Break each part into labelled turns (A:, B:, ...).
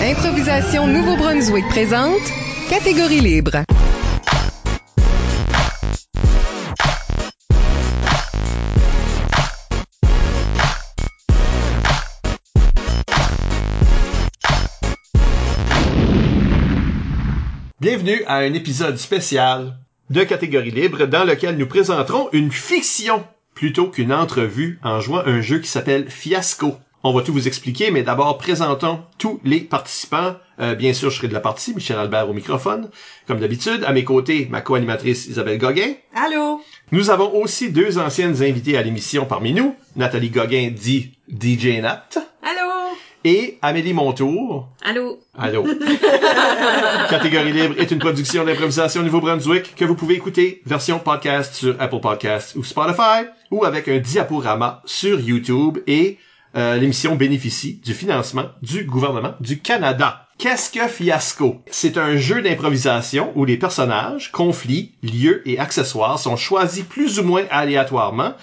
A: Improvisation Nouveau-Brunswick présente Catégorie libre.
B: Bienvenue à un épisode spécial de Catégorie Libre dans lequel nous présenterons une fiction plutôt qu'une entrevue en jouant un jeu qui s'appelle Fiasco. On va tout vous expliquer, mais d'abord présentons tous les participants. Euh, bien sûr, je serai de la partie, Michel Albert au microphone, comme d'habitude. À mes côtés, ma co-animatrice Isabelle Gauguin.
C: Allô?
B: Nous avons aussi deux anciennes invitées à l'émission parmi nous, Nathalie Gauguin dit DJ Nat
C: Allô?
B: et Amélie Montour.
C: Allô?
B: Allô. Catégorie libre est une production d'improvisation Nouveau-Brunswick que vous pouvez écouter version podcast sur Apple Podcasts ou Spotify ou avec un diaporama sur YouTube et euh, l'émission bénéficie du financement du gouvernement du Canada. Qu'est-ce que Fiasco? C'est un jeu d'improvisation où les personnages, conflits, lieux et accessoires sont choisis plus ou moins aléatoirement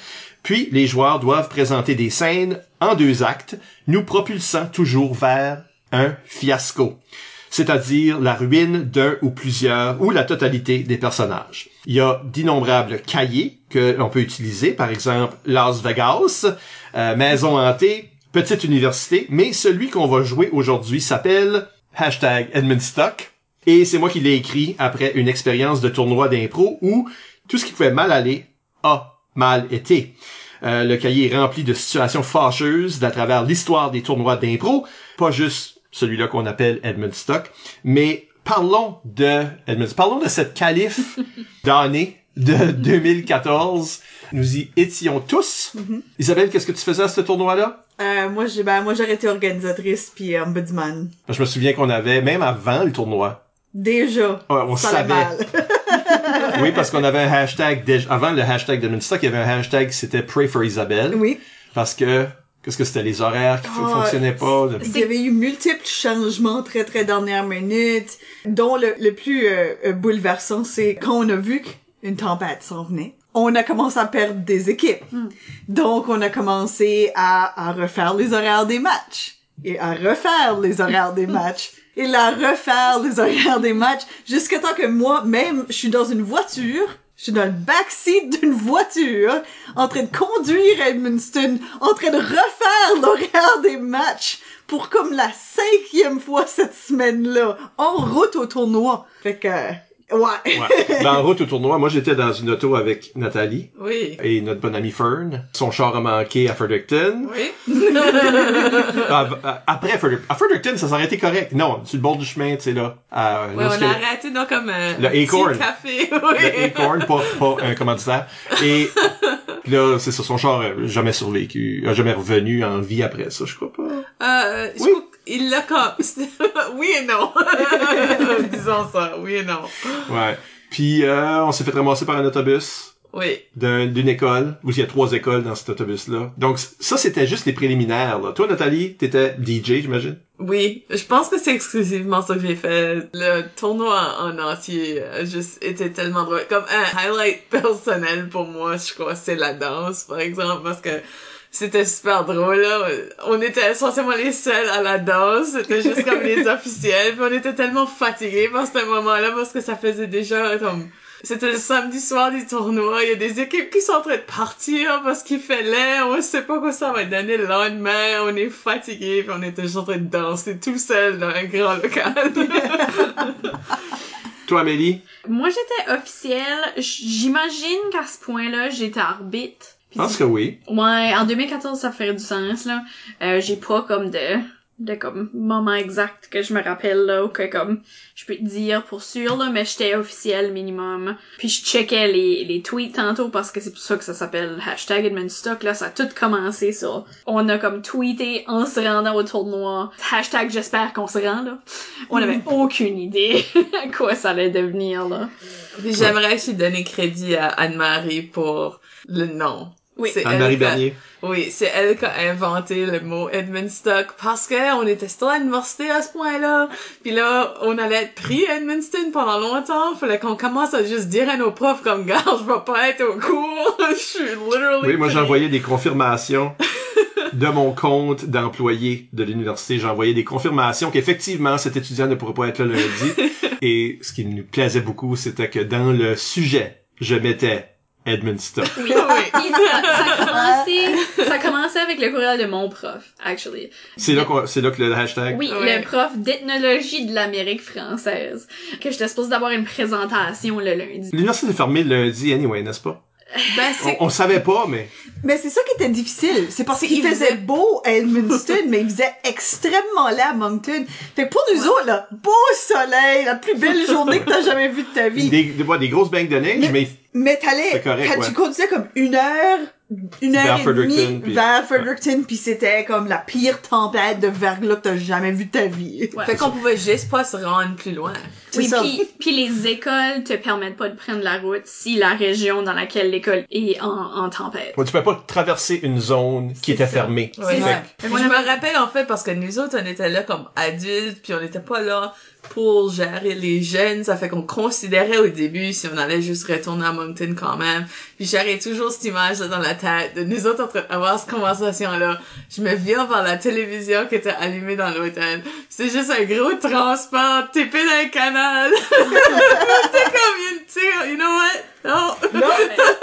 B: puis les joueurs doivent présenter des scènes en deux actes, nous propulsant toujours vers un fiasco, c'est-à-dire la ruine d'un ou plusieurs ou la totalité des personnages. Il y a d'innombrables cahiers que l'on peut utiliser, par exemple Las Vegas, euh, Maison hantée, Petite Université, mais celui qu'on va jouer aujourd'hui s'appelle hashtag Edmundstock. Et c'est moi qui l'ai écrit après une expérience de tournoi d'impro où tout ce qui pouvait mal aller a mal été. Euh, le cahier est rempli de situations fâcheuses à travers l'histoire des tournois d'impro, pas juste celui-là qu'on appelle Edmund Stock, mais parlons de Edmund- parlons de cette calife d'année de 2014. Nous y étions tous.
C: Mhm.
B: Isabelle, qu'est-ce que tu faisais à ce tournoi-là?
C: Euh, moi, j'ai, ben, moi, j'aurais été organisatrice puis ombudsman.
B: Ben, Je me souviens qu'on avait, même avant le tournoi,
C: Déjà.
B: Ouais, on
C: ça allait
B: savait.
C: mal.
B: oui, parce qu'on avait un hashtag, déjà- avant le hashtag de Minstock, il y avait un hashtag qui c'était Pray for Isabelle.
C: oui.
B: Parce que, qu'est-ce que c'était, les horaires qui fon-
C: Ah,
B: fonctionnaient pas. le-
C: Il y avait eu multiples changements très, très dernière minute, dont le, le plus euh, euh, bouleversant, c'est quand on a vu qu'une tempête s'en venait, on a commencé à perdre des équipes. Donc, on a commencé à, à refaire les horaires des matchs. Et à refaire les horaires des matchs. Et là, refaire les horaires des matchs. Jusqu'à temps que moi, même, je suis dans une voiture. Je suis dans le backseat d'une voiture, en train de conduire à Edmundston, en train de refaire l'horaire des matchs pour comme la cinquième fois cette semaine-là, en route au tournoi. Fait que, ouais.
B: Ouais. Ben, en route au tournoi, moi j'étais dans une auto avec Nathalie
D: Oui.
B: et notre bonne amie Fern. Son char a manqué à Fredericton.
D: Oui.
B: Ah, v- ah, Après Fredericton, à Fredericton, ça s'aurait été correct. Non, sur le bord du chemin, tu sais là. à-
D: Ouais, on
B: lorsque-
D: a arrêté dans comme un
B: Le
D: petit
B: Acorn.
D: café.
B: le
D: Oui.
B: Acorn, pas, pas un commanditaire. Et puis là, c'est ça, son char a jamais survécu, a jamais revenu en vie après ça, je crois pas.
D: Euh, je
B: Oui.
D: crois qu'il l'a comme... oui et non. Disons ça, oui et non.
B: Ouais. Puis euh, on s'est fait ramasser par un autobus
D: Oui.
B: d'un- d'une école, où il y a trois écoles dans cet autobus-là. Donc ça, c'était juste les préliminaires. Là. Toi, Nathalie, t'étais DJ, j'imagine?
D: Oui, je pense que c'est exclusivement ça que j'ai fait. Le tournoi en entier euh, juste était tellement drôle. Comme un highlight personnel pour moi, je crois, c'est la danse, par exemple, parce que c'était super drôle, là. On était essentiellement les seuls à la danse. C'était juste comme les officiels. Puis on était tellement fatigués par ce moment-là parce que ça faisait déjà comme... C'était le samedi soir du tournoi. Il y a des équipes qui sont en train de partir parce qu'il fait l'air. On sait pas quoi ça va donner le lendemain. On est fatigués. Puis on était juste en train de danser tout seul dans un grand local.
B: Toi, Amélie?
E: Moi, j'étais officielle. J- J'imagine qu'à ce point-là, j'étais arbitre.
B: Je
E: Puis
B: pense que oui.
E: Ouais, en 2014, ça ferait du sens, là. Euh, j'ai pas comme de, de comme moment exact que je me rappelle, là, ou que comme je peux te dire pour sûr, là, mais j'étais officiel minimum. Puis je checkais les, les tweets tantôt parce que c'est pour ça que ça s'appelle hashtag Edmundstock, là, ça a tout commencé sur. On a comme tweeté en se rendant au tournoi. Hashtag j'espère qu'on se rend, là. On avait aucune idée à quoi ça allait devenir, là.
D: Puis j'aimerais aussi donner crédit à Anne-Marie pour le nom.
E: Oui.
F: Euh,
D: C'est
B: Anne-Marie
D: elle qui a-
B: Bernier.
D: Oui, c'est elle qui a inventé le mot Edmundston parce que on était still à l'université à ce point-là. Puis là, on allait être pris à Edmundston pendant longtemps. Fallait qu'on commence à juste dire à nos profs comme, gars, je vais pas être au cours. je suis literally.
B: Oui, moi
D: pris.
B: j'envoyais des confirmations de mon compte d'employé de l'université, j'ai envoyé des confirmations qu'effectivement, cet étudiant ne pourrait pas être là lundi. Et ce qui me plaisait beaucoup, c'était que dans le sujet, je mettais Edmundston.
D: Oui, oui.
F: Puis ça, ça commençait, ça commençait avec le courriel de mon prof, actually.
B: C'est là, qu'on- c'est là que le hashtag...
F: Oui,
D: Ouais.
F: le prof d'ethnologie de l'Amérique française, que j'étais supposée d'avoir une présentation le lundi.
B: L'université est fermée lundi anyway, n'est-ce pas?
D: Ben,
B: On,
D: c'est...
B: on savait pas, mais...
C: Mais c'est ça qui était difficile. C'est parce
D: C'est
C: qu'il
D: qu'il
C: faisait
D: faisait-
C: beau à Edmundston, mais il faisait extrêmement laid à Moncton. Fait que pour nous autres, là, beau soleil, la plus belle journée que t'as jamais vue de ta vie.
B: Des, des, ouais, des grosses banques de neige,
C: Mais-
B: mais
C: Mais
B: C'est
C: t'allais,
B: correct,
C: quand
B: ouais.
C: tu conduisais comme une heure, une
B: Vers
C: heure et demie
B: Fredericton, puis-
C: vers Fredericton, puis c'était comme la pire tempête de verglas que t'as jamais vue de ta vie.
F: Ouais.
D: Fait qu'on pouvait juste pas se rendre plus loin.
C: C'est
F: Oui,
C: ça.
F: puis- puis les écoles te permettent pas de prendre la route si la région dans laquelle l'école est en, en tempête.
B: Ouais, tu peux pas traverser une zone qui
F: C'est
B: était
F: ça.
B: fermée.
D: Ouais.
C: ça.
D: Puis je me rappelle en fait parce que nous autres on était là comme adultes puis on n'était pas là pour gérer les jeunes ça fait qu'on considérait au début si on allait juste retourner à Moncton quand même puis j'avais toujours cette image là dans la tête de nous autres en train d'avoir cette conversation là je me viens par la télévision qui était allumée dans l'hôtel c'est juste un gros transport tapé dans le canal c'est comme une tire you know what non
C: Non,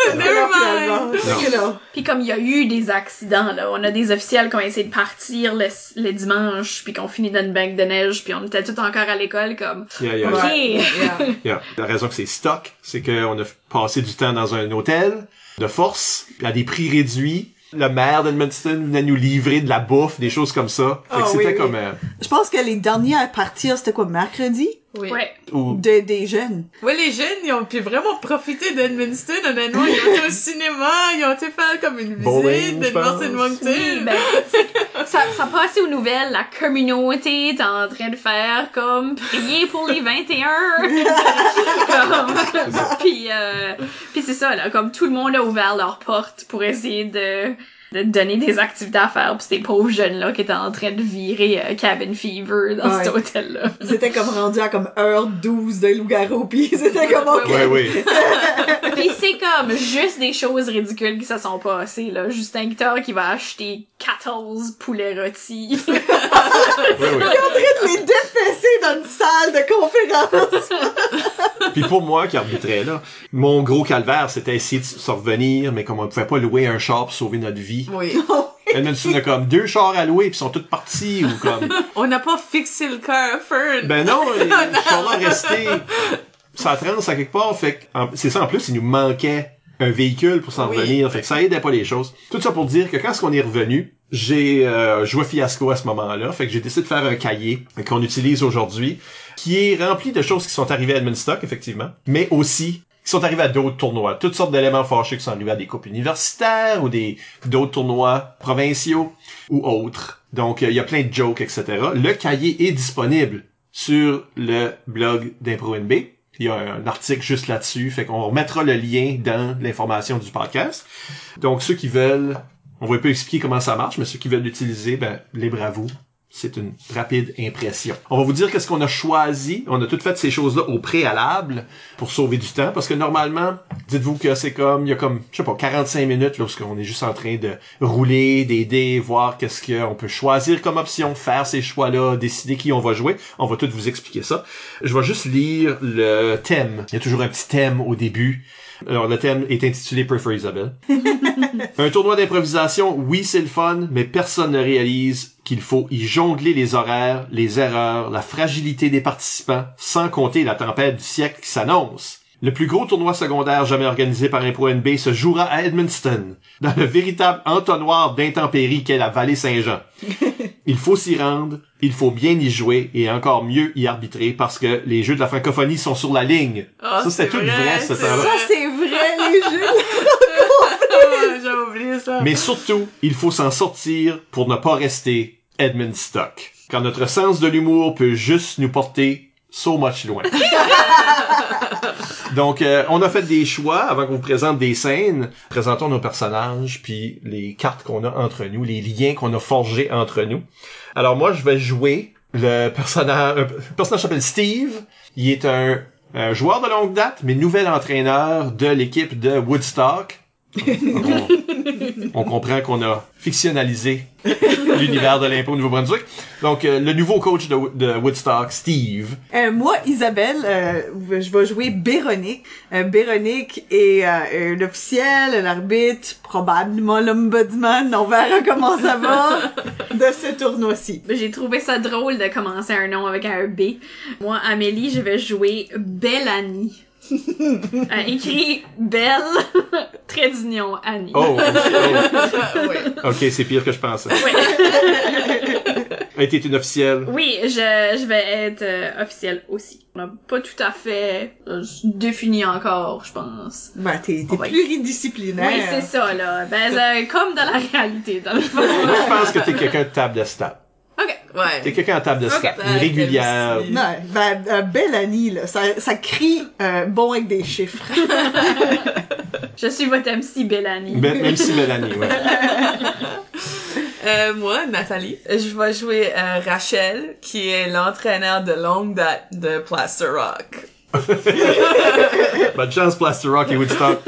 C: c'est
D: Never
C: là,
D: mind.
C: finalement.
B: Non.
C: C'est là.
F: Puis comme il y a eu des accidents, là, on a des officiels qui ont essayé de partir le, le dimanche, puis qu'on finit dans une banque de neige, puis on était tout encore à l'école comme...
B: Yeah, yeah,
F: Ok.
B: yeah.
C: Yeah.
B: Yeah. La raison que c'est stock, c'est qu'on a passé du temps dans un hôtel de force, puis à des prix réduits. Le maire d'Edmundston venait nous livrer de la bouffe, des choses comme ça. Fait que
C: Ah, oui,
B: c'était
C: oui.
B: comme... euh,
C: Je pense que les derniers à partir, c'était quoi, mercredi?
D: oui
F: Ouais.
B: ou-
C: De, des jeunes.
D: Ouais, les jeunes, ils ont pu vraiment profiter d'Edmundston, honnêtement. Ils ont été au cinéma, ils ont été faire comme une
B: Bowling,
D: visite
B: ben, je pense.
D: d'Edmundston
F: Oui,
D: Moncton.
F: ben, ça, ça passait aux nouvelles, la communauté est en train de faire comme prier pour les 21. comme, puis euh, puis c'est ça là, comme tout le monde a ouvert leurs portes pour essayer de de donner des activités à faire pour ces pauvres jeunes là qui étaient en train de virer euh, cabin fever dans cet
C: Ouais.
F: hôtel là.
C: C'était comme rendu à comme heure 12 de loup-garou, pis c'était comme ok.
B: Ouais, oui.
F: Puis c'est comme juste des choses ridicules qui se sont passées là, Justin Guitar qui va acheter 14 poulets rôtis.
B: oui, oui.
C: Ils les dépecer dans une salle de conférence.
B: Puis pour moi, qui arbitrait là, mon gros calvaire, c'était essayer de se revenir, mais comme on pouvait pas louer un char pour sauver notre vie.
D: Oui.
B: Edmundston a comme deux chars à louer, puis ils sont tous partis, ou comme...
D: On n'a pas fixé le cœur à Fern.
B: Ben non, ils sont là restés. Ça transe à quelque part, fait que, en- c'est ça, en plus, il nous manquait un véhicule pour s'en
D: Oui.
B: revenir, fait que ça aidait pas les choses. Tout ça pour dire que quand on est revenu, j'ai euh, joué fiasco à ce moment-là, fait que j'ai décidé de faire un cahier qu'on utilise aujourd'hui, qui est rempli de choses qui sont arrivées à Edmundstock, effectivement, mais aussi qui sont arrivées à d'autres tournois, toutes sortes d'éléments fâchés qui sont arrivés à des coupes universitaires ou des d'autres tournois provinciaux ou autres. Donc, euh, il y a plein de jokes, etc. Le cahier est disponible sur le blog d'ImproNB. Il y a un article juste là-dessus, fait qu'on remettra le lien dans l'information du podcast. Donc, ceux qui veulent, on va un peu expliquer comment ça marche, mais ceux qui veulent l'utiliser, ben, libre à vous. C'est une rapide impression. On va vous dire qu'est-ce qu'on a choisi. On a toutes fait ces choses-là au préalable pour sauver du temps, parce que normalement, dites-vous que c'est comme, il y a comme, je sais pas, 45 minutes lorsqu'on est juste en train de rouler des dés, voir qu'est-ce qu'on peut choisir comme option, faire ces choix-là, décider qui on va jouer. On va tout vous expliquer ça. Je vais juste lire le thème. Il y a toujours un petit thème au début. Alors, le thème est intitulé Prefer Isabelle. Un tournoi d'improvisation, oui, c'est le fun, mais personne ne réalise qu'il faut y jongler les horaires, les erreurs, la fragilité des participants, sans compter la tempête du siècle qui s'annonce. Le plus gros tournoi secondaire jamais organisé par Impro NB se jouera à Edmundston, dans le véritable entonnoir d'intempéries qu'est la vallée Saint-Jean. Il faut s'y rendre, il faut bien y jouer et encore mieux y arbitrer parce que les jeux de la francophonie sont sur la ligne.
D: Ah,
B: ça, c'était
D: c'est
B: tout vrai, ce
D: c'est
B: temps-là.
C: Ça, c'est vrai, les jeunes.
D: Ah, J'avais oublié ça.
B: Mais surtout, il faut s'en sortir pour ne pas rester Edmund Stock. Quand notre sens de l'humour peut juste nous porter so much loin. Donc, euh, on a fait des choix avant qu'on vous présente des scènes. Présentons nos personnages, puis les cartes qu'on a entre nous, les liens qu'on a forgés entre nous. Alors moi, je vais jouer le personnage... Un personnage s'appelle Steve. Il est un, un joueur de longue date, mais nouvel entraîneur de l'équipe de Woodstock On, on comprend qu'on a fictionnalisé l'univers de l'impôt au Nouveau-Brunswick. Donc, euh, le nouveau coach de, Wo- de Woodstock, Steve,
C: Euh, moi, Isabelle, euh, je vais jouer Véronique. Euh, Véronique est euh, euh, l'officiel, l'arbitre, probablement l'ombudsman. On verra comment ça va de ce tournoi-ci.
F: Ben, J'ai trouvé ça drôle de commencer un nom avec un B. Moi, Amélie, je vais jouer Bellanie. Euh, écrit Belle, trait d'union, Annie.
B: Oh, oh,
D: ouais.
B: oh. ok, c'est pire que je pensais. Elle était une officielle.
F: Oui, je, je vais être euh, officielle aussi. On n'a pas tout à fait euh, défini encore, je pense.
C: Ben, t'es t'es
F: Ouais.
C: pluridisciplinaire.
F: Oui, c'est ça, là. Ben, c'est comme dans la réalité, dans le fond.
B: Moi, je pense que t'es quelqu'un de table de stat.
F: OK.
D: Ouais.
B: T'es quelqu'un de table de
F: Ok.
B: stat. Une régulière.
D: Ah,
C: Non, ben, euh, belle Annie, là, ça, ça crie euh, bon avec des chiffres.
F: Je suis votre MC Bellani.
B: Même même si Mélanie, ouais.
D: Euh, moi, Nathalie, je vais jouer euh, Rachel, qui est l'entraîneur de longue date de Plaster Rock.
B: Bonne chance, Plaster Rock et Woodstock.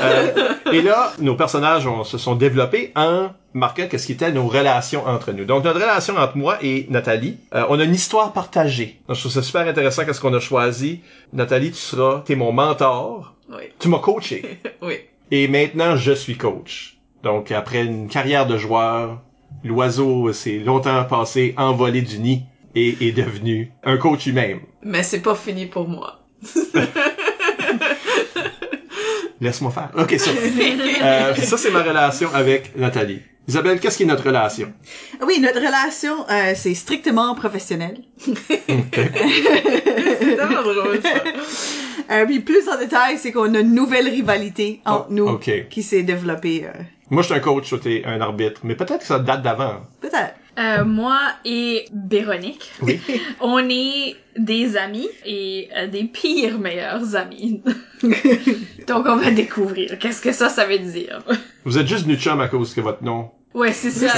B: Euh, et là, nos personnages ont- se sont développés en marquant qu'est-ce qui était nos relations entre nous. Donc, notre relation entre moi et Nathalie, euh, on a une histoire partagée. Donc, je trouve ça super intéressant qu'est-ce qu'on a choisi. Nathalie, tu seras, t'es mon mentor.
D: Oui,
B: Tu m'as coaché.
D: oui.
B: Et maintenant, je suis coach. Donc, après une carrière de joueur, l'oiseau s'est longtemps passé envolé du nid et est devenu un coach lui-même.
D: Mais c'est pas fini pour moi.
B: Laisse-moi faire. OK, ça. Euh, ça, c'est ma relation avec Nathalie. Isabelle, qu'est-ce qui est notre relation?
C: Oui, notre relation, euh, c'est strictement professionnel.
D: C'est tellement drôle, ça.
C: Euh, puis plus en détail, c'est qu'on a une nouvelle rivalité entre
B: Oh,
C: nous
B: ok.
C: qui s'est développée. euh,
B: Moi, je suis un coach, toi, t'es un arbitre, mais peut-être que ça date d'avant.
C: Peut-être.
F: Euh, moi et Véronique,
B: Oui.
F: on est des amis et euh, des pires meilleurs amis. Donc on va découvrir qu'est-ce que ça, ça veut dire.
B: Vous êtes juste venu chum à cause que votre nom.
F: Ouais, c'est ça.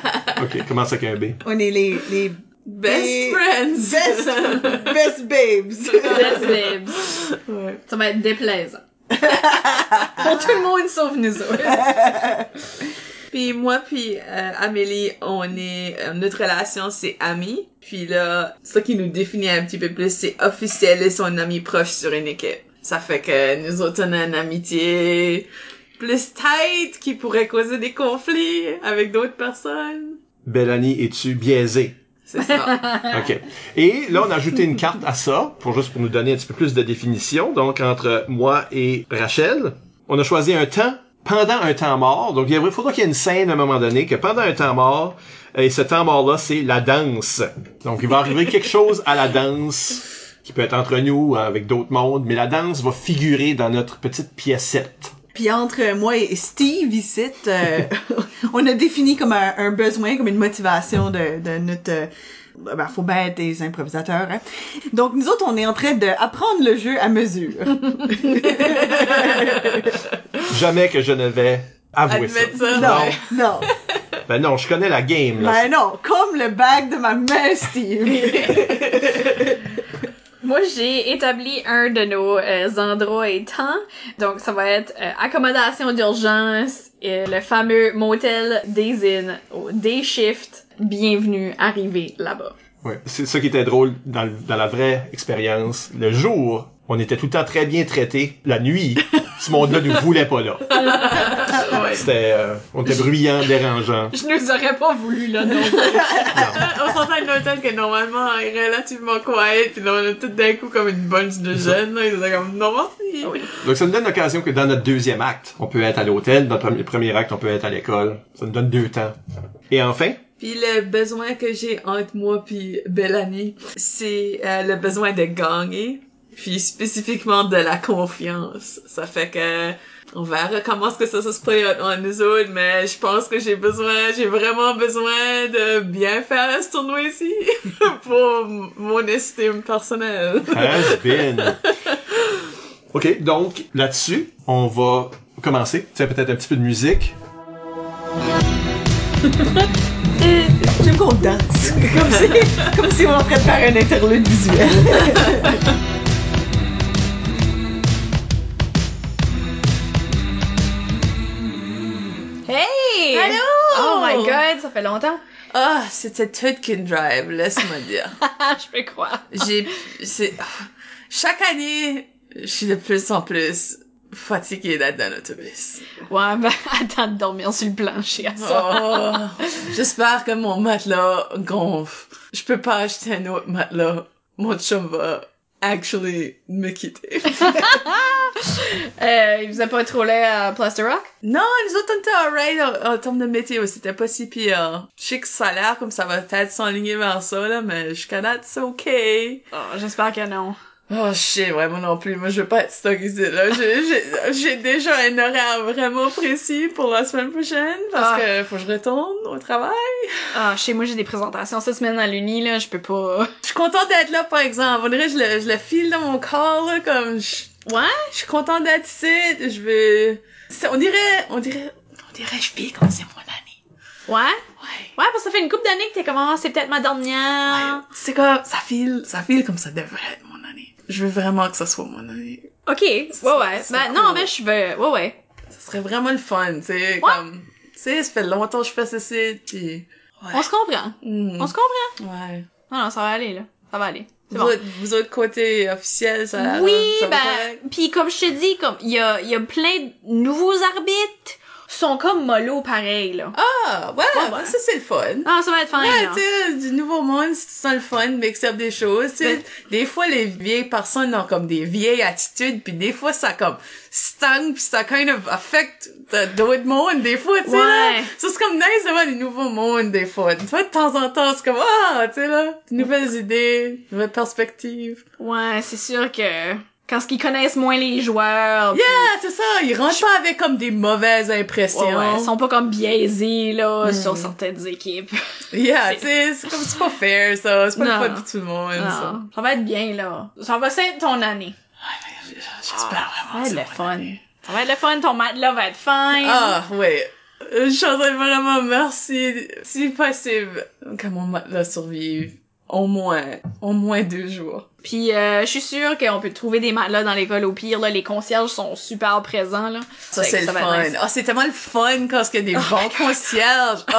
B: OK, commence avec un B.
C: On est les, les
D: Best
C: Et-
D: friends!
C: best, best babes.
F: That's babes.
D: Ouais.
F: Ça va être déplaisant. Pour tout le monde sauf nous autres.
D: Puis moi puis euh, Amélie, on est euh, notre relation c'est amie. Puis là, ce qui nous définit un petit peu plus, c'est officiel et son ami proche sur une équipe. Ça fait que nous autres on a une amitié plus tight qui pourrait causer des conflits avec d'autres personnes.
B: Bellani, es-tu biaisé?
D: C'est ça.
B: OK. Et là, on a ajouté une carte à ça, pour juste pour nous donner un petit peu plus de définition. Donc, entre moi et Rachel, on a choisi un temps pendant un temps mort. Donc, il faudra qu'il y ait une scène à un moment donné que pendant un temps mort, euh, et ce temps mort-là, c'est la danse. Donc, il va arriver quelque chose à la danse qui peut être entre nous, avec d'autres mondes, mais la danse va figurer dans notre petite piécette.
C: Puis entre moi et Steve ici, euh, on a défini comme un, un besoin, comme une motivation de, de notre... euh, ben, faut bien être des improvisateurs, hein. Donc, nous autres, on est en train d'apprendre le jeu à mesure.
B: Jamais que je ne vais avouer ça.
D: Admettre ça,
B: Non.
D: ouais.
C: non.
B: Ben non, je connais la game, là.
C: Ben non, comme le bag de ma main, Steve.
F: Moi, j'ai établi un de nos euh, endroits et temps. Donc, ça va être euh, accommodation d'urgence, et le fameux motel des innes, au day shift. Bienvenue, arrivé là-bas.
B: Ouais. C'est ça qui était drôle dans, le- dans la vraie expérience. Le jour, on était tout le temps très bien traités. La nuit, ce monde-là nous voulait pas là.
D: Ouais.
B: C'était, euh, on était bruyant, dérangeant.
F: Je nous aurais pas voulu là, non.
D: Euh, On s'entend à un hôtel que normalement est relativement quiet, puis là on est tout d'un coup comme une bunch de jeunes, là, ils étaient comme non merci.
F: Oui.
B: Donc ça nous donne l'occasion que dans notre deuxième acte, on peut être à l'hôtel. Dans le premier, premier acte, on peut être à l'école. Ça nous donne deux temps. Et enfin,
D: Puis le besoin que j'ai entre moi puis Bellamy, c'est euh, le besoin de gagner, puis spécifiquement de la confiance. Ça fait que on verra comment est-ce que ça, ça se paye en, en nous autres, mais je pense que j'ai besoin, j'ai vraiment besoin de bien faire ce tournoi ici pour m- mon estime personnelle.
B: has been. OK, donc là-dessus, on va commencer. Tu sais, peut-être un petit peu de musique.
C: J'aime qu'on danse. Comme si, comme si on en train de faire un interlude visuel.
F: Oh
G: ça fait longtemps.
D: Ah, c'était Tutkin Drive, laisse-moi dire.
F: Ah, je peux croire.
D: J'ai, c'est, chaque année, je suis de plus en plus fatiguée d'être dans l'autobus.
F: Ouais, ben, attends de dormir sur le plancher à ça.
D: Oh, j'espère que mon matelas gonfle. Je peux pas acheter un autre matelas. Mon chum va actually me quitter.
G: Euh, il vous a pas trop l'air à
F: euh,
G: Plaster Rock?
D: non, nous autres, on était alright en, en termes de météo. C'était pas si pire. Je sais que ça a l'air comme ça va peut-être s'enligner vers ça, là, mais jusqu'à date, c'est ok.
F: Oh, j'espère que non.
D: Oh, je sais vraiment non plus. Moi, je veux pas être stock ici, là. J'ai- j'ai- J'ai déjà un horaire vraiment précis pour la semaine prochaine parce
F: Ah.
D: que faut que je retourne au travail.
F: Ah, chez moi, j'ai des présentations cette semaine à l'Uni, là, je peux pas...
D: Je suis contente d'être là, par exemple. On dirait que je le, je le file dans mon corps, là, comme je,
F: Ouais?
D: je suis contente d'être ici. Je veux... c'est- On dirait, on dirait, on dirait que je vis quand c'est mon année.
F: Ouais? Ouais,
D: Ouais.
F: parce que ça fait une couple d'années que t'es comme, Ah, c'est peut-être ma dernière.
D: Ouais. C'est comme, ça file, ça file comme ça devrait être mon année. Je veux vraiment que ça soit mon année.
F: Ok, ouais,
D: Ça,
F: ouais.
D: c'est
F: Ben,
D: cool.
F: non, mais je veux... Ouais, ouais.
D: Ça serait vraiment le fun, tu sais, comme... Tu sais, ça fait longtemps que je fais ceci, puis... Ouais.
F: On se comprend.
D: Hmm.
F: On se comprend.
D: Ouais.
F: Non, non, ça va aller, là. Ça va aller. C'est
D: Vous,
F: bon.
D: autres, vous autres côté officiel, ça a l'air-
F: Oui,
D: Euh, ça va correct?
F: ben, puis comme je te dis, comme il y a, il y a plein de nouveaux arbitres sont comme mollo pareil là.
D: Ah, ouais,
F: Ouais, ouais.
D: ça c'est le fun.
F: Ah, ça va être fun.
D: Ouais,
F: là.
D: tu sais, du nouveau monde, c'est ça le fun, mix up des choses, tu sais.
F: Ben-
D: Des fois, les vieilles personnes ont comme des vieilles attitudes, puis des fois, ça comme stagne, puis ça kind of affecte the- d'autres mondes, des fois, tu sais, là.
F: Ouais.
D: Ça, c'est comme nice d'avoir des nouveaux mondes, des fois. Tu vois, de temps en temps, c'est comme, ah, tu sais, là, de nouvelles idées, nouvelles perspectives.
F: Ouais, c'est sûr que quand ce qu'ils connaissent moins les joueurs,
D: Yeah, c'est ça, ils rentrent pas avec comme des mauvaises
F: pis- ouais,
D: impressions.
F: ouais, ils sont pas comme biaisés
D: Mhm.
F: là sur certaines équipes.
D: Yeah, tu sais, c'est comme, c'est pas fair, ça. C'est pas
F: Non.
D: le fun pour tout le monde, ça.
F: Non, Ah, ça va être bien là. Ça va être ton année. Ah,
D: J'espère
F: Ça
D: vraiment
F: va
D: que
F: être
D: Ah, ça
F: le
D: va
F: fun. Ça va être le fun. Ton matelas va être fine.
D: Ah, ouais. Euh, Je voudrais vraiment merci, si possible, que mon matelas survive au moins, au moins deux jours.
F: Puis euh, je suis sûre qu'on peut trouver des matelas dans l'école au pire là. Les concierges sont super présents là.
D: Ça, Oh
F: Fait que
D: c'est le
F: va être
D: fun.
F: nice.
D: Oh, c'est tellement le fun quand il y a des bons concierges.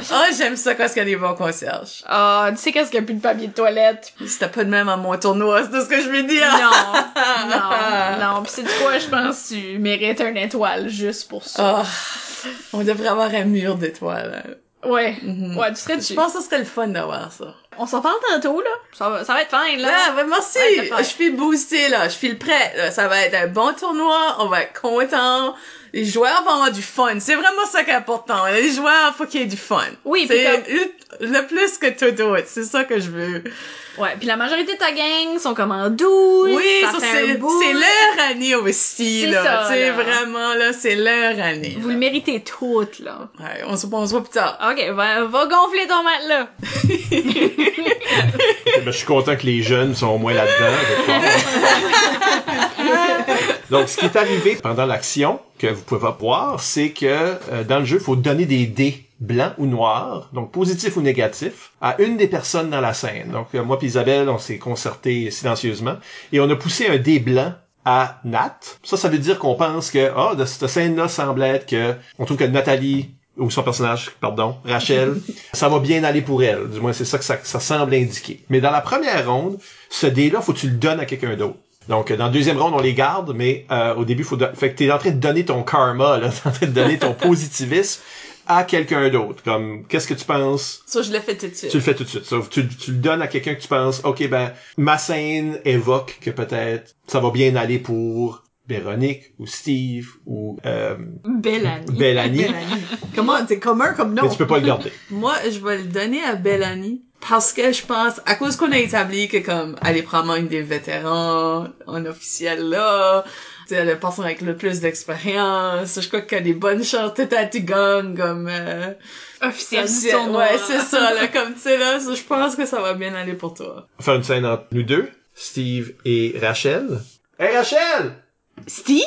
D: Oh, oh j'aime ça quand il y a des bons concierges.
F: Ah, tu sais qu'est-ce qu'il n'y a plus de papier de toilette?
D: C'était pas de même à mon tournoi, c'est tout ce que je veux dire.
F: Non, non, non. Pis c'est quoi, je pense que tu mérites une étoile juste pour ça.
D: Oh, on devrait avoir un mur d'étoiles. hein.
F: Ouais,
D: Mhm.
F: ouais, tu serais dessus.
D: Je pense que ce serait le fun d'avoir ça.
F: On s'en parle tantôt, là. Ça va, ça va être fin, là.
D: Ah, ouais, merci!
F: Ouais, t'as fait.
D: je suis boostée, là. Je suis prêt. là. Ça va être un bon tournoi. On va être content. Les joueurs vont avoir du fun. C'est vraiment ça qui est important. Les joueurs, faut qu'il y ait du fun.
F: Oui, puis
D: C'est le- le plus que tout d'autre. C'est ça que je veux.
F: Ouais, puis la majorité de ta gang sont comme en 12.
D: Oui,
F: ça
D: ça,
F: fait
D: c'est
F: un bout.
D: c'est leur année aussi,
F: C'est
D: là.
F: ça,
D: Tu sais,
F: là.
D: vraiment, là, c'est leur année.
F: Vous
D: là.
F: le méritez toutes, là.
D: Ouais, on se, on se voit plus tard.
F: Ok, va, va gonfler ton matelas.
B: Eh ben, je suis content que les jeunes sont au moins là-dedans. je crois. Donc, ce qui est arrivé pendant l'action, que vous pouvez pas voir, c'est que euh, dans le jeu, il faut donner des dés blancs ou noirs, donc positifs ou négatifs, à une des personnes dans la scène. Donc, euh, moi et Isabelle, on s'est concerté silencieusement et on a poussé un dé blanc à Nat. Ça, ça veut dire qu'on pense que, ah, de cette scène-là semble être que, on trouve que Nathalie, ou son personnage, pardon, Rachel, ça va bien aller pour elle. Du moins, c'est ça que ça, ça semble indiquer. Mais dans la première ronde, ce dé-là, faut que tu le donnes à quelqu'un d'autre. Donc, euh, dans la deuxième ronde, on les garde, mais euh, au début, faut don- fait que t'es en train de donner ton karma, là, t'es en train de donner ton positivisme à quelqu'un d'autre. Comme, qu'est-ce que tu penses
D: Ça, je l'ai fait tout de suite.
B: tu le fais tout de suite. Sauf tu, tu le donnes à quelqu'un que tu penses, OK, ben, ma scène évoque que peut-être ça va bien aller pour Véronique ou Steve ou euh,
F: Belle année.
B: Bellani,
C: Comment, c'est commun comme nom.
B: mais tu peux pas le garder.
D: Moi, je vais le donner à Bellani parce que je pense, à cause qu'on a établi que comme, elle est probablement une des vétérans en officiel là, tu sais, la personne avec le plus d'expérience, je crois qu'elle a des bonnes chances, tête à tu gagnes comme, euh,
F: Officiel du
D: officiel.
F: tournoi.
D: ouais, c'est ça, là, comme tu sais, là, je pense que ça va bien aller pour toi.
B: faire une scène entre nous deux, Steve et Rachel. Hey Rachel!
D: Steve!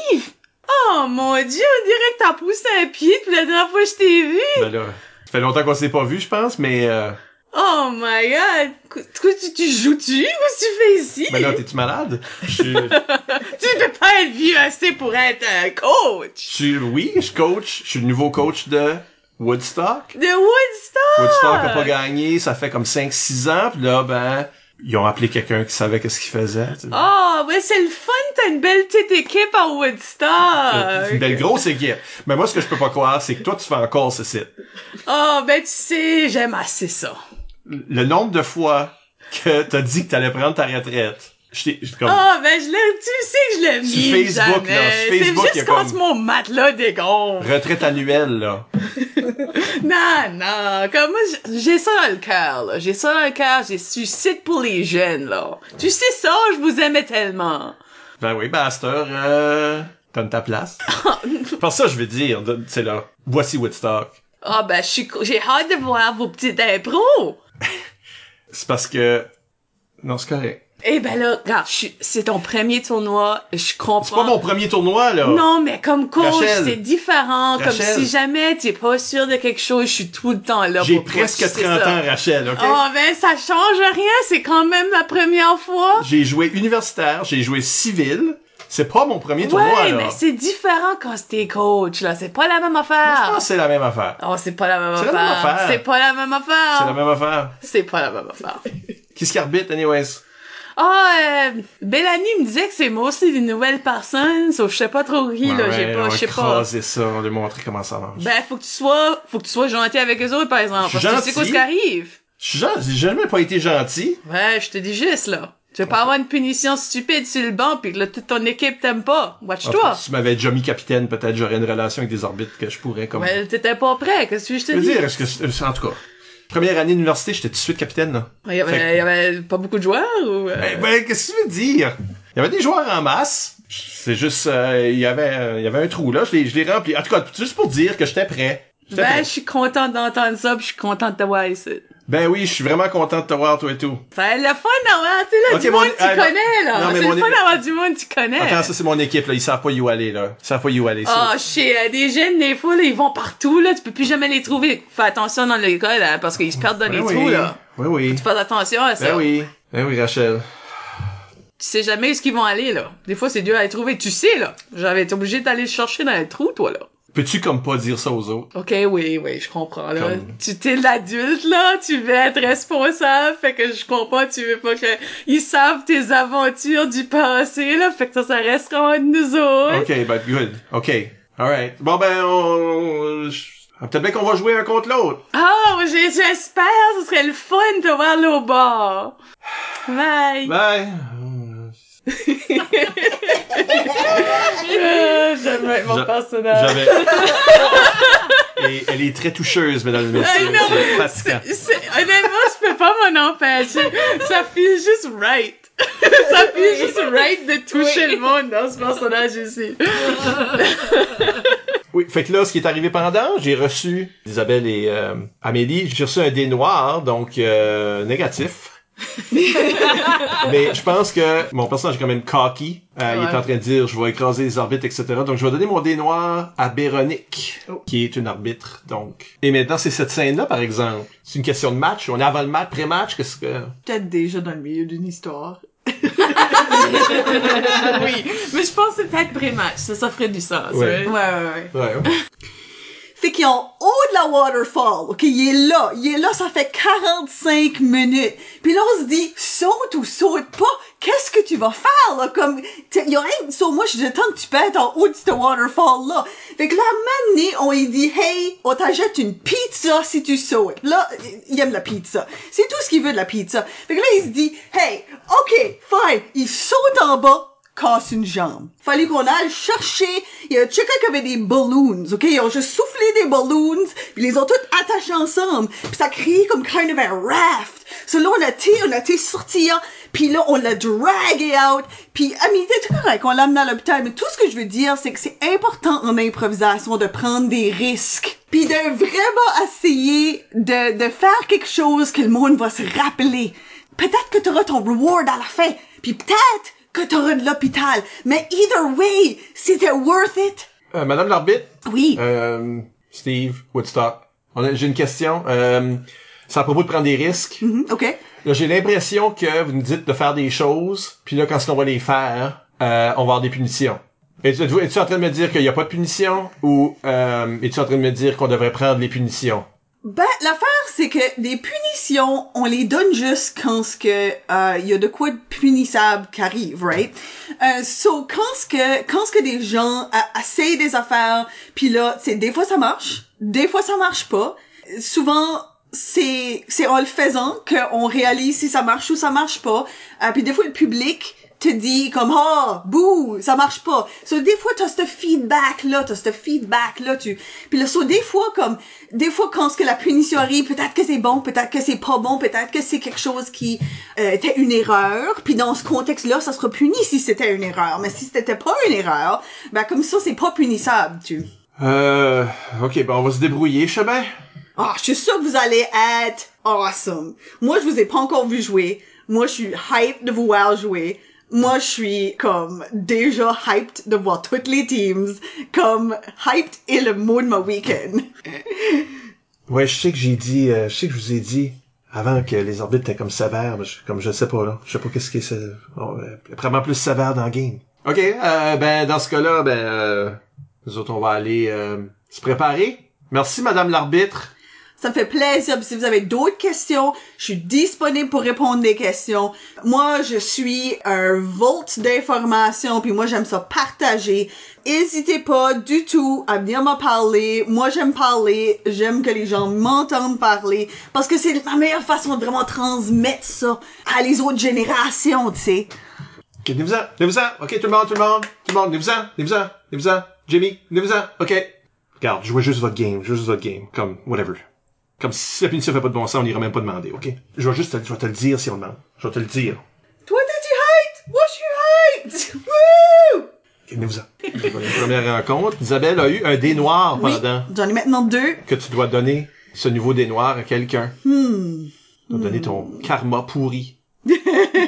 D: Oh mon dieu, on dirait que t'as poussé un pied depuis la dernière fois que je t'ai vu!
B: Ben là, ça fait longtemps qu'on s'est pas vu, je pense, mais euh,
D: Oh my god! Qu- Tu, tu joues-tu? Qu'est-ce que tu fais ici?
B: ben là, t'es-tu malade? Je suis,
D: Tu peux pas être vieux assez pour être un coach!
B: je suis- oui, je coach, je suis le nouveau coach de Woodstock.
D: De Woodstock!
B: Woodstock a pas gagné, ça fait comme 5-6 ans, puis là, ben, ils ont appelé quelqu'un qui savait qu'est-ce qu'il faisait. tu sais.
D: Oh, mais c'est le fun, t'as une belle petite équipe à Woodstock!
B: Une belle grosse équipe. Mais moi, ce que je peux pas croire, c'est que toi, tu fais encore ce site.
D: Oh, ben tu sais, j'aime assez ça.
B: Le nombre de fois que t'as dit que t'allais prendre ta retraite, je t'ai- je- comme,
D: Oh, ben je l'ai, tu sais que je l'ai
B: Sur
D: mis
B: Facebook,
D: jamais.
B: là, sur Facebook,
D: C'est
B: il y a
D: juste contre
B: comme-
D: mon matelas dégonfle.
B: retraite annuelle, là.
D: Non, non, comme moi, j- j'ai ça dans le cœur, là. J'ai ça dans le cœur, j'ai suscite pour les jeunes, là. Tu sais ça, je vous aimais tellement.
B: Ben oui, ben, à cette heure, euh, t'as ta place. Par ça, je veux dire, de- c'est là, voici Woodstock.
D: Ah, ben, je suis co- j'ai hâte de voir vos petites impros.
B: C'est parce que, non, c'est correct.
D: Eh ben là, regarde, je suis- c'est ton premier tournoi, je comprends.
B: C'est pas mon premier tournoi, là.
D: Non, mais comme coach,
B: Rachel.
D: c'est différent.
B: Rachel.
D: Comme si jamais t'es pas sûr de quelque chose, je suis tout le temps là
B: J'ai
D: pour toi,
B: presque
D: tu sais
B: 30
D: ça.
B: ans, Rachel, ok?
D: Oh, ben, ça change rien, c'est quand même la première fois.
B: J'ai joué universitaire, j'ai joué civil. C'est pas mon premier tournoi,
D: Ouais,
B: là.
D: mais c'est différent quand t'es coach, là. C'est pas la même
B: Je
D: affaire.
B: pense que Ah, c'est la même affaire.
D: Oh, c'est pas la même
B: C'est la même
D: affaire.
B: affaire.
D: C'est pas la même
B: C'est la
D: affaire.
B: même affaire.
D: C'est pas la même affaire.
B: Qui se arbitre, anyways?
D: Ah, euh, Bellamy me disait que c'est moi aussi des nouvelles personnes, sauf je sais pas trop qui, là. J'ai pas, je sais pas.
B: C'est ça, on va lui montrer comment ça marche.
D: Ben, faut que tu sois, faut que tu sois gentil avec eux autres, par exemple.
B: Je suis
D: parce que tu sais quoi
B: gentil.
D: ce qui arrive.
B: Je suis gen- j'ai jamais pas été gentil.
D: Ouais, je te dis juste, là. Tu vas pas avoir une punition stupide sur le banc pis que là, toute ton équipe t'aime pas.
B: En
D: Watch-toi.
B: fait, si Ah, tu m'avais déjà mis capitaine, peut-être j'aurais une relation avec des arbitres que je pourrais comme.
D: Ouais, t'étais pas prêt, qu'est-ce que je te
B: je veux
D: dis?
B: dire, est-ce que c'est- en tout cas. Première année d'université, j'étais tout de suite capitaine là.
D: Il y,
B: Fait
D: avait, il y avait pas beaucoup de joueurs ou... euh,
B: Ben, ben, qu'est-ce que tu veux dire Il y avait des joueurs en masse. C'est juste euh, il y avait euh, il y avait un trou là, je l'ai je l'ai rempli. En tout cas, juste pour dire que j'étais prêt. J'étais
D: ben,
B: prêt.
D: je suis contente d'entendre ça pis je suis contente de t'avoir ici.
B: Ben oui, je suis vraiment content de te voir toi et tout.
D: Ça va être le fun d'avoir, tu sais, là,
B: Ok,
D: du
B: mon-
D: monde que tu
B: ah,
D: connais, là.
B: non, mais
D: C'est
B: mon-
D: le fun d'avoir du monde que tu connais.
B: Attends, ça c'est mon équipe là, ils savent pas y où aller là. Ils savent pas y où aller. ça.
D: Ah, chez euh, des jeunes, des fois, là, ils vont partout, là. Tu peux plus jamais les trouver. Fais attention dans l'école, hein, parce qu'ils se perdent dans
B: Ben
D: les
B: oui.
D: trous, là.
B: Oui oui.
D: Fais attention à ça.
B: Ben oui. Ben oui, Rachel.
D: tu sais jamais où est-ce qu'ils vont aller, là. Des fois, c'est dur à les trouver. Tu sais, là. J'avais été obligé d'aller le chercher dans le trou, toi, là.
B: Peux-tu comme pas dire ça aux autres?
D: Ok, oui, oui, je comprends, là.
B: Comme-
D: Tu t'es l'adulte, là. Tu veux être responsable. Fait que je comprends, tu veux pas que ils savent tes aventures du passé, là. Fait que ça, ça restera entre nous autres.
B: Ok, but good. Ok. Alright. Bon ben, on... on- je- Ah, Peut-être bien qu'on va jouer un contre l'autre.
D: Ah, j'ai- j'espère, ce serait le fun de te voir là au bord. Bye.
B: Bye.
D: Euh, J'aime être mon
B: J'a-
D: personnage.
B: J'avais... Et elle est très toucheuse, mesdames et
D: Ah,
B: messieurs.
D: non.
B: C'est fatigant.
D: C'est- Honnêtement, je peux pas m'en empêcher. Ça feel juste right. Ça feel juste right de toucher le monde dans ce personnage ici.
B: Oui, fait que là, ce qui est arrivé pendant, j'ai reçu Isabelle et euh, Amélie, j'ai reçu un dé noir, donc euh, négatif. Mais je pense que mon personnage est quand même cocky. Euh, Il est
D: Ouais.
B: en train de dire je vais écraser les arbitres, etc. Donc je vais donner mon dé noir à Véronique, qui est une arbitre. Donc. Et maintenant c'est cette scène-là, par exemple. C'est une question de match. On est avant le match, pré-match, qu'est-ce que.
C: Peut-être déjà dans le milieu d'une histoire.
D: oui. Mais je pense que c'est peut-être pré-match. Ça, ça ferait du sens. hein.
B: Ouais.
C: Ouais, ouais, ouais.
B: Ouais.
C: Fait qu'ils ont haut de la waterfall, ok? Il est là, il est là, ça fait 45 minutes. Puis là, on se dit, saute ou saute pas, qu'est-ce que tu vas faire, là? Comme, t'sais, il y a rien, sur moi, je dis, tant que tu pètes en haut de cette waterfall, là. Fait que là, maintenant, on lui dit, hey, on t'achète une pizza si tu sautes. Là, il aime la pizza. C'est tout ce qu'il veut de la pizza. Fait que là, il se dit, hey, ok, fine. Il saute en bas, casse une jambe. Fallait qu'on aille chercher. Il y a quelqu'un qui avait des balloons, ok? Ils ont juste soufflé des balloons, puis ils les ont tous attachés ensemble. Puis ça crée comme kind of a raft. So là, on a été, on a été sortir, puis là, on l'a dragué out. Puis, ah, Amélie, c'est correct, on l'a amené à l'hôpital. Mais tout ce que je veux dire, c'est que c'est important en improvisation de prendre des risques. Puis de vraiment essayer de, de faire quelque chose que le monde va se rappeler. Peut-être que tu auras ton reward à la fin. Puis peut-être que t'auras de l'hôpital. Mais either way, c'était worth it.
B: Euh, Madame l'arbitre,
C: Oui.
B: Euh, Steve, Woodstock. On a- J'ai une question. Euh, c'est à propos de prendre des risques.
C: Mhm, OK.
B: Là, j'ai l'impression que vous nous dites de faire des choses, puis là, quand on va les faire, euh, on va avoir des punitions. Es-tu es-tu en train de me dire qu'il n'y a pas de punition ou euh, es-tu en train de me dire qu'on devrait prendre les punitions?
C: Ben, l'affaire, c'est que des punitions, on les donne juste quand ce que euh, y a de quoi de punissable qui arrive, right? Euh, so, quand ce que, quand ce que des gens a- essayent des affaires, puis là, c'est des fois ça marche, des fois ça marche pas. Euh, Souvent, c'est, c'est en le faisant qu'on réalise si ça marche ou ça marche pas. Euh, puis des fois, le public te dit comme ah bouh ça marche pas so, des fois t'as ce feedback là t'as ce feedback là tu puis là so, des fois comme des fois quand ce que la punition arrive peut-être que c'est bon peut-être que c'est pas bon peut-être que c'est quelque chose qui euh, était une erreur puis dans ce contexte là ça sera puni si c'était une erreur mais si c'était pas une erreur ben comme ça c'est pas punissable tu
B: Euh, ok, ben on va se débrouiller, Chabin.
C: ah je suis sûre que vous allez être awesome moi je vous ai pas encore vu jouer moi je suis hype de vous voir jouer moi, je suis comme déjà hyped de voir toutes les teams, comme hyped est le mot de ma week-end.
B: Ouais, je sais que j'ai dit, euh, je sais que je vous ai dit avant que les orbites étaient comme sévères, mais je, comme je sais pas là, je sais pas qu'est-ce qui est euh, bon, euh, vraiment plus sévère dans le game. Ok, euh, ben dans ce cas-là, ben euh, nous autres on va aller euh, se préparer. Merci Madame l'arbitre.
C: Ça me fait plaisir. Puis Si vous avez d'autres questions, je suis disponible pour répondre des questions. Moi, je suis un volt d'informations, puis moi, j'aime ça partager. Hésitez pas du tout à venir me parler. Moi, j'aime parler. J'aime que les gens m'entendent parler parce que c'est la meilleure façon de vraiment transmettre ça à les autres générations, tu sais.
B: Ok, venez-vous-en, venez-vous-en. Ok, tout le monde, tout le monde, tout le monde, venez-vous-en, venez-vous-en, venez-vous-en. Jimmy, venez-vous-en. Ok. Regarde, jouez juste votre game, jouez juste votre game, comme whatever. Comme si la punition fait pas de bon sens, on n'ira même pas demander, ok? Je vais juste te, je vais te le dire si on demande. Je vais te le dire.
C: Toi, t'as du hate? Moi, je suis hate! Woo!
B: Calmez-vous-en. Première rencontre, Isabelle a eu un dé noir
C: Oui,
B: pendant
C: j'en ai maintenant deux.
B: que tu dois donner ce nouveau dé noir à quelqu'un.
D: Hmm.
B: Tu dois donner ton karma pourri.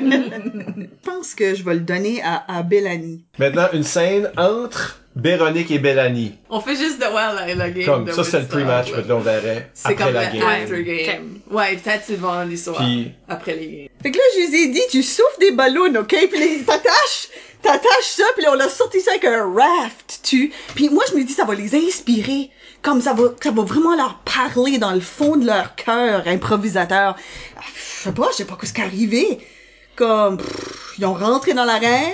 C: Je pense que je vais le donner à, à Bellani.
B: Maintenant, une scène entre Véronique et Bellani.
D: On fait juste de voir la, la game.
B: Comme
D: de
B: ça, c'est le
D: Woodstock,
B: pre-match,
D: là.
B: mais là, on verrait
D: C'est
B: après
D: comme
B: la
D: le
B: game.
D: after game. Ouais, peut-être c'est devant l'histoire.
B: Puis-
D: Après les games.
C: Fait que là, je les ai dit, tu souffles des ballons, ok? Puis les- t'attaches, t'attaches ça, puis là, on l'a sorti ça avec un raft, tu. Puis moi, je me dis, ça va les inspirer. Comme ça va, ça va vraiment leur parler dans le fond de leur cœur, improvisateur. Ah, Je sais pas, je sais pas ce qui est arrivé. Comme, pff, ils ont rentré dans l'arène,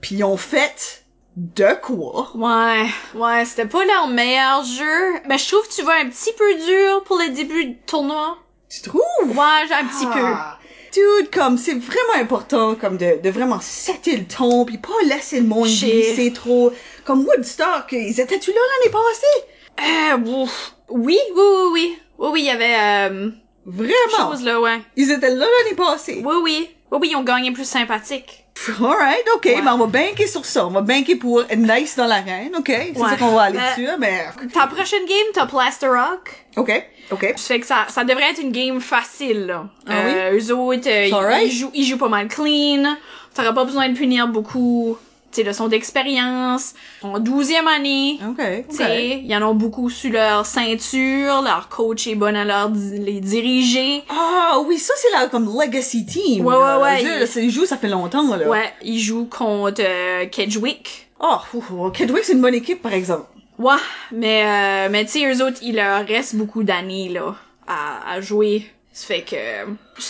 C: puis ils ont fait de quoi?
F: Ouais, ouais, c'était pas leur meilleur jeu. Mais je trouve que tu vas un petit peu dur pour le début du tournoi.
C: Tu trouves?
F: Ouais, j'ai un petit
C: Ah. Dude, comme c'est vraiment important comme de, de vraiment setter le ton puis pas laisser le monde
F: Chier.
C: glisser trop. Comme Woodstock, ils étaient-tu là l'année passée?
F: peu.
C: Ah.
F: Euh, ouf. Oui, oui, oui, oui. Oui, oui, il y avait euh,
C: Vraiment?
F: chose là, ouais.
C: Ils étaient là l'année passée.
F: Oui, oui. Oui, oui, ils ont gagné plus sympathique.
C: Alright, ok,
F: Ouais.
C: ben on va banquer sur ça. On va banquer pour Nice dans l'arène, ok? C'est
F: Ouais.
C: ça qu'on va aller
F: Euh,
C: dessus, mais...
F: Ta prochaine game, t'as Plaster Rock.
C: Ok, ok.
F: Ça fait que ça, ça devrait être une game facile, là.
C: Ah
F: euh, Eux autres, euh, ils,
C: Alright.
F: ils jouent, ils jouent pas mal clean. T'auras pas besoin de punir beaucoup. Tu sais, leçons d'expérience. En douzième année.
C: Ok,
F: Tu
C: ok.
F: sais, ils en ont beaucoup sur leur ceinture, leur coach est bon à leur di- les diriger.
C: Ah oui, ça c'est la comme Legacy Team.
F: Ouais,
C: là.
F: ouais, ouais,
C: Dieu,
F: ils-
C: là, ça joue, ça fait longtemps, là.
F: Ouais, ils jouent contre euh, Kedgewick.
C: Oh, ouf, ouf, Kedwick c'est une bonne équipe, par exemple.
F: Ouais, mais, euh, mais tu sais, eux autres, il leur reste beaucoup d'années, là, à, à jouer. Ça fait que,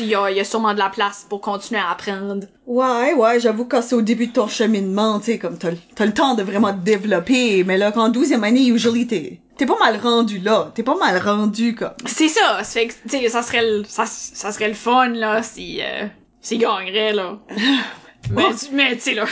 F: il y a, il y a sûrement de la place pour continuer à apprendre.
C: Ouais, ouais, j'avoue que quand c'est au début de ton cheminement, tu sais, comme t'as, le- t'as le temps de vraiment te développer, mais là, qu'en 12e année, usually, t'es, t'es pas mal rendu là, t'es pas mal rendu, comme.
F: C'est ça, ça fait que, tu sais, ça serait le, ça, ça serait le fun, là, si, euh, s'ils gagneraient, là. mais, tu- mais, tu sais, là,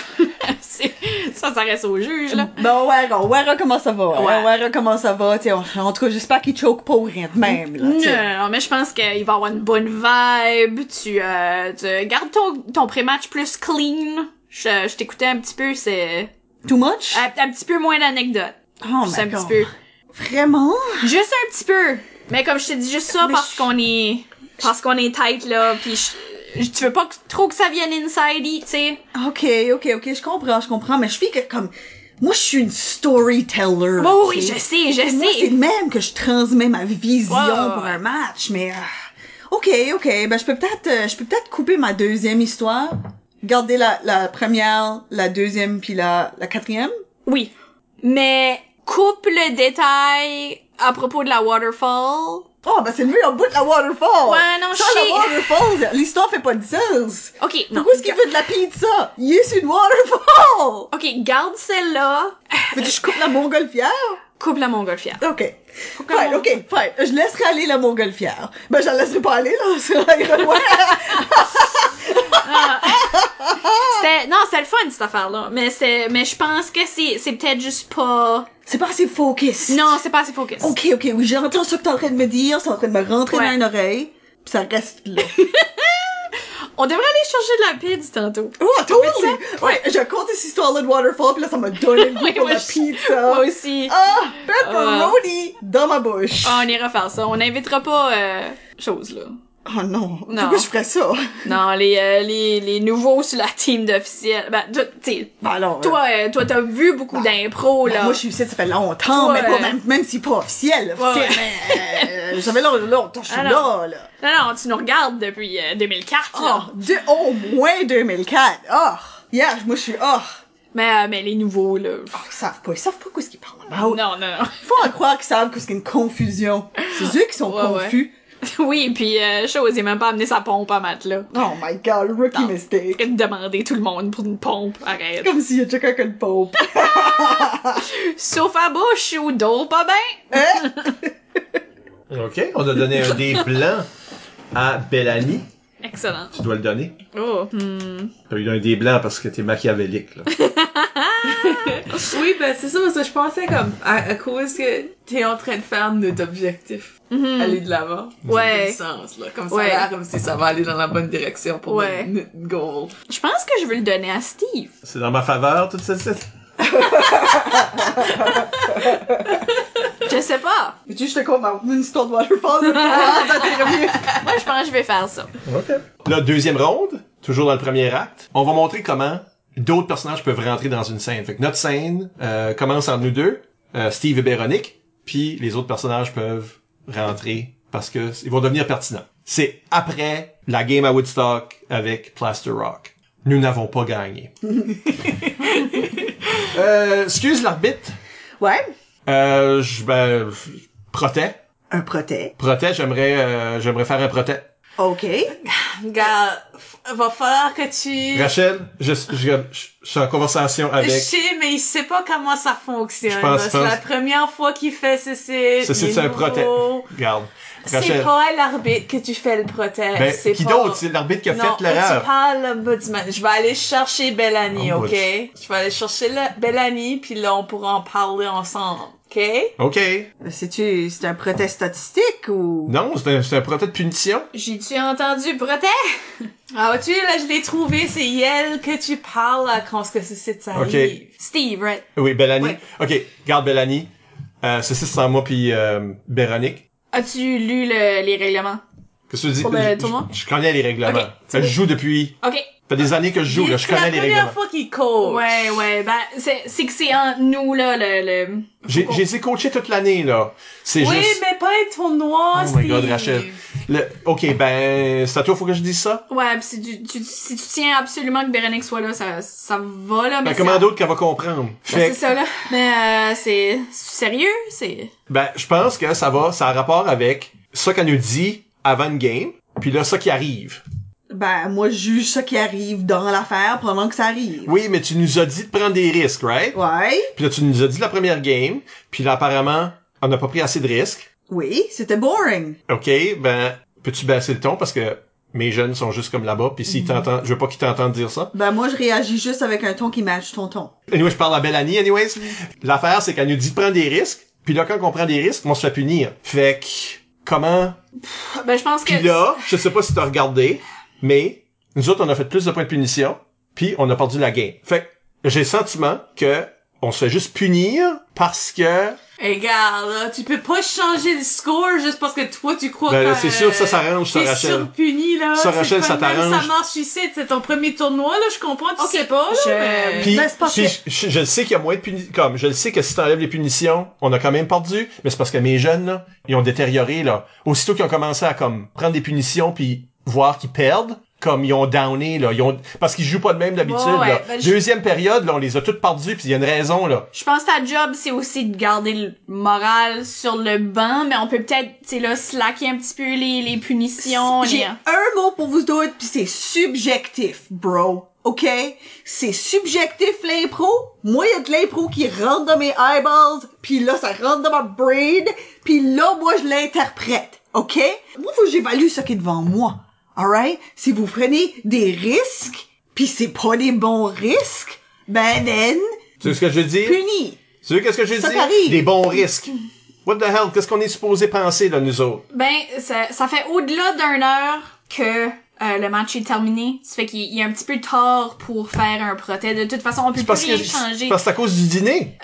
F: c'est- ça, ça reste au juge, là.
C: Ben, on verra, on verra comment ça va, hein,
F: Ouais.
C: on verra comment ça va, tu sais, on- en tout cas, j'espère qu'il choke pas ou rien de même, là, tu sais.
F: euh, Non, non, mais je pense qu'il va y avoir une bonne vibe. Tu, euh, tu gardes ton, ton pré-match plus clean. Je, je t'écoutais un petit peu, c'est
C: Too much?
F: un, un petit peu moins d'anecdotes.
C: oh
F: Ah, Juste
C: my
F: un
C: God.
F: petit peu.
C: Vraiment?
F: Juste un petit peu. Mais comme je te dis juste ça
C: Mais
F: parce
C: je-
F: qu'on est parce qu'on est tight là, puis je- je- tu veux pas que- trop que ça vienne inside, tu sais.
C: Ok, ok, ok, je comprends, je comprends, mais je suis que, comme, moi, je suis une storyteller.
F: Bah Oui,
C: tu sais.
F: oui, je sais, je
C: Ah, Moi, c'est
F: sais.
C: de même que je transmets ma vision
F: Ouais, ouais,
C: pour
F: ouais.
C: un match, mais euh, ok, ok, ben je peux peut-être, euh, je peux peut-être couper ma deuxième histoire, garder la, la première, la deuxième puis la, la quatrième.
F: Oui. Mais coupe le détail à propos de la waterfall.
C: Oh, ben c'est le meilleur bout de la waterfall!
F: Ouais, non,
C: Sans
F: je sais.
C: la waterfall, l'histoire fait pas de sens!
F: Ok, non.
C: Pourquoi est-ce qu'il veut de la pizza? Il est sur une waterfall!
F: Ok, garde celle-là.
C: Veux-tu que je coupe la montgolfière?
F: Coupe la montgolfière.
C: Ok.
F: Pourquoi
C: fine,
F: mon-
C: ok, fine. Je laisserai aller la montgolfière. Ben, je la laisserai pas aller, là. C'est la Ouais.
F: C'était, non, c'était le fun, cette affaire-là. Mais c'est, mais je pense que c'est, c'est peut-être juste pas,
C: C'est pas assez focus.
F: non, c'est pas assez focus.
C: Ok, ok, oui, j'entends ce que t'es en train de me dire, c'est en train de me rentrer
F: Ouais.
C: dans une oreille, pis ça reste là.
F: On devrait aller chercher de la pizza tantôt.
C: Oh,
F: ça?
C: totally! Ouais, je compte cette histoire-là de Waterfall, pis là, ça m'a donné le goût
F: Oui,
C: pour
F: moi
C: la
F: aussi.
C: pizza.
F: Moi aussi.
C: Ah, pepperoni dans ma bouche.
F: Ah, on ira faire ça. On n'invitera pas, euh, chose, là.
C: Oh non,
F: Non.
C: pourquoi je ferais ça?
F: Non, les, euh, les, les nouveaux sur la team d'officiels. Ben, tu tu sais,
C: Ben alors,
F: toi, euh, toi, t'as vu beaucoup d'impro,
C: ben,
F: là.
C: moi je suis ici, ça fait longtemps,
F: Ouais.
C: mais pas, même, même si pas officiel, officiel,
F: ouais.
C: mais euh, j'avais l'air longtemps, je suis
F: Ah non.
C: là, là.
F: Non, non, tu nous regardes depuis euh, 2004, là.
C: Ah, de, au moins 2004. Ah, yeah, moi je suis, ah,
F: Mais, euh, mais les nouveaux, là.
C: ils savent pas, ils savent pas quoi ce qu'ils parlent.
F: Non, non, non.
C: Faut en croire qu'ils savent que c'est une confusion. C'est eux qui sont
F: Ouais, ouais.
C: confus.
F: oui, puis euh, chose, il a même pas amené sa pompe à Matt, là.
C: Oh my god, rookie
F: Non.
C: mistake.
F: Et de demander tout le monde pour une pompe, arrête.
C: Comme s'il y a quelqu'un qui a le pauvre.
F: Sauf à bouche ou d'autres pas bien.
B: OK, on a donné un des blancs à Bellani.
F: Excellent.
B: Tu dois le donner.
F: Oh.
B: T'as eu un des blancs parce que t'es machiavélique, là.
D: Oui, ben c'est ça, parce que je pensais comme à, à cause que t'es en train de faire notre objectif, aller de l'avant.
F: Ouais.
D: Ça fait du sens, là. Comme
F: Ouais.
D: ça a l'air comme si ça va aller dans la bonne direction pour
F: Ouais.
D: notre, notre goal.
F: Je pense que je veux le donner à Steve.
B: C'est dans ma faveur, toute cette... cette-
F: Je sais pas.
C: Mais tu sais, je te compte ma- une histoire de Waterfall. Ah, ça t'est revenu.
F: Moi, je pense que je vais faire ça.
B: OK. La deuxième ronde, toujours dans le premier acte, on va montrer comment d'autres personnages peuvent rentrer dans une scène. Fait que notre scène euh, commence entre nous deux, euh, Steve et Véronique, puis les autres personnages peuvent rentrer parce que c- ils vont devenir pertinents. C'est après la game à Woodstock avec Plaster Rock. Nous n'avons pas gagné. euh, excuse l'arbitre.
C: Ouais.
B: Euh, je ben, je- protège.
C: Un protège.
B: Protège, j'aimerais euh, j'aimerais faire un protège.
C: OK.
D: Regarde, f- va falloir que tu...
B: Rachel, je, je, je- je suis en conversation
D: Je
B: avec.
D: sais, mais il sait pas comment ça fonctionne.
B: Je pense- pense-
D: là. C'est la première fois qu'il fait ceci.
B: Ceci, c'est un protège. Regarde.
D: C'est
B: Rachel.
D: pas à l'arbitre que tu fais le protège.
B: Ben,
D: c'est
B: qui
D: pas-
B: d'autre? C'est l'arbitre qui a
D: Non,
B: fait l'erreur.
D: tu parles l'ombudsman. Je vais aller chercher Bellani,
B: Oh,
D: ok?
B: Ombuds-
D: Je vais aller chercher la- Bellani, puis là, on pourra en parler ensemble, ok?
B: OK.
C: C'est-tu, c'est un protège statistique ou?
B: Non, c'est un, c'est un protège de punition.
F: J'ai-tu entendu Bretet?
D: Ah, tu là, je l'ai trouvé, c'est elle que tu parles à quand ce que ceci t'arrive.
B: Ok.
F: Steve, right?
B: Oui, Bellani.
D: Ouais.
B: OK, garde Bellani. Euh, ceci, c'est en moi puis euh, Véronique.
F: As-tu lu le- les règlements?
B: Qu'est-ce que tu dis?
F: Pour le
B: Je-
F: tournoi?
B: je, je connais les règlements.
F: Ok,
B: Ça, je joue depuis...
F: Ok.
B: Ça fait des années que je joue, là. Je
D: C'est la
B: connais les
D: première
B: règlements.
D: fois qu'il coach.
F: Ouais, ouais, ben, c'est c'est que c'est entre nous, là, le... le...
B: J'ai j'ai été coaché toute l'année, là. C'est
D: Oui,
B: juste...
D: mais pas un tournoi,
B: Oh my God,
D: Steve.
B: Rachel. Le... OK, ben... C'est à toi, faut que je dise ça?
F: Ouais, pis si tu, tu- si tu tiens absolument que Bérénice soit là, ça, ça va, là,
B: Ben,
F: mais c'est-
B: comment d'autre qu'elle va comprendre?
F: Ben,
B: Fait
F: c'est
B: que-
F: ça, là. Mais euh, c'est c'est sérieux, c'est...
B: Ben, je pense que ça va, ça a rapport avec ça qu'elle nous dit avant une game, puis là, ça qui arrive.
C: Ben, moi, je juge ça qui arrive dans l'affaire pendant que ça arrive.
B: Oui, mais tu nous as dit de prendre des risques, right?
C: Ouais.
B: Puis là, tu nous as dit la première game, puis là, apparemment, on n'a pas pris assez de risques.
C: Oui, c'était boring.
B: OK, ben, peux-tu baisser le ton parce que mes jeunes sont juste comme là-bas, puis s'ils t'entendent, je veux pas qu'ils t'entendent dire ça.
C: Ben, moi, je réagis juste avec un ton qui matche ton ton.
B: Anyway, je parle à Bellani, anyways. L'affaire, c'est qu'elle nous dit de prendre des risques, puis là, quand on prend des risques, on se fait punir. Fait que, comment
F: Ben, je pense que...
B: Puis là, je sais pas si t'as regardé, mais nous autres, on a fait plus de points de punition, puis on a perdu la game. Fait que j'ai le sentiment que on se fait juste punir parce que...
D: Hey, Regarde, là, tu peux pas changer le score juste parce que toi, tu crois
B: Ben,
D: que...
B: là, c'est sûr,
F: euh,
B: ça s'arrange, ça,
D: t'es
B: Rachel.
D: surpuni, là.
B: Ça,
D: C'est
B: Rachel,
D: pas
B: ça
D: le même,
B: t'arrange.
D: Ça marche ici, c'est ton premier tournoi, là, je comprends, tu
F: Ok,
D: sais pas, là,
F: je-
D: mais-
B: Puis,
C: Ben, c'est pas
B: puis
C: fait.
B: je, je- je le sais qu'il y a moins de punitions. Comme, je le sais que si t'enlèves les punitions, on a quand même perdu, mais c'est parce que mes jeunes, là, ils ont détérioré, là. Aussitôt qu'ils ont commencé à, comme, prendre des punitions, puis voir qu'ils perdent, comme ils ont downé là, ils ont parce qu'ils jouent pas de même d'habitude
F: Ouais, ouais,
B: là.
F: ben, je-
B: Deuxième période là, on les a toutes perdus puis il y a une raison là.
F: Je pense que ta job, c'est aussi de garder le moral sur le banc, mais on peut peut-être, tu sais, là, slacker un petit peu les, les punitions.
C: J'ai
F: Les...
C: un mot pour vous autres, puis c'est subjectif, bro. OK? C'est subjectif l'impro. Moi, il y a de l'impro qui rentre dans mes eyeballs, puis là, ça rentre dans ma brain, puis là, moi, je l'interprète. OK? Moi, faut que j'évalue ce qui est devant moi. Alright? Si vous prenez des risques, puis c'est pas des bons risques, ben, then,
B: Tu sais ce que je veux dire
C: puni.
B: Tu sais qu'est-ce que je veux
C: Ça
B: dire
C: t'arrive.
B: Des bons risques. What the hell Qu'est-ce qu'on est supposé penser là nous autres
F: Ben, ça, ça fait au-delà d'une heure que euh, le match est terminé. Ça fait qu'il il y a un petit peu tard pour faire un protège. De toute façon, on peut
B: C'est
F: plus
B: parce que
F: rien changer.
B: parce que c'est à cause du dîner.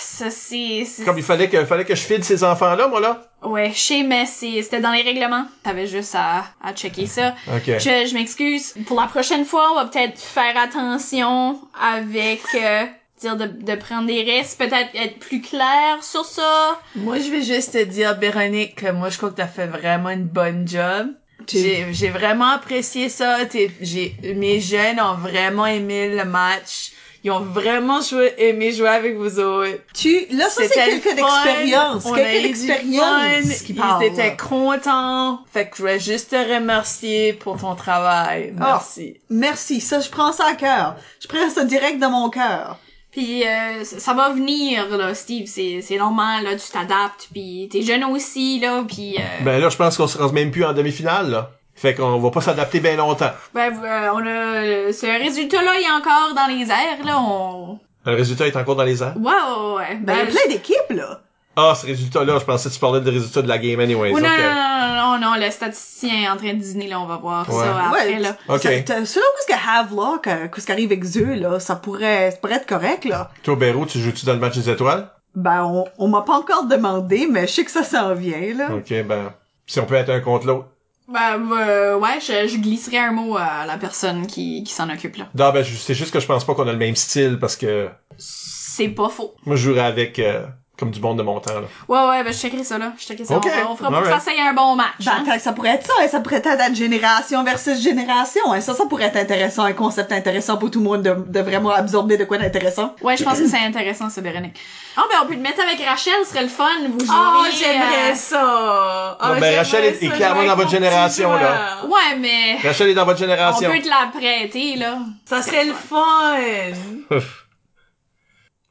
F: Ça, c'est... c'est-
B: Comme il fallait que fallait que je file ces enfants là moi là.
F: Ouais, je sais, mais c'est- c'était dans les règlements. T'avais juste à, à checker ça.
B: OK.
F: Je, je m'excuse. Pour la prochaine fois, on va peut-être faire attention avec... euh, dire de, de prendre des risques, peut-être être plus clair sur ça.
D: Moi, je vais juste te dire, Véronique, que moi, je crois que t'as fait vraiment une bonne job. J'ai j'ai vraiment apprécié ça. T'es- j'ai- Mes jeunes ont vraiment aimé le match. Ils ont vraiment joué, aimé jouer avec vous autres.
C: Tu, là, ça, c'est
D: C'était le
C: quelques
D: fun.
C: d'expérience.
D: On a eu
C: Quelques
D: du
C: d'expérience
D: fun.
C: qui
D: Ils
C: parlent.
D: étaient contents. Fait que je voulais juste te remercier pour ton travail. Merci.
C: Merci, ça je prends ça à cœur. Je prends ça direct dans mon cœur.
F: Puis euh, ça ça va venir là, Steve, c'est c'est normal là, tu t'adaptes puis t'es jeune aussi là, puis euh,
B: Ben là je pense qu'on se rend même plus en demi-finale là. Fait qu'on va pas s'adapter bien longtemps.
F: ben, euh, on a euh, ce résultat là il est encore dans les airs là, on
B: Le résultat est encore dans les airs.
F: Wow, ouais.
C: Ben, il y a
F: Ben,
C: plein d'équipes, là.
B: Ah, ce résultat-là, je pensais que tu parlais du résultat de la game anyways.
F: Oh, non,
B: ok.
F: non, non, non, non, le statisticien est en train de dîner, là, on va voir
B: Ouais.
F: ça Ah, après,
C: ouais,
F: là.
B: Ok.
C: ça- t'as- Selon ce que Havelock, euh, ce qui arrive avec Zeux, là, ça pourrait, ça pourrait être correct, là.
B: Toi, Béro, tu joues-tu dans le match des étoiles?
C: Ben, on, on m'a pas encore demandé, mais je sais que ça s'en vient,
F: Hein?
C: là.
B: Ok, ben, si on peut être un contre l'autre.
F: Ben, euh, ouais, je, je glisserai un mot à la personne qui, qui s'en occupe, là.
B: Non, ben, je- c'est juste que je pense pas qu'on a le même style, parce que
F: C'est pas faux.
B: moi, je jouerais avec, euh, comme du bon de mon temps, là.
F: Ouais, ouais, ben, je checkerai ça, là. Je checkerai ça.
B: Ok.
F: On, on fera pas
B: Alright.
F: face à un bon match,
C: Ben,
F: hein.
C: attends, ça pourrait être ça, hein, ça pourrait être être génération versus génération, hein. Ça, ça pourrait être intéressant, un concept intéressant pour tout le monde de, de vraiment absorber de quoi d'intéressant.
F: Ouais, je pense que c'est intéressant, ça, Véronique. Ah, ben, on peut le mettre avec Rachel, ce serait le fun. Vous jouez,
D: Oh, j'aimerais
F: euh,
D: ça! Oh,
B: Non, ben,
D: j'aimerais
B: Rachel est-
D: ça
B: est clairement
D: jouer
B: dans
D: avec
B: votre
D: mon petit
B: génération, là.
D: joueur.
F: Ouais, mais
B: Rachel est dans votre
F: on
B: génération.
F: peut te la prêter, là.
D: Ça serait le fun!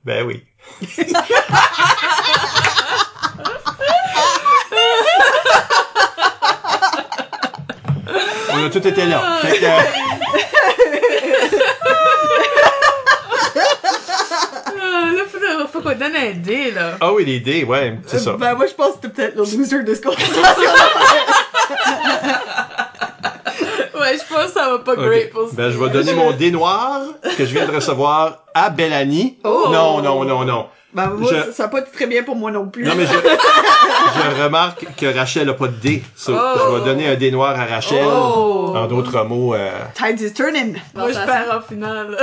B: ben oui. on a tout été là. Fait que, euh,
D: Ah, là, faut, faut qu'on donne un dé, là.
B: Ah oui, les dés, ouais, c'est ça.
C: Ben, moi, je pense que c'était peut-être le loser de ce concept.
D: Ouais, je pense que ça va pas
B: Ok.
D: great pour ça.
B: Ben, je vais donner mon dé noir que je viens de recevoir à Bellani.
C: Oh!
B: Non, non, non, non.
C: ben, moi,
B: Je-
C: ça, ça a pas été très bien pour moi non plus.
B: Non, mais je, je remarque que Rachel a pas de dé. So,
D: Oh!
B: Je vais donner un dé noir à Rachel.
D: Oh!
B: En d'autres mots, euh,
C: Tides is turning.
D: Moi, je perds en finale.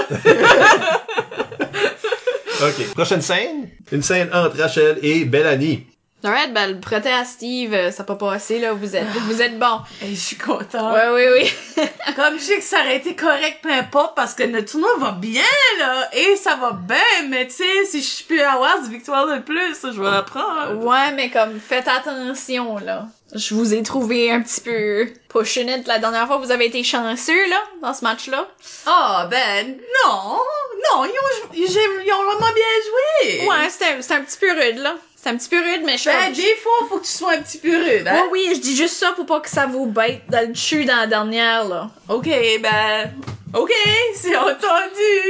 B: OK. Prochaine scène. Une scène entre Rachel et Bellani.
F: Alright, ben, le prêter à Steve, euh, ça peut passer, là. Vous êtes, vous êtes bon.
D: Et je suis contente.
F: Ouais, oui, oui.
D: Comme je sais que ça aurait été correct, peu importe, parce que notre tournoi va bien, là. Et ça va bien, mais tu sais, si je peux avoir du victoire de plus, je vais l'apprendre.
F: Ouais, mais comme, faites attention, là. Je vous ai trouvé un petit peu pochonnette la dernière fois. Vous avez été chanceux, là, dans ce match-là.
D: Oh, ben, non. Non, ils ont, jou- j'ai- ils ont vraiment bien joué.
F: Ouais, c'était c'était un petit peu rude, là. C'était un petit peu rude, mais je
D: Ben, des fois, faut que tu sois un petit peu rude, hein.
F: Ouais, oui, je dis juste ça pour pas que ça vous bête dans le chu dans la dernière, là.
D: Ok, ben, ok, c'est entendu.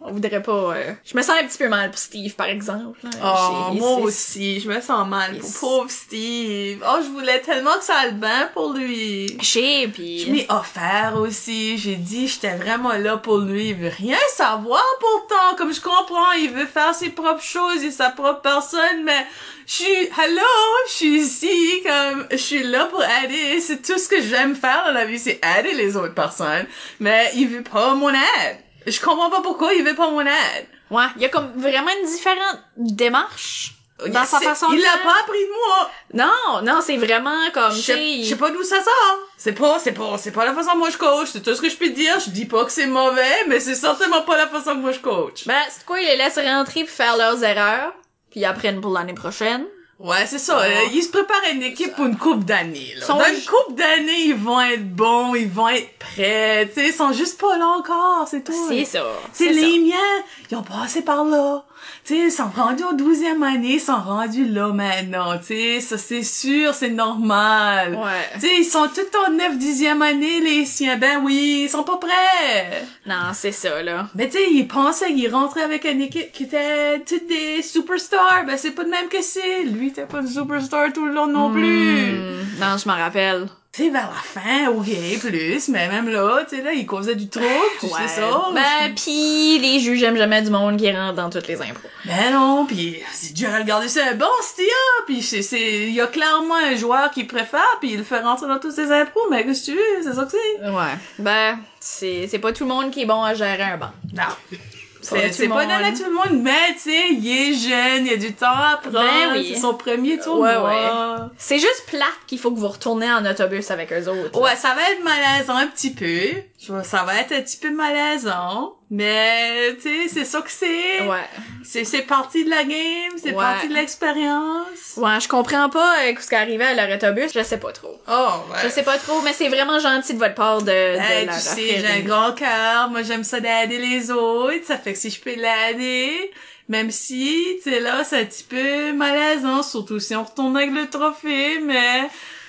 F: On voudrait pas. euh, Je me sens un petit peu mal pour Steve, par exemple. là.
D: Oh,
F: J'ai-
D: moi
F: c'est-
D: aussi, je me sens mal pour
F: Yes.
D: pauvre Steve. Oh, je voulais tellement que ça aille bien pour lui.
F: Je sais, puis-
D: Je m'ai offert aussi, j'ai dit j'étais vraiment là pour lui, il veut rien savoir pourtant, comme je comprends, il veut faire ses propres choses et sa propre personne, mais je suis, hello, je suis ici, comme, je suis là pour aider, c'est tout ce que j'aime faire dans la vie, c'est aider les autres personnes, mais il veut pas mon aide.
F: euh,
D: Je comprends pas pourquoi il veut pas mon aide.
F: Ouais, il y a comme vraiment une différente démarche Dans sa
D: C'est-
F: façon
D: Il
F: de
D: l'a
F: faire.
D: pas appris de moi.
F: Non, non, c'est vraiment comme,
D: Je
F: tu
D: sais
F: sais...
D: je sais pas d'où ça sort. hein. C'est pas, c'est pas, c'est pas la façon dont moi je coach. C'est tout ce que je peux te dire. Je dis pas que c'est mauvais, mais c'est certainement pas la façon que moi je coach.
F: Ben, c'est quoi, ils les laissent rentrer puis faire leurs erreurs, puis ils apprennent pour l'année prochaine.
D: Ouais, c'est ça.
F: Ah.
D: Euh, Ils se préparent une équipe pour une coupe d'années. là.
F: Sont
D: Dans une
F: ju-
D: coupe d'années, ils vont être bons, ils vont être prêts. Tu sais, ils sont juste pas là encore, c'est tout.
F: C'est ça.
D: C'est
F: ça.
D: les miens, ils ont passé par là. Tu sais, ils sont rendus en douzième année, ils sont rendus là maintenant. Tu sais, ça c'est sûr, c'est normal.
F: Ouais.
D: Tu sais, ils sont tout en 9 dixième année, les siens. Ben oui, ils sont pas prêts.
F: Non, c'est ça, là.
D: Mais tu sais, ils pensaient qu'ils rentraient avec une équipe qui était toutes des superstars. Ben c'est pas de même que c'est. Lui, t'es pas une superstar tout le long non plus.
F: Hmm, non, je m'en rappelle.
D: Tu sais, vers la fin, ok, plus. Mais même là, tu sais, là, ils causaient du trouble, tu sais ça.
F: Ben, pis les juges j'aime jamais du monde qui rentre dans toutes les impôts.
D: Ben non, pis c'est dur à regarder ça. Bon, c'était pis c'est, c'est, il y a clairement un joueur qui préfère, pis il le fait rentrer dans tous ses impôts, mais qu'est-ce que tu veux, c'est ça que c'est.
F: Ouais. Ben, c'est c'est pas tout le monde qui est bon à gérer un banc.
D: Non.
F: Pas
D: C'est,
F: tout
D: c'est
F: le
D: pas
F: monde.
D: donné à tout le monde, mais tu sais, il est jeune, il a du temps à prendre,
F: Ben oui.
D: c'est son premier tournoi.
F: C'est juste plate qu'il faut que vous retournez en autobus avec eux autres.
D: Ouais,
F: là.
D: ça va être malaisant un petit peu. Je vois, ça va être un petit peu malaisant, mais tu sais, c'est ça que c'est.
F: Ouais.
D: C'est, c'est partie de la game, c'est
F: Ouais.
D: partie de l'expérience.
F: Ouais, je comprends pas euh, ce qui arrivait à leur autobus, je sais pas trop.
D: Oh, ouais.
F: Je sais pas trop, mais c'est vraiment gentil de votre part de, de
D: Hey,
F: leur
D: tu sais,
F: offrir
D: j'ai un
F: une-
D: grand cœur. Moi, j'aime ça d'aider les autres. Ça fait que si je peux l'aider, même si, tu sais, là, c'est un petit peu malaisant, surtout si on retourne avec le trophée, mais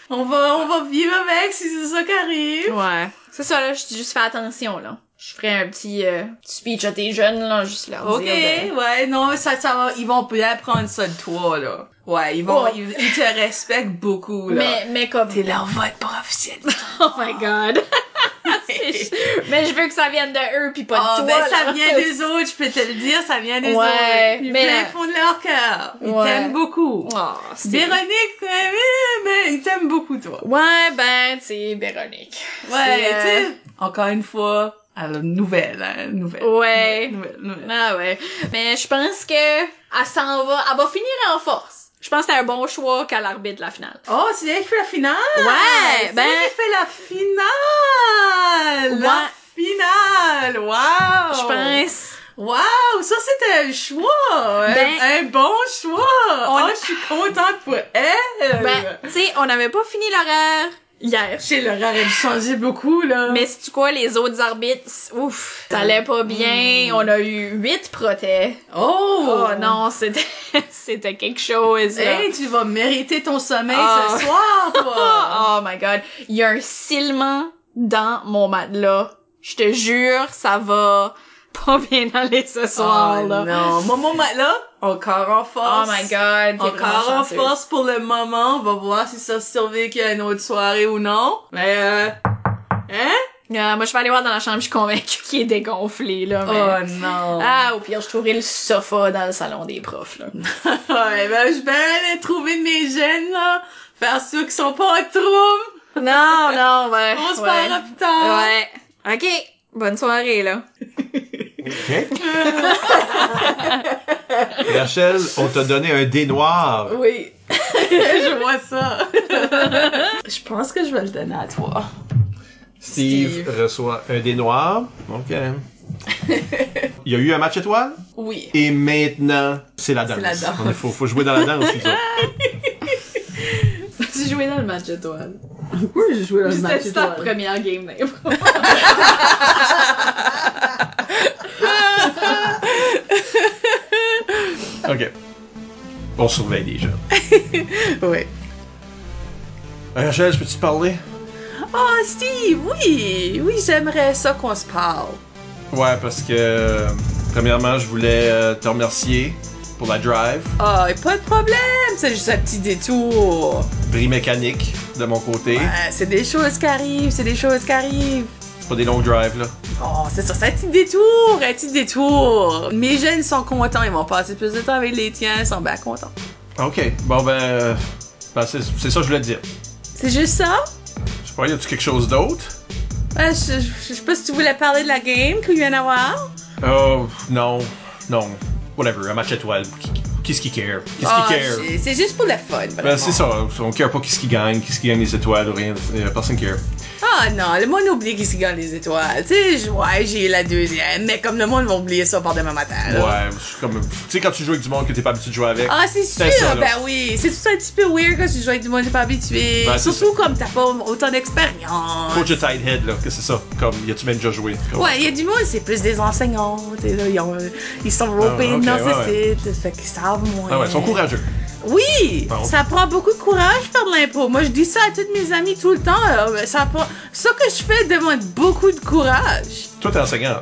D: on va, on va vivre avec si c'est ça qui arrive.
F: Ouais. C'est ça, là, je dis juste fais attention, là. Je ferai un petit euh, petit speech à tes jeunes, là, juste leur
D: Ok,
F: dire ben. de-
D: ouais, non, ça, ça va, ils vont bien prendre ça de toi, là. Ouais, ils vont,
F: Oh.
D: ils, ils te respectent beaucoup, là.
F: Mais, mais comme...
D: T'es leur vote pour officiel.
F: Oh my god. mais je veux que ça vienne de eux puis pas de
D: Oh,
F: toi.
D: ben, ça
F: là.
D: vient des autres, je peux te le dire, ça vient des
F: Ouais,
D: autres. Ils
F: mais-
D: plein fond de leur cœur. Ils
F: Ouais.
D: t'aiment beaucoup.
F: Oh, c'est-
D: Véronique, euh, oui, mais ils t'aiment beaucoup, toi.
F: Ouais, ben, c'est Véronique.
D: Ouais,
F: C'est,
D: tu
F: euh,
D: sais. Encore une fois, alors, nouvelle, hein, nouvelle.
F: euh, Ouais.
D: Nouvelle, nouvelle.
F: Ah ouais. Mais je pense que elle s'en va, elle va finir en force. Je pense que c'est un bon choix qu'elle arbitre la finale.
D: Oh, c'est elle qui fait la finale!
F: Ouais,
D: C'est
F: ben-
D: elle qui fait la finale! La finale! Wow!
F: Je pense.
D: Wow! Ça, c'était un choix! Un-
F: Ben-
D: un, bon choix!
F: On-
D: Oh, je suis contente pour elle!
F: Ben, tu sais, on n'avait pas fini l'horaire hier.
D: Chez l'horaire, elle changeait beaucoup, là.
F: Mais c'est quoi les autres arbitres, ouf, ça allait pas bien. On a eu huit protets.
D: Hmm. Oh!
F: Oh non, c'était c'était quelque chose. là.
D: Hey, tu vas mériter ton sommeil
F: Ah.
D: ce soir, toi!
F: Oh my god, il y a un silement dans mon matelas. Je te jure, ça va pas bien aller ce soir
D: Oh,
F: là.
D: non. Mon moment là, encore en
F: Oh
D: force.
F: my god, t'es vraiment
D: Encore en
F: chanceuse.
D: force pour le moment. On va voir si ça survécu à une autre soirée ou non. Mais, euh, hein?
F: Euh, moi, je vais aller voir dans la chambre, je suis convaincue qu'il est dégonflé là. mais-
D: Oh non.
F: Ah, au pire, je trouverai le sofa dans le salon des profs là.
D: Ouais, ben, je vais aller trouver mes gènes, là. Faire ceux qui sont pas en trouble.
F: non, non, ben.
D: On se
F: ouais.
D: parlera plus tard.
F: Ouais. Ok, bonne soirée là.
B: OK? Rachel, on t'a donné un dé noir.
D: Oui. je vois ça. je pense que je vais le donner à toi.
B: Steve,
D: Steve.
B: reçoit un dé noir. OK. Il y a eu un match étoile.
D: Oui.
B: Et maintenant, c'est la danse.
D: C'est la danse.
B: Il faut, faut jouer dans la danse. nous autres.
F: tu jouais dans le match étoile.
H: Pourquoi j'ai joué à ce match
F: C'était ta
H: étoile?
F: première game d'impro.
B: OK. On surveille déjà.
D: Oui.
B: Hey, Euh, Rachel, je peux-tu te parler?
D: Oh, Steve, oui, oui, j'aimerais ça qu'on se parle.
B: Ouais, parce que, euh, premièrement, je voulais euh, te remercier pour la drive.
D: Ah, et pas de problème, c'est juste un petit détour.
B: Bris mécanique de mon côté.
D: Ah, c'est des choses qui arrivent, c'est des choses qui arrivent.
B: Pas des longues drives, là.
D: Oh, c'est ça, c'est un petit détour, un petit détour. Mes jeunes sont contents, ils vont passer plus de temps avec les tiens, ils sont bien contents.
B: OK. Bon, ben, euh, ben, c'est c'est ça que je voulais te dire.
D: C'est juste ça?
B: Je sais pas, y a-tu quelque chose d'autre?
D: Ah, je, je- je sais pas si tu voulais parler de la game qu'il vient d'avoir.
B: Euh, Oh, non. Non. Whatever, un match étoile. Qui, qui- Qu'est-ce qui care? Qu'est-ce qui
D: Ah,
B: care?
D: c'est- C'est juste pour le fun.
B: Ben,
D: vraiment.
B: c'est ça. On care pas qu'est-ce qui gagne, qu'est-ce qui gagne les étoiles, rien. euh, Personne care.
D: Ah non, le monde oublie qui se gagne les étoiles. Tu sais, je- ouais, j'ai eu la deuxième, mais comme le monde va oublier ça par demain matin. là.
B: Ouais, c'est comme. Tu sais, quand tu joues avec du monde que t'es pas habitué de jouer avec.
D: Euh. Ah, c'est
B: C'est
D: sûr,
B: ça, là.
D: ben oui. C'est tout un petit peu weird quand tu joues avec du monde que t'es pas habitué.
B: Ben, c'est
D: Surtout comme t'as pas autant d'expérience.
B: Coach a tight head, là, que c'est ça. Comme, y a-tu même déjà joué? Comme-
D: Ouais, il y a du monde, c'est plus des enseignants. tu sais, là, Ils, ont- ils sont ropés
B: Ah, ok,
D: dans
B: ouais,
D: ce site, fait qu'ils savent moins.
B: Ah ouais, ils sont courageux.
D: Oui!
B: Bon.
D: Ça prend beaucoup de courage faire de l'impro. Moi, je dis ça à toutes mes amies tout le temps. euh, Ça prend... Ce que je fais demande beaucoup de courage.
B: Toi, t'es enseignant.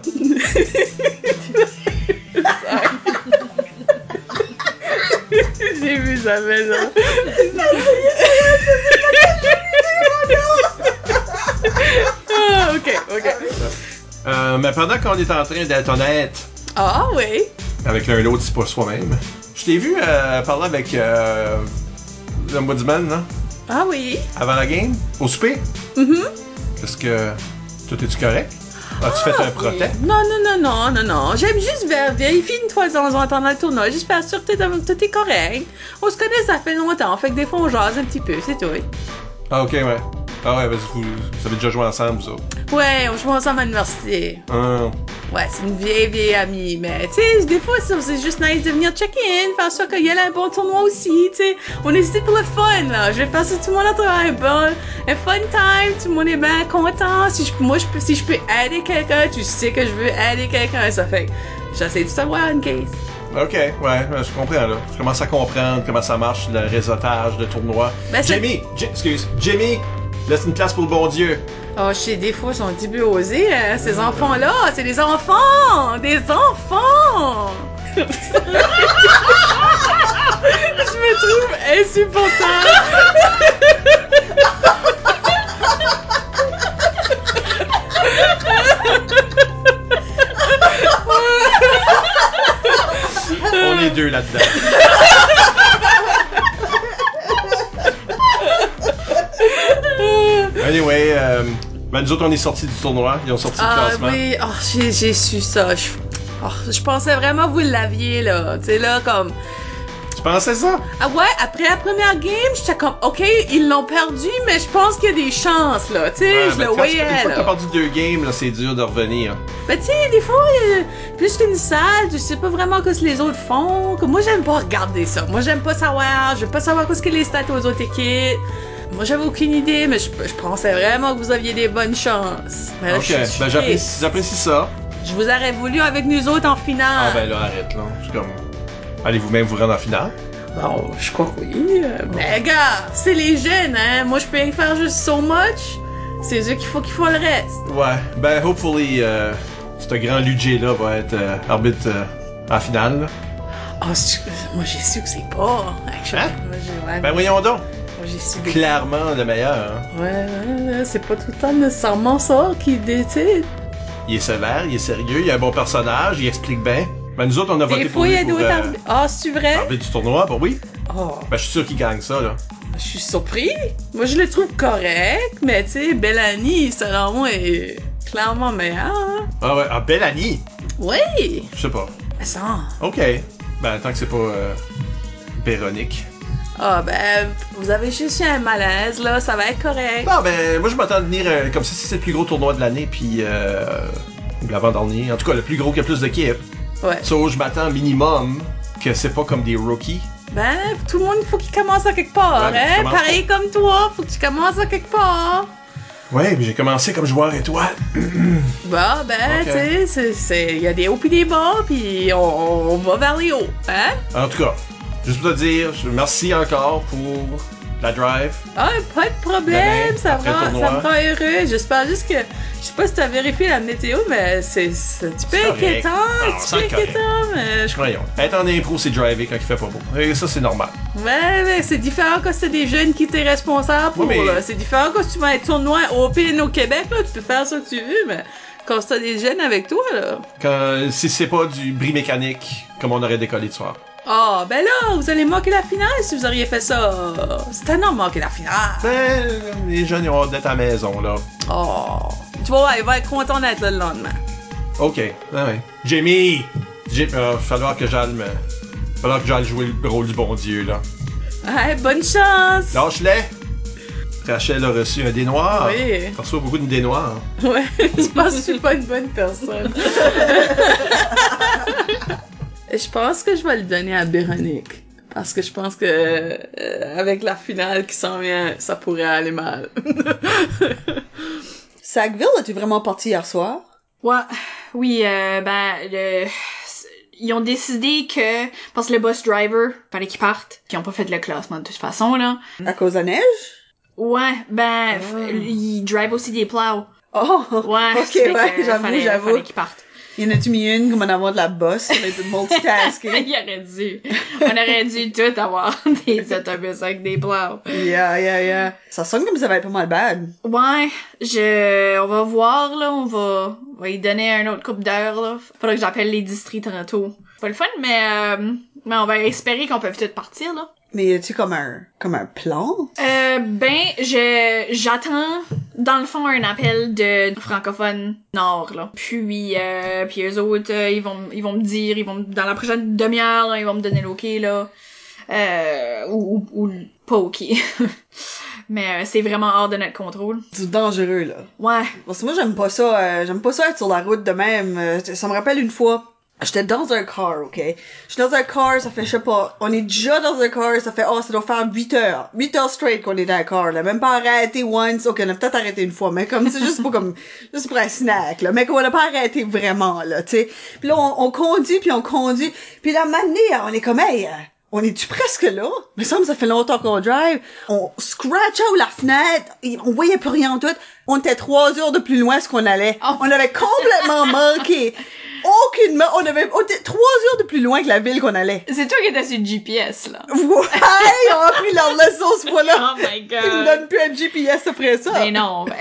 D: J'ai vu ça, Ah, mais non. Ah, ok, ok.
B: Euh, mais pendant qu'on est en train d'être honnête
D: Ah, oui.
B: avec l'un et l'autre, c'est pas soi-même. Je t'ai vu euh, parler avec euh, l'ombudsman, là,
D: Ah, oui.
B: avant la game, au souper.
D: Mm-hmm.
B: Est-ce que. Tout est-tu correct? As-tu
D: Ah,
B: fait un protect?
D: Non, non, non, non, non, non. J'aime juste ver- vérifier une fois de temps en temps dans le tournoi, juste pour assurer que t'es- tout est correct. On se connaît, ça fait longtemps. Fait que des fois, on jase un petit peu, c'est tout.
B: Ah, ok, ouais. Ah, ouais, parce que vous, vous avez déjà joué ensemble, vous autres.
D: Ouais, on joue ensemble à l'université.
B: Ah.
D: Ouais, c'est une vieille, vieille amie, mais tu sais, des fois, c'est c'est juste nice de venir check-in, faire sûr qu'il y a un bon tournoi aussi, tu sais. On est ici pour le fun, là. Je vais passer tout le monde à travers un bon, un fun time, tout le monde est bien content. Si je, moi, je peux, si je peux aider quelqu'un, tu sais que je veux aider quelqu'un, ça fait que j'essaie de savoir une case.
B: Ok, ouais, ouais, je comprends là. Je commence à comprendre comment ça marche le réseautage de tournois.
D: Ben, c'est-
B: Jimmy, J- excuse, Jimmy, laisse une place pour le bon Dieu.
D: Oh, je sais, des fois, ils sont un petit peu osés, hein, ces enfants-là. C'est des enfants! Des enfants! je me trouve insupportable.
B: On est deux là-dedans. anyway, euh, ben nous autres on est sortis du tournoi, ils ont sorti le
D: Ah
B: classement.
D: oui, oh, j'ai, j'ai su ça. Je, oh, je pensais vraiment que vous l'aviez, là. Tu sais, là, comme...
B: Tu pensais ça?
D: Ah ouais, après la première game, j'étais comme, OK, ils l'ont perdu, mais je pense qu'il y a des chances, là. Tu sais,
B: Ouais,
D: je
B: ben,
D: le
B: quand tu-
D: voyais,
B: Une fois que t'as
D: là.
B: perdu deux games, là, c'est dur de revenir.
D: Mais Ben, tu sais, des fois, euh, plus qu'une salle, tu sais pas vraiment ce que les autres font. Comme moi, j'aime pas regarder ça. Moi, j'aime pas savoir. Je veux pas savoir ce que les stats aux autres équipes. Moi, j'avais aucune idée, mais je, je pensais vraiment que vous aviez des bonnes chances. Mais là,
B: ok,
D: Ah, je suis- je suis
B: ben j'apprécie, j'apprécie ça.
D: triste. Je vous aurais voulu avec nous autres en
B: Ah
D: finale.
B: ben là, arrête là. Je suis comme. Allez vous-même vous rendre en finale.
D: Bon, je crois que oui. euh, Mais gars, c'est les jeunes, hein. Moi, je peux rien faire juste so much. C'est eux qu'il faut qu'ils font le reste.
B: Ouais, ben hopefully, euh, ce grand Lugier là va être euh, arbitre euh, en finale. là.
D: Oh, c'est- moi, j'ai su que c'est pas. actually.
B: Hein?
D: Moi, j'ai, ouais,
B: Ben voyons donc,
D: moi, j'ai su des-
B: clairement le meilleur. hein.
D: Ouais, ouais, ouais, c'est pas tout le temps nécessairement ça qui décide.
B: Il est sévère, il est sérieux, il a un bon personnage, il explique bien. Ben nous autres on a voté
D: Des
B: pour
D: fois, il
B: lui
D: y a
B: pour
D: d'autres
B: euh,
D: arbitres. Ah, c'est vrai?
B: arbitre du tournoi, bah oui.
D: Oh,
B: Ben je suis sûr qu'il gagne ça là.
D: je suis surpris. Moi, je le trouve correct, mais tu sais, Bellani, selon moi, est clairement meilleur. hein.
B: Ah ouais, ah belle Annie,
D: Oui!
B: je sais pas.
D: Attends.
B: Ok, ben tant que c'est pas euh, Véronique.
D: Ah, ben, vous avez juste eu un malaise, là, ça va être correct.
B: Non ben moi je m'attends à venir euh, comme ça si c'est le plus gros tournoi de l'année puis euh, ou l'avant dernier, en tout cas le plus gros qui a plus d'équipes.
D: Ouais.
B: So, je m'attends minimum que c'est pas comme des rookies.
D: Ben, tout le monde, faut qu'il commence à quelque
B: Ouais,
D: part,
B: mais tu
D: hein?
B: commences
D: Pareil comme toi, faut que tu commences à quelque part.
B: Ouais, mais j'ai commencé comme joueur étoile.
D: Bah, ben,
B: Ok.
D: tu sais, c'est- c'est- il y a des hauts pis des bas, puis on, on va vers les hauts, hein?
B: En tout cas, juste pour te dire, je- merci encore pour la drive.
D: Ah, pas de problème,
B: Demain,
D: ça, me
B: après le
D: rend,
B: tournoi.
D: ça me rend heureux. J'espère juste que. Je sais pas si t'as vérifié la météo, mais c'est c'est un petit peu
B: C'est correct.
D: inquiétant,
B: Non,
D: un petit hein. peu
B: Ah, c'est correct.
D: inquiétant, mais je crois.
B: Voyons. Être en impro, c'est driver quand il fait pas beau. Et ça, c'est normal.
D: Ouais, mais c'est différent quand c'est des jeunes qui t'es responsable pour,
B: Oui, mais-
D: là. C'est différent quand tu vas à un tournoi open au Québec, là, tu peux faire ce que tu veux, mais quand t'as des jeunes avec toi, là.
B: Quand, si c'est pas du bris mécanique, comme on aurait décollé de soir.
D: Oh, ben là, vous allez manquer la finale si vous auriez fait ça. C'est un homme manquer la finale.
B: Ben, les jeunes, ils ont hâte d'être à la maison, là.
D: Oh. Tu vois, il va être content d'être là le lendemain.
B: ben Ok, ah ouais. Jimmy! J'ai, euh, falloir que j'aille me Falloir que j'aille jouer le rôle du bon Dieu, là.
I: Ouais, bonne chance!
B: Lâche-les! Rachel a reçu un dé noir.
I: Oui.
B: Elle reçoit beaucoup de hein. dés noirs.
I: Ouais, je pense que je suis pas une bonne personne. je pense que je vais le donner à Véronique. Parce que je pense que euh, avec la finale qui s'en vient, ça pourrait aller mal.
C: Sackville, es-tu vraiment parti hier soir?
E: Ouais, oui, euh, ben, le... ils ont décidé que, parce que le bus driver, fallait qu'ils partent, qu'ils ont pas fait le classement de toute façon, là.
I: Hmm?
C: À cause de la neige?
E: Ouais, ben, f- ils drivent aussi des plows.
C: Oh!
E: Ouais,
C: ok,
E: fait que,
C: ouais,
E: euh,
C: j'avoue,
E: fallait- fallait
C: j'avoue.
E: qu'ils partent.
C: Y en a-tu mis une comme en avant de la bosse? On est multitasking.
E: Il aurait dû. On aurait dû tout avoir des autobus avec des plows.
C: yeah, yeah, yeah. Ça sonne comme ça va être pas mal bad.
E: Ouais, je, on va voir, là, on va, on va y donner un autre couple d'heures, là. Faudra que j'appelle les districts tantôt. C'est Pas le fun, mais, euh, mais on va espérer qu'on peut tout partir, là.
C: Mais as-tu comme un, comme un plan?
E: Euh, ben, je, j'attends, dans le fond, un appel de francophone nord, là. Puis, euh, puis eux autres, euh, ils vont, ils vont me dire, ils vont, me- dans la prochaine demi-heure, là, ils vont me donner l'ok, là. Euh, ou, ou, ou pas ok. mais euh, c'est vraiment hors de notre contrôle.
C: C'est dangereux, là.
E: Ouais.
C: Parce que moi, j'aime pas ça. euh, j'aime pas ça être sur la route de même. Euh, ça me rappelle une fois. J'étais dans un car, ok? J'étais dans un car, ça fait, je sais pas, on est déjà dans un car, ça fait, oh, ça doit faire 8 heures. 8 heures straight qu'on est dans un car, là. Même pas arrêté once. Ok, on a peut-être arrêté une fois, mais comme, c'est juste pour comme, juste pour un snack, là. Mais qu'on n'a pas arrêté vraiment, là, tu sais. Puis là, on, on conduit, puis on conduit. Puis là, maintenant, on est comme, hey, euh, on est-tu presque là? Mais ça, ça fait longtemps qu'on drive. On scratcha ou la fenêtre. et On voyait plus rien en tout. On était trois heures de plus loin ce qu'on allait.
F: Oh.
C: On avait complètement manqué. Aucunement. On avait, on était trois heures de plus loin que la ville qu'on allait.
F: C'est toi qui étais sur le GPS, là.
C: Ouais, ils ont appris leur leçon ce fois-là.
F: Oh my
C: Ils me
F: god.
C: donnent plus un GPS après ça.
F: Mais non, ben,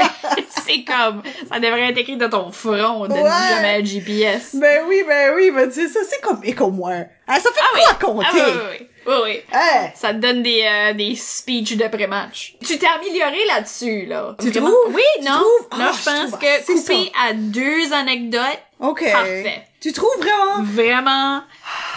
F: c'est comme, ça devrait être écrit dans ton front, on donne
C: Ouais.
F: jamais le GPS.
C: Ben oui, ben oui, ben tu sais, ça, c'est comme, et comme moi. Ah, ça fait quoi
F: Ah oui,
C: compter?
F: oui, oui, oui. oui.
C: Hey.
F: Ça te donne des, euh, des speeches d'après-match. Tu t'es amélioré là-dessus, là.
C: Tu
F: Vraiment.
C: trouves?
F: Oui,
C: Tu
F: non.
C: trouves?
F: non,
C: Ah,
F: je
C: je
F: pense
C: trouve-
F: que
C: c'est
F: coupé à deux anecdotes,
C: OK.
F: Parfait. Mm.
C: Tu trouves vraiment?
F: vraiment,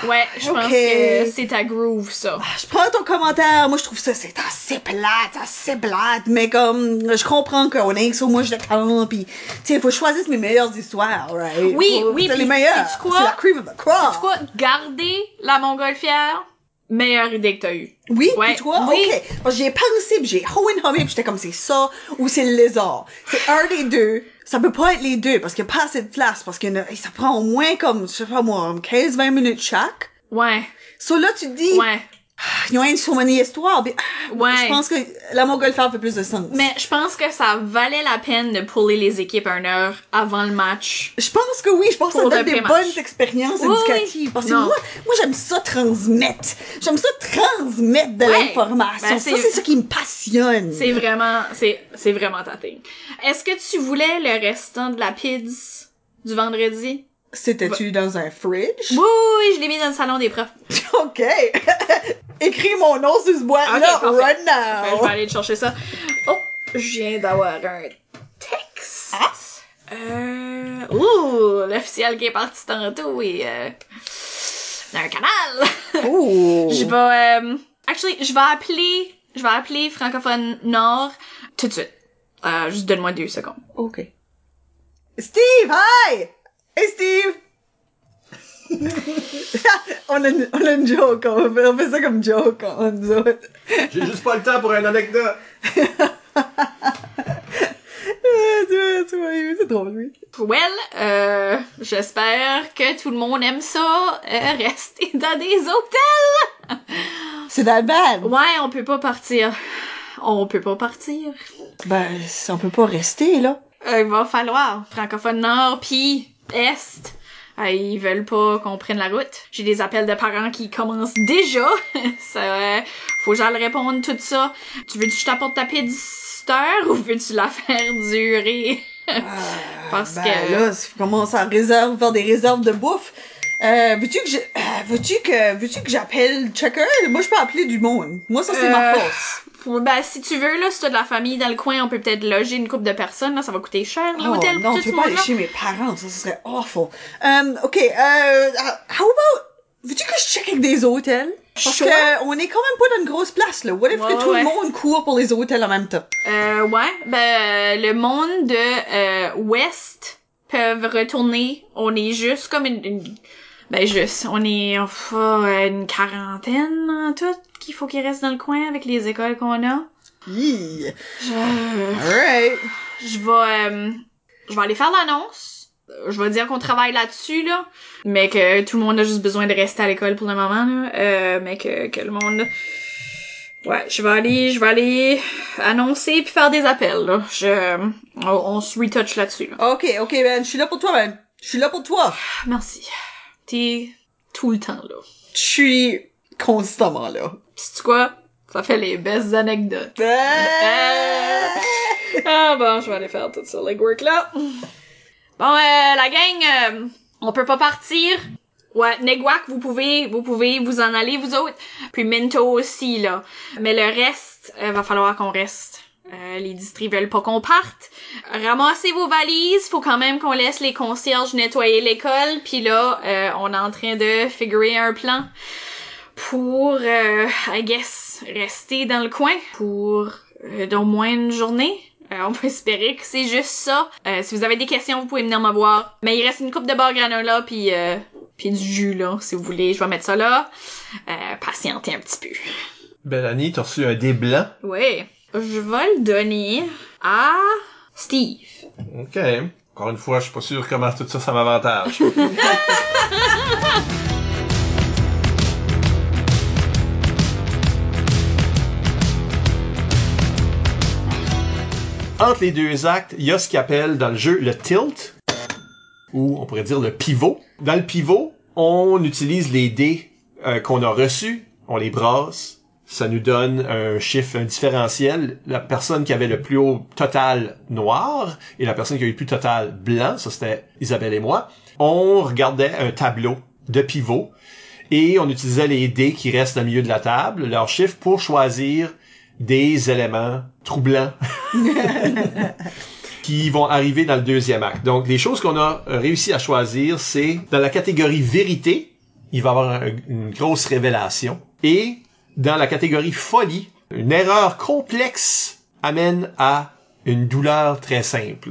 F: ouais, je
C: Ok.
F: pense
C: Ah.
F: que c'est ta groove, ça.
C: Je prends ton commentaire. Moi, je trouve ça, c'est assez plate, assez plate. Mais comme, je comprends qu'on est sur moi, je le prends. Puis, tu sais, faut que je choisisse mes meilleures histoires, right?
F: Oui,
C: Faut-
F: oui,
C: C'est les
F: puis
C: meilleures.
F: sais-tu quoi?
C: C'est la cream of the crop.
F: Quoi, garder la montgolfière, meilleure idée que t'as eue.
C: Oui,
F: Ouais,
C: puis toi,
F: oui.
C: ok. Parce que j'y ai pensé, puis j'ai ho and puis j'étais comme, c'est ça ou c'est le lézard. C'est un des deux. Ça peut pas être les deux, parce qu'il n'y a pas assez de place, parce que ça prend au moins comme, je sais pas moi, 15-20 minutes chaque.
F: Ouais,
C: So là, tu te dis, Ah,
F: ouais.
C: ils ont une sur mon histoire, puis ah,
F: Ouais.
C: je pense que la montgolfière fait plus de sens.
F: Mais je pense que ça valait la peine de puller les équipes une heure avant le match.
C: Je pense que oui, je pense que ça
F: Pour
C: donne
F: le
C: des
F: pré-match.
C: bonnes expériences
F: Oui, oui.
C: éducatives. Parce que
F: Non.
C: moi, moi j'aime ça transmettre. J'aime ça transmettre de
F: Ouais.
C: l'information.
F: Ben,
C: ça,
F: c'est-
C: c'est ça qui me passionne.
F: C'est vraiment, c'est, c'est vraiment ta thing. Est-ce que tu voulais le restant de la PIDS du vendredi?
C: C'était-tu dans un fridge?
F: Oui, oui, oui, je l'ai mis dans le salon des profs.
C: OK. Écris mon nom sur ce boîte-là
F: Ah, Ok, parfait.
C: right
F: Fait que je
C: now.
F: vais aller te chercher ça. Oh, je viens d'avoir un texte. Euh, ouh, l'officiel qui est parti tantôt est euh, dans un canal.
C: Oh.
F: je vais, euh, actually, je vais appeler, je vais appeler francophone Nord tout de suite. Euh, juste donne-moi deux secondes.
C: OK. Steve, hi! Hey, Steve! on, a une, on a une joke. On fait, on fait ça comme joke, on Ah, nous autres.
B: J'ai juste pas le temps pour une anecdote.
C: Ah, tu vois, tu vois, C'est drôle, lui.
F: Well, euh, j'espère que tout le monde aime ça. Euh, rester dans des hôtels.
C: C'est dans le bad.
F: Ouais, on peut pas partir. On peut pas partir.
C: Ben, on peut pas rester, là.
F: Euh, il va falloir. Francophone Nord, puis Est. Euh, ils veulent pas qu'on prenne la route. J'ai des appels de parents qui commencent déjà. ça, euh, faut que j'aille réponde tout ça. Tu veux que je t'apporte ta péditeur ou veux-tu la faire durer? Parce
C: Ah, ben,
F: que...
C: là, si on commence à réserve, faire des réserves de bouffe, euh, veux-tu que je, euh, veux-tu que, veux-tu que j'appelle chacun? Moi, je peux appeler du monde. Moi, ça, c'est ma
F: Euh,
C: force.
F: Faut- Ben, si tu veux, là, si t'as de la famille dans le coin, on peut peut-être loger une couple de personnes, là, ça va coûter cher,
C: Oh,
F: l'hôtel,
C: non, je
F: pour
C: peux
F: tout ce
C: pas aller
F: monde-là.
C: chez mes parents, ça, ce serait awful. Um, ok, euh, how about Veux-tu que je check avec des hôtels? Parce
F: Sure.
C: que on est quand même pas dans une grosse place, là. What if
F: Ouais,
C: que tout
F: ouais.
C: le monde court pour les hôtels en même temps?
F: Euh, ouais, ben, euh, le monde de euh, West peuvent retourner. On est juste comme une, une- ben juste, on est pff, euh, une quarantaine en tout qu'il faut qu'ils restent dans le coin avec les écoles qu'on a.
C: Yeah.
F: Je,
C: Alright.
F: je vais, euh, je vais aller faire l'annonce. Je vais dire qu'on travaille là-dessus là, mais que tout le monde a juste besoin de rester à l'école pour le moment là, Euh, mais que que le monde. Ouais, je vais aller, je vais aller annoncer puis faire des appels là. Je, on, on se retouche là-dessus là.
C: Ok, ok, man. Je suis là pour toi, man. Je suis là pour toi.
F: Merci. T'es tout le temps là.
C: Je suis constamment là.
F: C'est quoi? Ça fait les belles anecdotes.
C: Ah.
F: Ah bon, je vais aller faire tout ça, legwork là. Bon, euh, la gang, euh, on peut pas partir. Ouais, Negwak, vous pouvez, vous pouvez vous en aller, vous autres. Puis Minto aussi, là. Mais le reste, euh, va falloir qu'on reste. Euh, les districts veulent pas qu'on parte. Ramassez vos valises, faut quand même qu'on laisse les concierges nettoyer l'école. Puis là, euh, on est en train de figurer un plan pour, euh, I guess, rester dans le coin pour euh, d'au moins une journée. Euh, on peut espérer que c'est juste ça. Euh, si vous avez des questions, vous pouvez venir me voir. Mais il reste une coupe de bar granola puis euh, puis du jus là, si vous voulez. Je vais mettre ça là. Euh, patientez un petit peu.
B: Bellani, t'as reçu un dé blanc.
F: Ouais. Je vais le donner à Steve.
B: OK. Encore une fois, je suis pas sûr comment tout ça, ça m'avantage. Entre les deux actes, il y a ce qu'il appelle dans le jeu le tilt, ou on pourrait dire le pivot. Dans le pivot, on utilise les dés euh, qu'on a reçus, on les brasse, ça nous donne un chiffre, un différentiel. La personne qui avait le plus haut total noir et la personne qui a eu le plus total blanc, ça c'était Isabelle et moi, on regardait un tableau de pivot et on utilisait les dés qui restent au milieu de la table, leurs chiffres, pour choisir des éléments troublants qui vont arriver dans le deuxième acte. Donc, les choses qu'on a euh, réussi à choisir, c'est dans la catégorie vérité, il va y avoir un- une grosse révélation. Et dans la catégorie folie, une erreur complexe amène à une douleur très simple.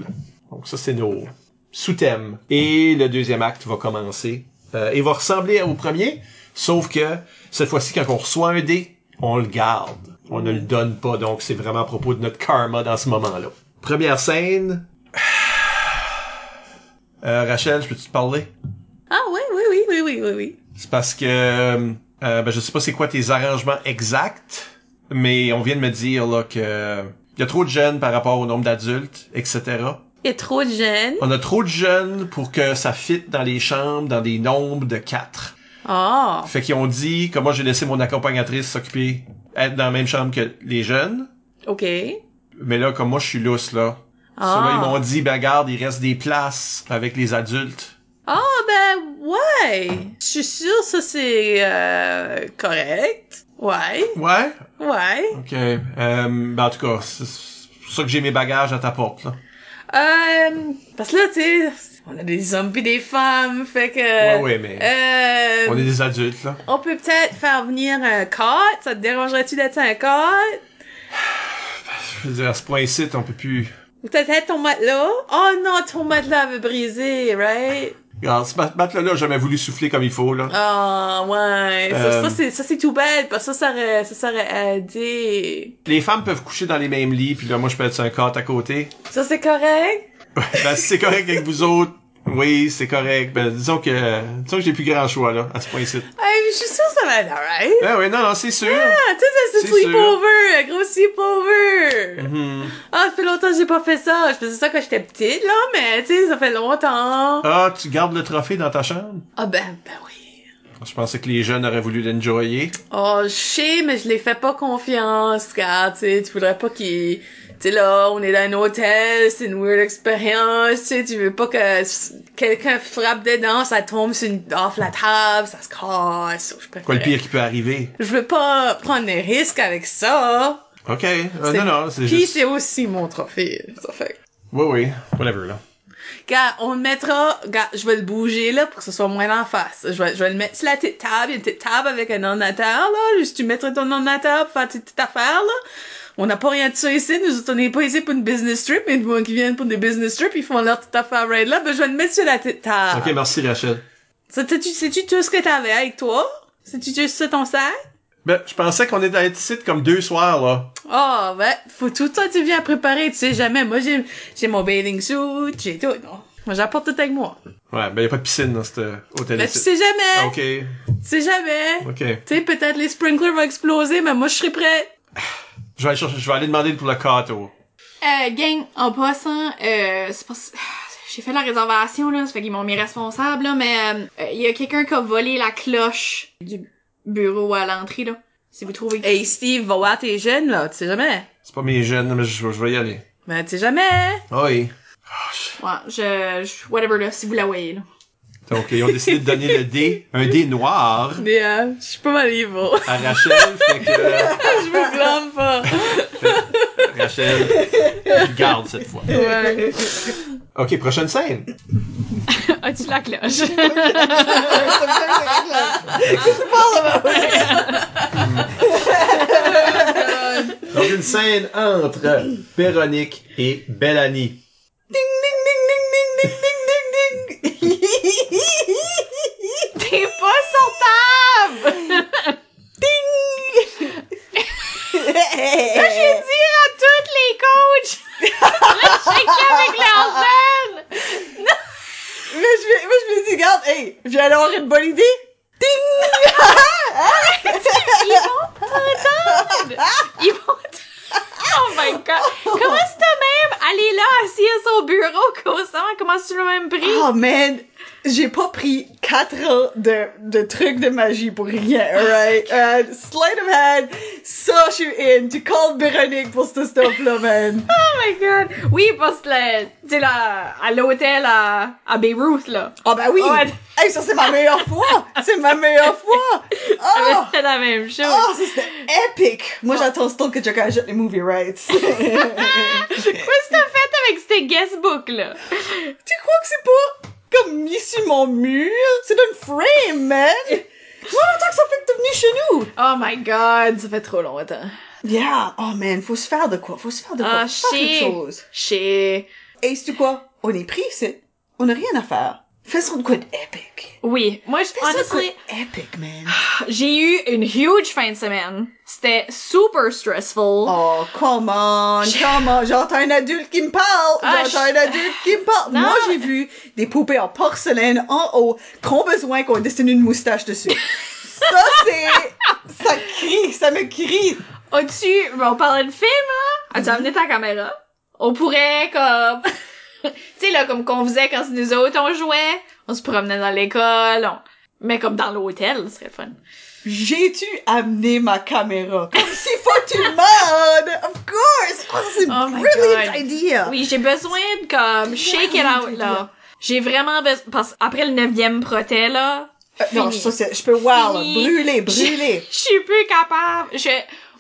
B: Donc, ça, c'est nos sous-thèmes. Et le deuxième acte va commencer euh, et va ressembler au premier, sauf que cette fois-ci, quand on reçoit un dé, on le garde. On ne le donne pas, donc c'est vraiment à propos de notre karma dans ce moment-là. Première scène. Euh, Rachel, je peux-tu te parler?
D: Ah oui, oui, oui, oui, oui, oui, oui.
B: C'est parce que euh, ben, je sais pas c'est quoi tes arrangements exacts, mais on vient de me dire là que il y a trop de jeunes par rapport au nombre d'adultes, etc.
D: Il y a trop de jeunes.
B: On a trop de jeunes pour que ça fitte dans les chambres, dans des nombres de quatre.
F: Ah.
D: Oh.
B: Fait qu'ils ont dit que moi j'ai laissé mon accompagnatrice s'occuper être dans la même chambre que les jeunes.
D: OK.
B: Mais là, comme moi je suis lousse là.
D: Ah.
B: So, là, ils m'ont dit, ben garde, il reste des places avec les adultes.
D: Oh, ben, ouais. Je suis sûre ça, c'est euh, correct. Ouais,
B: Ouais?
D: ouais.
B: Ok. Euh, ben, en tout cas, c'est c'est pour ça que j'ai mes bagages à ta porte, là.
D: Euh, parce que là, tu sais, on a des hommes pis des femmes, fait que...
B: Ouais, ouais, mais
D: Euh,
B: on est des adultes, là.
D: on peut peut-être faire venir un code. Ça te dérangerait-tu d'être un code?
B: Je veux dire, à ce point-ci, on peut plus...
D: Ou peut-être ton matelas? Oh non, ton matelas avait brisé, right?
B: Regarde, ce mat- matelas-là, j'ai jamais voulu souffler comme il faut, là.
D: Ah, ouais. Ça-
B: Euh.
D: Ça, c'est, ça, c'est tout bête, parce que ça, ça aurait, ça, ça aurait aidé.
B: Les femmes peuvent coucher dans les mêmes lits, puis là, moi, je peux être sur un cot à côté.
D: Ça, c'est correct?
B: ben, si c'est correct avec vous autres, oui, c'est correct. Ben, disons que... Disons que j'ai plus grand choix, là, à ce point-ci.
D: Hey, je suis sûre que ça va être alright.
B: Ah oui, non, non, c'est sûr.
D: Ah, tu sais, c'est
B: C'est
D: un sleepover, un gros sleepover.
B: Hmm.
D: Ah, ça fait longtemps que j'ai pas fait ça. Je faisais ça quand j'étais petite, là, mais tu sais, ça fait longtemps.
B: Ah, tu gardes le trophée dans ta chambre?
D: Ah, ben, ben oui.
B: Je pensais que les jeunes auraient voulu l'enjoyer.
D: Oh, je sais, mais je les fais pas confiance, car, tu sais, tu voudrais pas qu'ils... Tu sais, là, on est dans un hôtel, c'est une weird expérience, tu sais, tu veux pas que s- quelqu'un frappe dedans, ça tombe sur une... off la table, ça se casse, je préfère...
B: Quoi le pire qui peut arriver?
D: Je veux pas prendre des risques avec ça.
B: OK. euh,
D: C'est-
B: non, non, c'est
D: Puis
B: juste...
D: c'est aussi mon trophée, ça fait...
B: Oui, oui. Whatever, là.
I: Gars, on le mettra, gars, je vais le bouger, là, pour que ce soit moins en face. Je vais, je vais le mettre sur la petite table, il y a une petite table avec un ordinateur, là. Juste, tu mettrais ton ordinateur pour faire tes petites affaires, là. On n'a pas rien de ça ici. Nous autres, on n'est pas ici pour une business trip, mais moi qui viennent pour des business trips, ils font leur petite affaire right là. Ben, je vais le mettre sur la petite table.
D: Ah.
B: Ok, merci Rachel.
I: Sais-tu, sais-tu tout ce que t'avais avec toi? Sais-tu juste ça ton sac?
B: Ben, je pensais qu'on était à être ici comme deux soirs, là.
I: Oh, ben, faut tout le temps que tu viens à préparer, tu sais jamais. Moi, j'ai, j'ai mon bathing suit, j'ai tout, non. Moi, j'apporte tout avec moi.
B: Ouais, ben, y a pas de piscine dans cet euh, hôtel
I: Mais tu sais
B: ici. Ah,
I: jamais!
B: ok,
I: Tu sais jamais!
B: ok.
I: Tu sais, peut-être les sprinklers vont exploser, mais moi, je serai prête.
B: Je vais aller chercher, je vais aller demander pour le gâteau.
F: Euh, gang, en passant, euh, c'est pas... J'ai fait la réservation, là, ça fait qu'ils m'ont mis responsable, là, mais euh, il y a quelqu'un qui a volé la cloche du bureau à l'entrée, là. Si vous trouvez...
I: Hey, Steve, va voir tes jeunes, là, tu sais jamais.
B: C'est pas mes jeunes, mais je, je vais y aller.
I: Mais tu sais jamais!
B: Ah oui.
F: Ouais, je, je- Whatever, là, si vous la voyez, là.
B: Donc, ils ont décidé de donner le dé, un dé noir
I: Mais, euh, je suis pas mal niveau.
B: à Rachel. Fait que, euh,
I: je me blâme pas.
B: Rachel, garde cette fois.
I: Ouais.
B: Ok, prochaine scène.
F: As-tu la cloche?
B: Donc, une scène entre Véronique et Bellani.
F: T'es pas sur table! J'ai dit à toutes les coachs! Là, chacun avec leur van!
C: Mais je, vais- moi, je me dis, regarde, hey, je vais aller avoir une bonne idée.
F: Ils vont... Oh my god! Comment c'est de même? Elle est là, assise au bureau, constamment, comment c'est le même prix?
C: Oh man, j'ai pas pris 4 ans de, de trucs de magie pour rien, alright? Euh, sleight of hand, ça je suis in. Tu calls Véronique pour ce stuff là, man.
F: Oh my god! Oui, parce que, le- tu sais, là, à l'hôtel à, à Beyrouth, là.
C: Oh ben oui!
F: Ouais.
C: Hey, ça c'est ma meilleure fois! C'est ma meilleure fois! Oh!
F: C'est la même chose.
C: Oh, ça c'était épique! Moi j'attends ce temps que Joker achète les movie rights. tu crois
F: Qu'est-ce que t'as fait avec ce guestbook, là?
C: que c'est pas comme mis sur mon mur? C'est un frame, man! Moi longtemps que ça fait que t'es venu chez nous!
F: Oh my god, ça fait trop longtemps.
C: Yeah! Oh man, faut se faire de quoi? Faut se faire de quoi?
F: Ah,
C: Faut faire quelque
F: shit.
C: chose!
F: Chez...
C: Et c'est quoi? On est pris, c'est. On a rien à faire. Fais ça de quoi d'épique.
F: Oui, moi, je...
C: Fais ça de quoi
F: Honestly, ah,
C: d'épique, man.
F: j'ai eu une huge fin de semaine. C'était super stressful.
C: Oh, come on, come on. J'entends un adulte qui me parle.
F: Ah,
C: J'entends
F: je-
C: un adulte qui me parle.
F: Non.
C: Moi, j'ai vu des poupées en porcelaine en haut qu'on besoin qu'on dessine une moustache dessus. ça, c'est... Ça crie, ça me crie.
F: As-tu... ben, On parlait de film, là. As-tu amené ta caméra? On pourrait, comme... tu sais, là, comme qu'on faisait quand nous autres, on jouait. On se promenait dans l'école. on- Mais comme dans l'hôtel, ce serait fun.
C: J'ai-tu amené ma caméra? Comme si faut une mode! Of course! Oh, c'est une
F: Oh my
C: brilliant
F: God.
C: idea!
F: Oui, j'ai besoin de, comme, shake it out, là. J'ai vraiment besoin... Parce qu'après le neuvième proté, là...
C: Euh, non,
F: fini.
C: ça, c'est... Je peux, wow, là,
F: Fini.
C: brûler, brûler.
F: Je suis plus capable. Je,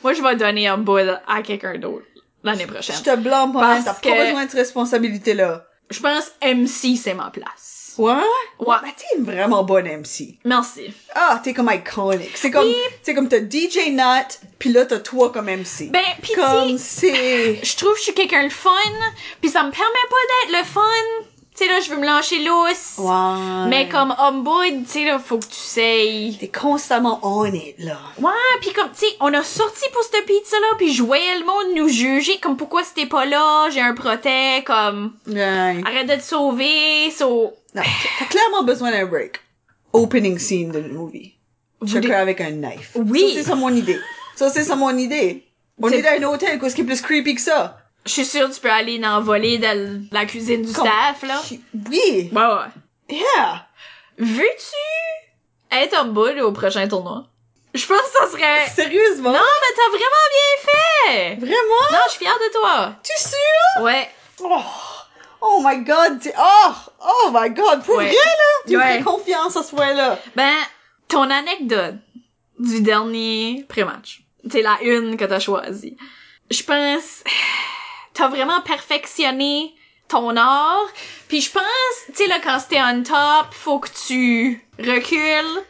F: moi, je vais donner un bout à quelqu'un d'autre l'année
C: Je
F: prochaine.
C: te blâme pas, man,
F: Parce
C: t'as
F: que-
C: pas besoin de cette responsabilité-là.
F: Je pense MC, c'est ma place.
C: Ouais?
F: Ouais.
C: Bah, t'es une vraiment bonne MC.
F: Merci.
C: Ah, t'es comme iconique. C'est comme, c'est comme t'as DJ Nat, puis là t'as toi comme MC.
F: Ben, pis
C: comme
F: tu sais,
C: c'est.
F: je trouve que je suis quelqu'un de fun, pis ça me permet pas d'être le fun. Tu sais, là, je veux me lâcher lousse.
C: Ouais.
F: Mais comme homeboy, tu sais, là, faut que tu sais.
C: T'es constamment on it, là.
F: Ouais, pis comme, tu sais, on a sorti pour cette pizza-là, pis je voyais le monde nous juger, comme pourquoi c'était pas là, j'ai un proté, comme,
C: Ouais.
F: arrête de te sauver, so...
C: Non, t'as clairement besoin d'un break. Opening scene de movie. Choquer avec un knife.
F: Oui.
C: Ça, c'est ça mon idée. Ça, c'est ça mon idée. On
F: C'est-
C: est dans un hôtel, qu'est-ce qui est plus creepy que ça?
F: Je suis sûre que tu peux aller dans voler dans la cuisine du
C: Comme-
F: staff, là.
C: Oui.
F: Ouais, ouais.
C: Yeah.
F: Veux-tu être en boule au prochain tournoi? Je pense que ça serait...
C: Sérieusement?
F: Eh. Non, mais t'as vraiment bien fait!
C: Vraiment?
F: Non, je suis fière de toi.
C: Tu es sûre?
F: Ouais.
C: Oh, oh my god, t'es- oh, oh my god, pour
F: Ouais.
C: vrai là, tu me
F: Ouais.
C: fais confiance à ce point là.
F: Ben, ton anecdote du dernier pré-match, c'est la une que t'as choisie. Je pense... T'as vraiment perfectionné ton art. Puis je pense, tu sais, là, quand c'était on top, faut que tu recules.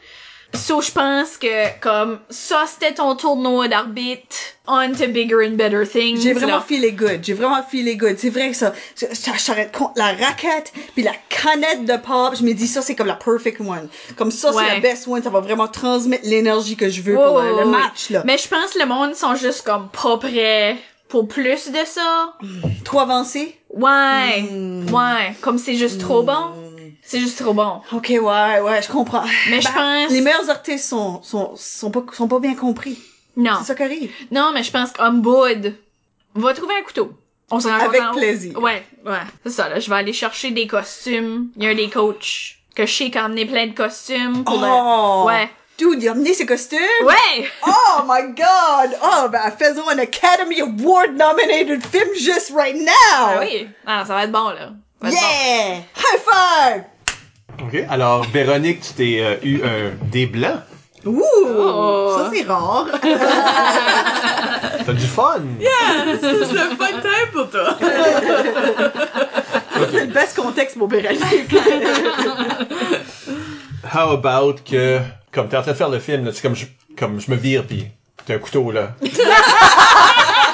F: So, je pense que, comme, ça, c'était ton tournoi d'arbitre. On to bigger and better things.
C: J'ai vraiment
F: là.
C: feelé good. J'ai vraiment feelé good. C'est vrai que ça, je- je- j'arrête contre la raquette, puis la canette de pop. Je me dis, ça, c'est comme la perfect one. Comme ça, c'est
F: Ouais.
C: la best one. Ça va vraiment transmettre l'énergie que je veux
F: Ouais,
C: pour euh,
F: ouais,
C: le,
F: ouais,
C: le
F: ouais.
C: match, là.
F: Mais je pense que le monde sont juste, comme, pas prêts pour plus de ça.
C: Trop avancé?
F: Ouais.
C: Hmm.
F: Ouais. Comme c'est juste trop bon. C'est juste trop bon.
C: Ok, ouais, ouais, je comprends.
F: Mais je
C: Bah,
F: pense-
C: Les meilleurs artistes sont, sont, sont pas, sont pas bien compris.
F: Non.
C: C'est ça qui arrive.
F: Non, mais je pense qu'Homebood va trouver un couteau. On se rencontre
C: Avec
F: en haut.
C: plaisir.
F: Ouais, ouais. C'est ça, là. Je vais aller chercher des costumes. Il y a un des coachs que je sais qui a emmené plein de costumes pour
C: Oh!
F: le... Ouais.
C: Dude, il a amené ses costumes.
F: Ouais!
C: Oh my god! Oh, ben, faisons un Academy Award nominated film juste right now!
F: Ah oui! Ah, ça va être bon, là. Ça va être bon.
C: Yeah! High
B: OK. Alors, Véronique, tu t'es euh, eu un dé blanc.
C: five! Ouh! Ça, c'est rare.
B: T'as du fun.
D: C'est le fun time pour toi.
C: c'est le best contexte pour Véronique.
B: How about que, comme t'es en train de faire le film, là, tu sais, comme je, comme je me vire, puis t'as un couteau, là.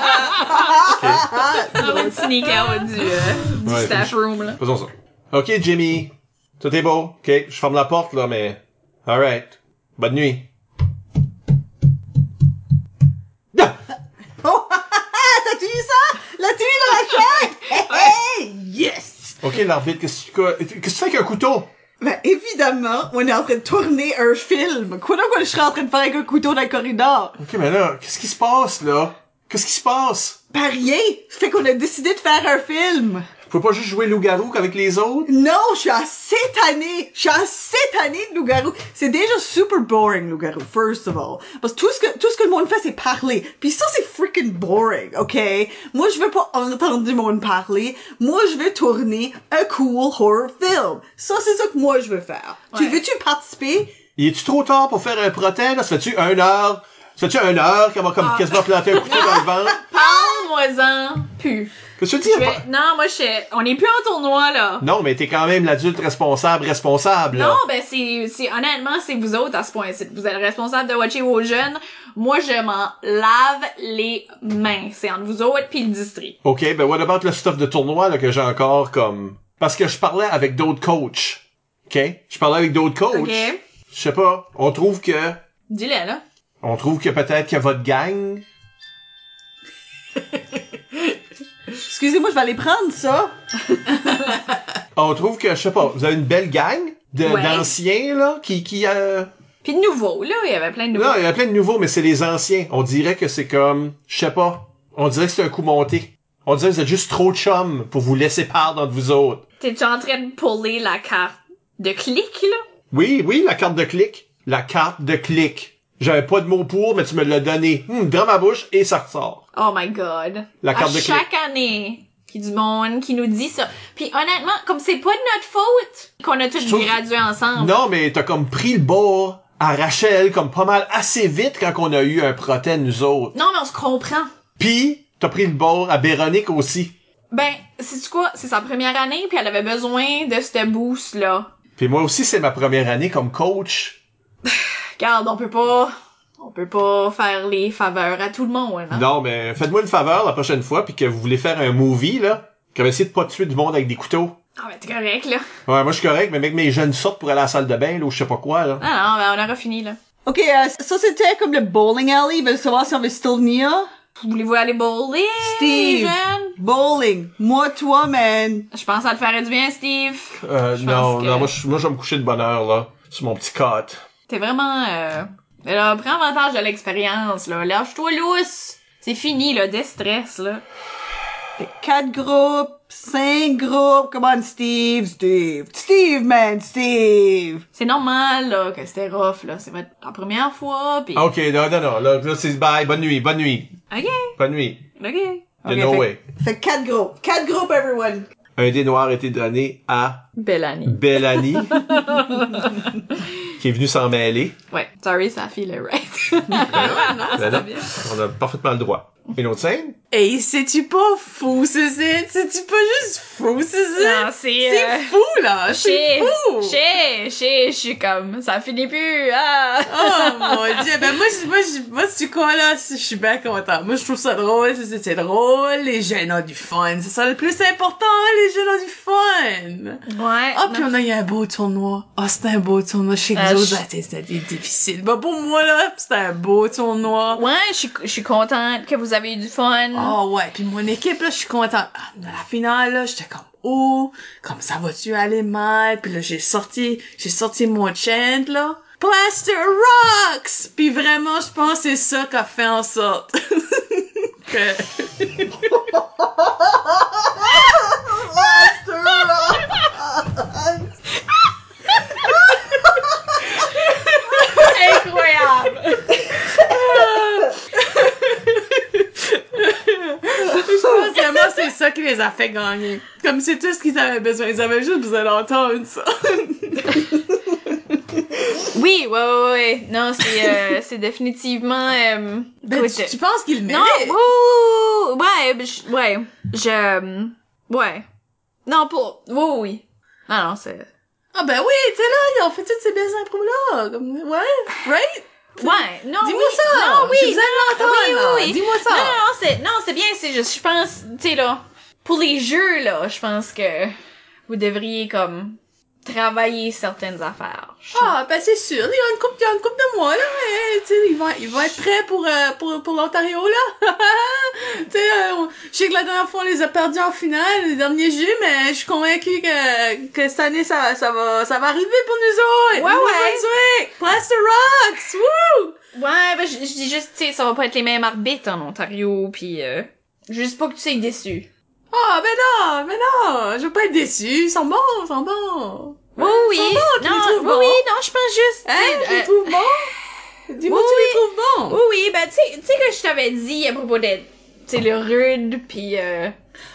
B: OK.
F: Ça va être sneak out du, euh, du
B: Ouais,
F: staff room, là.
B: Faisons ça. OK, Jimmy. Tout est beau. OK, je ferme la porte, là, mais... Alright. Bonne nuit. Ah!
C: oh, t'as-tu vu ça? L'as-tu vu dans la chaîne? Hey, hey, yes!
B: OK, l'arbitre, qu'est-ce que tu qu'est-ce que tu fais avec un couteau?
C: Ben, évidemment, on est en train de tourner un film. Quoi donc, je serais en train de faire avec un couteau dans le corridor?
B: OK, mais là, qu'est-ce qui se passe, là? Qu'est-ce qui se passe?
C: Pas rien! Fait qu'on a décidé de faire un film.
B: Vous pouvez pas juste jouer loup-garou avec les autres?
C: Non, je suis assez tannée. Je suis assez tannée de loup-garou. C'est déjà super boring, loup-garou, first of all. Parce que tout ce que, tout ce que le monde fait, c'est parler. Puis ça, c'est freaking boring, OK? Moi, je veux pas entendre du monde parler. Moi, je veux tourner un cool horror film. Ça, c'est ça que moi, je veux faire. Tu
F: Ouais.
C: veux-tu participer?
B: Y est-tu trop tard pour faire un protège? Ça fait-tu une heure? Ça fait-tu une heure qu'elle va comme
F: Ah.
B: quasiment planter un couteau dans le ventre?
F: Parle-moi-en plus.
B: Qu'est-ce que tu
F: Je
B: dis?
F: vais- Non, moi, je sais- On est plus en tournoi, là.
B: Non, mais t'es quand même l'adulte responsable, responsable. là.
F: Non, ben c'est, c'est honnêtement, c'est vous autres à ce point-ci. Vous êtes responsable de watcher vos jeunes. Moi, je m'en lave les mains. C'est entre vous autres puis le district.
B: OK, ben what about le stuff de tournoi là, que j'ai encore comme... Parce que je parlais avec d'autres coachs. OK? Je parlais avec d'autres coachs.
F: Ok.
B: Je sais pas. On trouve que...
F: Dis-le, là.
B: On trouve que peut-être que votre gang...
C: Excusez-moi, je vais aller prendre ça.
B: On trouve que, je sais pas, vous avez une belle gang de-
F: Ouais.
B: d'anciens, là, qui... qui euh,
F: Puis de nouveau, là, il y avait plein de nouveaux.
B: Non, il y a plein de nouveaux, mais c'est les anciens. On dirait que c'est comme, je sais pas, on dirait que c'est un coup monté. On dirait que vous êtes juste trop chum pour vous laisser part d'entre vous autres.
F: T'es-tu en train de puller la carte de clic, là?
B: Oui, oui, la carte de clic. La carte de clic. J'avais pas de mot pour, mais tu me l'as donné. Hum, dans ma bouche et ça ressort.
F: Oh my god.
B: La carte
F: à
B: de clic.
F: chaque année, qu'il y a du monde qui nous dit ça. Puis honnêtement, comme c'est pas de notre faute qu'on a tous
B: trouve que-
F: gradué ensemble.
B: Non, mais t'as comme pris le bord à Rachel, comme pas mal assez vite quand on a eu un proté, nous autres.
F: Non, mais on se comprend.
B: Puis, t'as pris le bord à Véronique aussi.
F: Ben, c'est quoi? C'est sa première année, puis elle avait besoin de ce boost-là.
B: Puis moi aussi, c'est ma première année comme coach.
F: Regarde, on peut pas... On peut pas faire les faveurs à tout le monde, hein?
B: Non, mais faites-moi une faveur la prochaine fois, puis que vous voulez faire un movie, là, que va essayer de pas tuer du monde avec des couteaux.
F: Ah, ben, t'es correct, là.
B: Ouais, moi je suis correct, mais mec, mes jeunes sortent pour aller à la salle de bain, là, ou je sais pas quoi, là.
F: Ah non, ben, on aura fini, là.
C: OK, euh, ça, c'était comme le bowling alley. Ils veulent savoir si on veut se tourner. là.
F: Voulez-vous aller bowler, les
C: Steve.
F: jeunes?
C: Bowling. Moi, toi, man.
F: Je pense que ça te ferait du bien, Steve.
B: Euh,
F: Je pense
B: non,
F: que-
B: non, moi je, moi, je vais me coucher de bonne heure, là, sur mon petit cot.
F: T'es vraiment... Euh... Là, prends avantage de l'expérience, là. Lâche-toi lousse. C'est fini, là. Déstresse, là.
C: quatre groupes, cinq groupes. Come on, Steve, Steve. Steve, man, Steve.
F: C'est normal, là, que c'était rough, là. C'est votre la première fois, puis...
B: Ok, non, non, non, là, là c'est bye, bonne nuit, bonne nuit,
F: OK,
B: bonne nuit.
F: OK.
B: De
C: Ok,
B: no
C: fait-
B: way.
C: Fait quatre groupes. Quatre groupes, everyone.
B: Un dé noir a été donné à
F: Belle année.
B: Mm. Bellani, qui est venu s'en mêler.
F: Ouais, sorry, ça file right.
B: Ben non, on a parfaitement le droit. Une autre scène?
D: Hey, c'est-tu pas fou, Cécile? C'est-tu pas juste fou, Cécile?
F: Non, c'est... euh,
D: C'est fou, là! C'est
F: Chez,
D: fou!
F: chez, chez, je suis comme, ça finit plus, ah!
D: Oh mon dieu, ben moi, je- moi, je- moi, ce cas-là, je suis bien content. Moi, je trouve ça drôle, c'est- c'est c'est drôle, les jeunes ont du fun, c'est ça le plus important, les jeunes ont du fun!
F: Ouais.
D: Oh, puis on a eu un beau tournoi. Oh, c'était un beau tournoi. Chez
F: Ah,
D: les autres,
F: je-
D: c'était c'était difficile. Bah, pour moi, là, c'était un beau tournoi.
F: Ouais, je suis- je suis contente que vous avez eu du fun.
D: Oh, ouais. Puis mon équipe, là, je suis contente. Ah, Dans la finale, là, j'étais comme, oh, comme ça va-tu aller mal? Puis là, j'ai sorti, j'ai sorti mon chant, là. Plaster Rocks! Puis vraiment, je pense que c'est ça qui a fait en sorte que...
F: Incroyable!
D: Je pense vraiment c'est ça qui les a fait gagner. Comme c'est tout ce qu'ils avaient besoin. Ils avaient juste besoin d'entendre ça.
F: Oui, ouais, ouais, ouais. Non, c'est, euh, c'est définitivement, euh,
D: Ben,
F: écoute,
D: tu, tu penses qu'ils le
F: non,
D: méritent?
F: wouh, ouais, ben, je- ouais, je, euh, ouais. Non, pour, oui, oui. Non, non, c'est,
D: Ah ben oui, tu sais là, ils ont fait toutes ces belles impros-là. Comme, ouais, right?
F: ouais, non,
D: Dis-moi
F: oui.
D: ça!
F: Non, oui,
D: Je vous aime l'entendre,
F: oui,
D: là.
F: oui, oui.
D: Dis-moi ça!
F: Non, non, non, c'est, non, c'est bien, c'est juste, je pense, tu sais, là, pour les jeux, là, je pense que vous devriez, comme, travailler certaines affaires. Je-
D: Ah, ben c'est sûr, ils ont une coupe, ils ont une coupe de mois, là, mais, tu sais, ils vont, ils vont être prêts pour, euh, pour, pour l'Ontario, là. tu sais, euh, on- je sais que la dernière fois, on les a perdus en finale, le dernier jeu, mais je suis convaincue que, que cette année, ça, ça va, ça va arriver pour nous autres.
F: Ouais,
D: New
F: ouais.
D: Brunswick, Place the Rocks, wouh!
F: Ouais, ben, je, je dis juste, tu sais, ça va pas être les mêmes arbitres en Ontario, puis euh, juste pas que tu sois déçu.
D: Ah, ben non, ben non, je veux pas être déçue, ils sont bons, ils sont bons.
F: Oui, oui.
D: tu
F: Non,
D: les trouves
F: oui,
D: bons?
F: oui, non, je pense juste. tu
D: Hein,
F: sais,
D: tu les
F: euh,
D: trouves bons? Dis-moi,
F: oui,
D: tu les trouves bons?
F: Oui, oui, ben, tu sais, tu sais que je t'avais dit à propos d'être, tu sais, le rude, puis euh,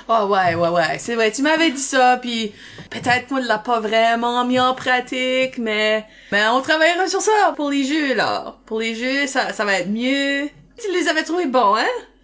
D: Ah ouais, ouais, ouais, c'est vrai, tu m'avais dit ça, puis peut-être qu'on l'a pas vraiment mis en pratique, mais, mais on travaillera sur ça pour les jeux, là. Pour les jeux, ça, ça va être mieux. Tu les avais trouvés bons, hein?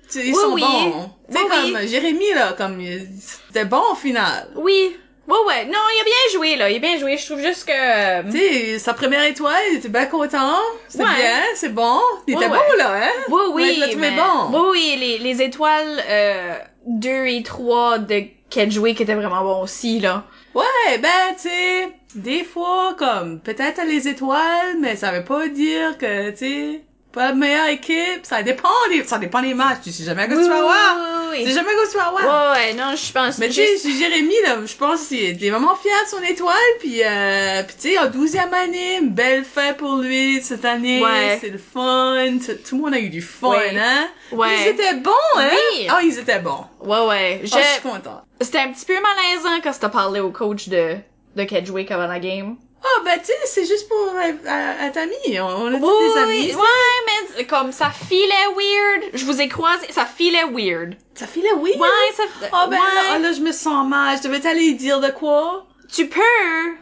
D: Tu- Ils
F: Oui,
D: sont
F: oui.
D: bons. Tu sais,
F: Oui,
D: comme Jérémy, là, comme, il- c'était bon au final.
F: oui. Ouais, ouais, non, il a bien joué, là, il a bien joué, je trouve juste que... euh,
D: Tu sais, sa première étoile, il était bien content. C'est
F: Ouais.
D: bien, hein? c'est bon. Il
F: Ouais,
D: était
F: ouais.
D: bon, là, hein?
F: Oui,
D: Ouais,
F: oui,
D: tu l'as trouvé
F: mais-
D: bon.
F: Oui, oui, les, les étoiles euh, 2 et 3 de qu'elle jouait qui étaient vraiment bons aussi, là.
D: Ouais, ben, tu sais, des fois, comme, peut-être à les étoiles, mais ça veut pas dire que, tu sais, pas la meilleure équipe. Ça dépend des, ça dépend des matchs. Tu sais jamais à quoi tu vas avoir. Tu
F: oui, oui.
D: sais jamais à quoi tu vas avoir.
F: Ouais, ouais, non, je pense
D: Mais tu sais, j'ai Jérémy, là, je pense qu'il était vraiment fier de son étoile, puis euh, puis tu sais, en douzième année, une belle fin pour lui cette année,
F: Ouais.
D: c'est le fun, c'est- tout le monde a eu du fun,
F: Ouais.
D: hein? Ils
F: Ouais.
D: étaient bons, hein?
F: Oui.
D: Ah, ils étaient bons.
F: Ouais, ouais.
D: Ah, je suis
F: Je...
D: contente.
F: C'était un petit peu malaisant quand t'as parlé au coach de, de Kedgewick avant la game.
D: Ah, bah, tu sais, c'est juste pour euh, à, à ta amie. On, on a tous
F: Oui,
D: des amis.
F: ouais, mais c'est comme ça filait weird. Je vous ai croisé, ça filait weird.
D: Ça fait la oui.
F: Ouais, ça.
D: Oh, ben
F: ouais.
D: là, oh, là, je me sens mal. Je devais t'aller dire de quoi?
F: Tu peux.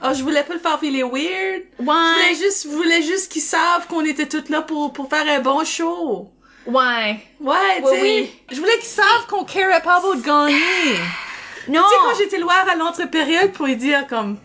D: Oh, je voulais pas le faire filer weird. Je voulais
F: Ouais.
D: juste, je voulais juste qu'ils savent qu'on était toutes là pour, pour faire un bon show.
F: Ouais.
D: Ouais, tu
F: Oui,
D: sais.
F: oui.
D: Je voulais qu'ils savent qu'on care pas about gagner.
F: Non.
D: Tu sais, quand j'étais loire à l'entre-période pour lui dire comme,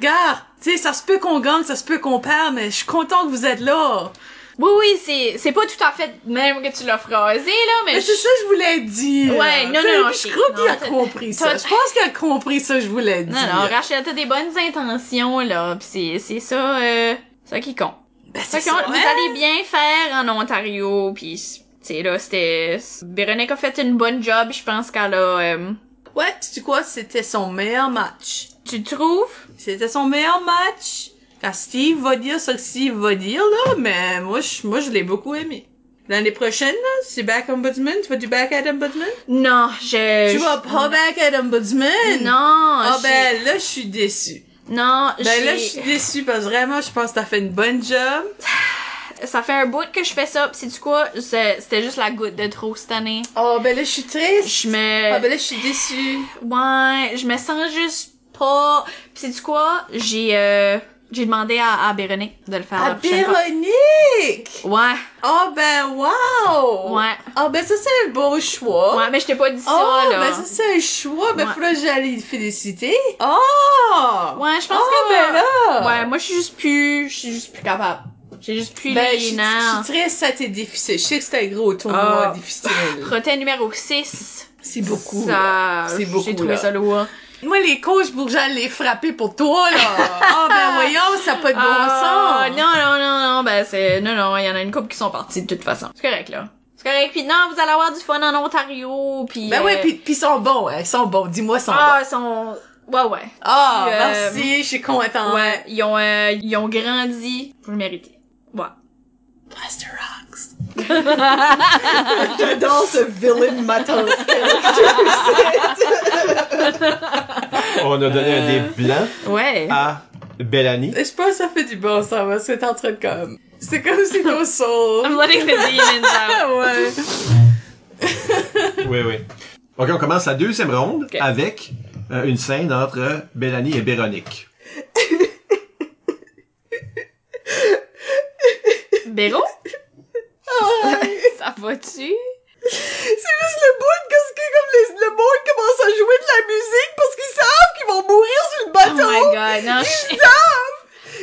D: gars, tu sais, ça se peut qu'on gagne, ça se peut qu'on perd, mais je suis content que vous êtes là.
F: Oui, oui, c'est, c'est pas tout à fait même que tu l'as phrasé, là, mais.
D: Mais c'est
F: je-
D: ça que je voulais dire.
F: Ouais,
D: Tu
F: non,
D: sais,
F: non,
D: puis
F: je-
D: Je crois qu'il
F: non,
D: a
F: t'as-
D: compris ça.
F: t'as-
D: Je pense qu'il a compris ça, que je voulais dire.
F: Non, non, Rachel, t'as des bonnes intentions, là. Pis c'est, c'est ça, euh, ça qui compte.
D: Ben, c'est
F: Fait que
D: ça,
F: on- vous
D: hein?
F: allez bien faire en Ontario, puis tu sais là, c'était Véronique a fait une bonne job, je pense qu'elle a. euh,
D: Ouais, tu sais quoi? C'était son meilleur match.
F: Tu trouves
D: C'était son meilleur match. Quand Steve va dire ce que Steve va dire, là, mais moi, je, moi, je l'ai beaucoup aimé. L'année prochaine, là, c'est Back Ombudsman. Tu vas du Back at Ombudsman?
F: Non, je.
D: Tu
F: Euh, je-
D: vas pas Back at Ombudsman?
F: Non.
D: Ah
F: j'ai-
D: ben, là, je suis déçue.
F: Non,
D: Ben là, je
F: j'ai-
D: suis déçue parce que vraiment, je pense que t'as fait une bonne job.
F: ça fait un bout que je fais ça, pis sais-tu quoi C'est- C'était juste la goutte de trop cette année.
D: Oh ben là, je suis triste.
F: Je me.
D: Ah ben là, je suis déçue.
F: Ouais, je me sens juste pas. Pis sais-tu quoi J'ai. euh, J'ai demandé à, à Bérénique de le faire.
I: À
F: la prochaine fois.
I: Ah, Véronique!
F: Ouais,
I: Oh ben wow!
F: ouais,
I: Oh ben ça c'est un beau choix!
F: ouais, mais je t'ai pas dit
I: Oh
F: ça, là.
I: ben ça c'est un choix! Ben
F: Ouais.
I: faudrait que j'aille le féliciter! Oh!
F: Ouais, je pense
I: oh,
F: que...
I: ben là!
F: Ouais, moi, je suis juste plus... Je suis juste plus capable. J'ai juste plus
I: Ben, je
F: les
I: suis-
F: nerfs.
I: je suis très c'était difficile. Je sais que c'est un gros tournoi
F: Ah.
I: difficile.
F: Proté numéro 6.
I: C'est beaucoup. là.
F: Ça...
I: C'est beaucoup,
F: J'ai trouvé
I: là.
F: ça lourd.
I: Moi, les coachs bourgeats les frapper pour toi, là. Ah, ben voyons, ça n'a pas de bon
F: Ah,
I: sens.
F: Non, non, non, non, ben c'est... Non, non, il y en a une couple qui sont partis de toute façon. C'est correct, là. C'est correct. Puis non, vous allez avoir du fun en Ontario, puis...
I: Ben
F: euh,
I: Eh ouais, pis, pis ils sont bons, hein, ils sont bons. Dis-moi, ils sont
F: Ah,
I: bons.
F: ils sont... Ouais, ouais.
I: Ah,
F: puis, euh,
I: merci, je suis contente.
F: Ouais, ils ont, euh, ils ont grandi. Vous le méritez. Ouais.
I: Blaster Rocks.
C: J'adore ce villain matin.
B: On a donné un
F: Euh.
B: dé blanc
F: Ouais.
B: à Bellani.
I: Je pense que ça fait du bon sens, parce que t'es en train de comme... C'est comme si ton soul.
F: I'm letting the demons out.
I: Ah ouais.
B: Oui, oui. OK, on commence la deuxième ronde
F: OK.
B: avec euh, une scène entre euh, Bellani et Véronique.
F: Béro? Ça va-tu?
C: C'est juste le bout de qu'est-ce que comme les, le monde commence à jouer de la musique parce qu'ils savent qu'ils vont mourir sur le
F: Oh
C: bateau.
F: my god, non, je-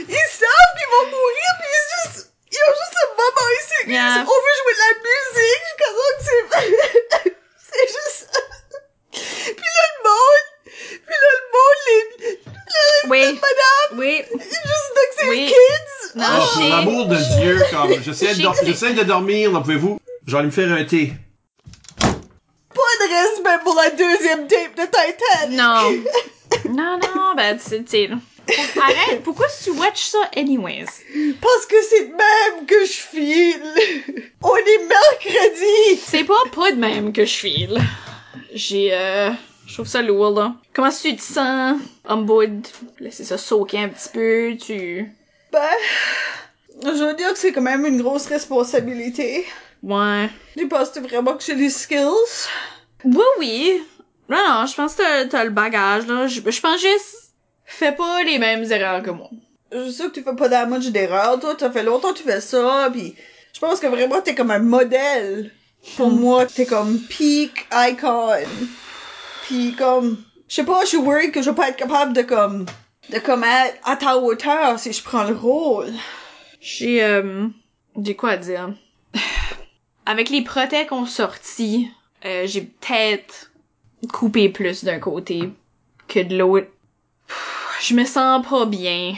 C: Ils savent qu'ils vont mourir puis ils juste ils ont juste ce moment ici qu'ils
F: Yeah.
C: disent, on veut jouer de la musique jusqu'à ce que c'est c'est juste puis là le monde puis là le monde les la-
F: Oui.
C: la madame
F: Oui.
C: ils juste donc c'est
F: Oui.
C: les kids
F: Non,
B: Oh, pour
F: je
B: l'amour de Dieu, comme j'essaie de, dor-
F: Chic.
B: j'essaie de dormir, donc pouvez-vous j'allais me faire un thé.
C: pas de respect pour la deuxième tape de Titan
F: Non. Non, non, ben, c'est, c'est... Arrête, pourquoi tu watches ça anyways?
C: parce que c'est de même que je file on est mercredi
F: C'est pas pas de même que je file. J'ai, euh... Je trouve ça lourd, là. Comment tu te sens? Humble. Laissez ça soaker un petit peu, tu...
C: ben je veux dire que c'est quand même une grosse responsabilité
F: Ouais.
C: je pense vraiment que j'ai les skills
F: Oui, oui. Non, non, je pense que t'as- t'as le bagage, là. Je, je pense juste... Fais pas les mêmes erreurs que moi.
C: je sais que tu fais pas damage d'erreur, toi, ça fait longtemps que tu fais ça, puis je pense que vraiment t'es comme un modèle pour moi, t'es comme peak icon, puis comme, je sais pas, je suis worried que je vais pas être capable de comme, de comme être à ta hauteur si je prends le rôle.
F: J'ai, euh, j'ai quoi à dire? Avec les prothèques qu'on sorti, euh, j'ai peut-être coupé plus d'un côté que de l'autre. Pff, Je me sens pas bien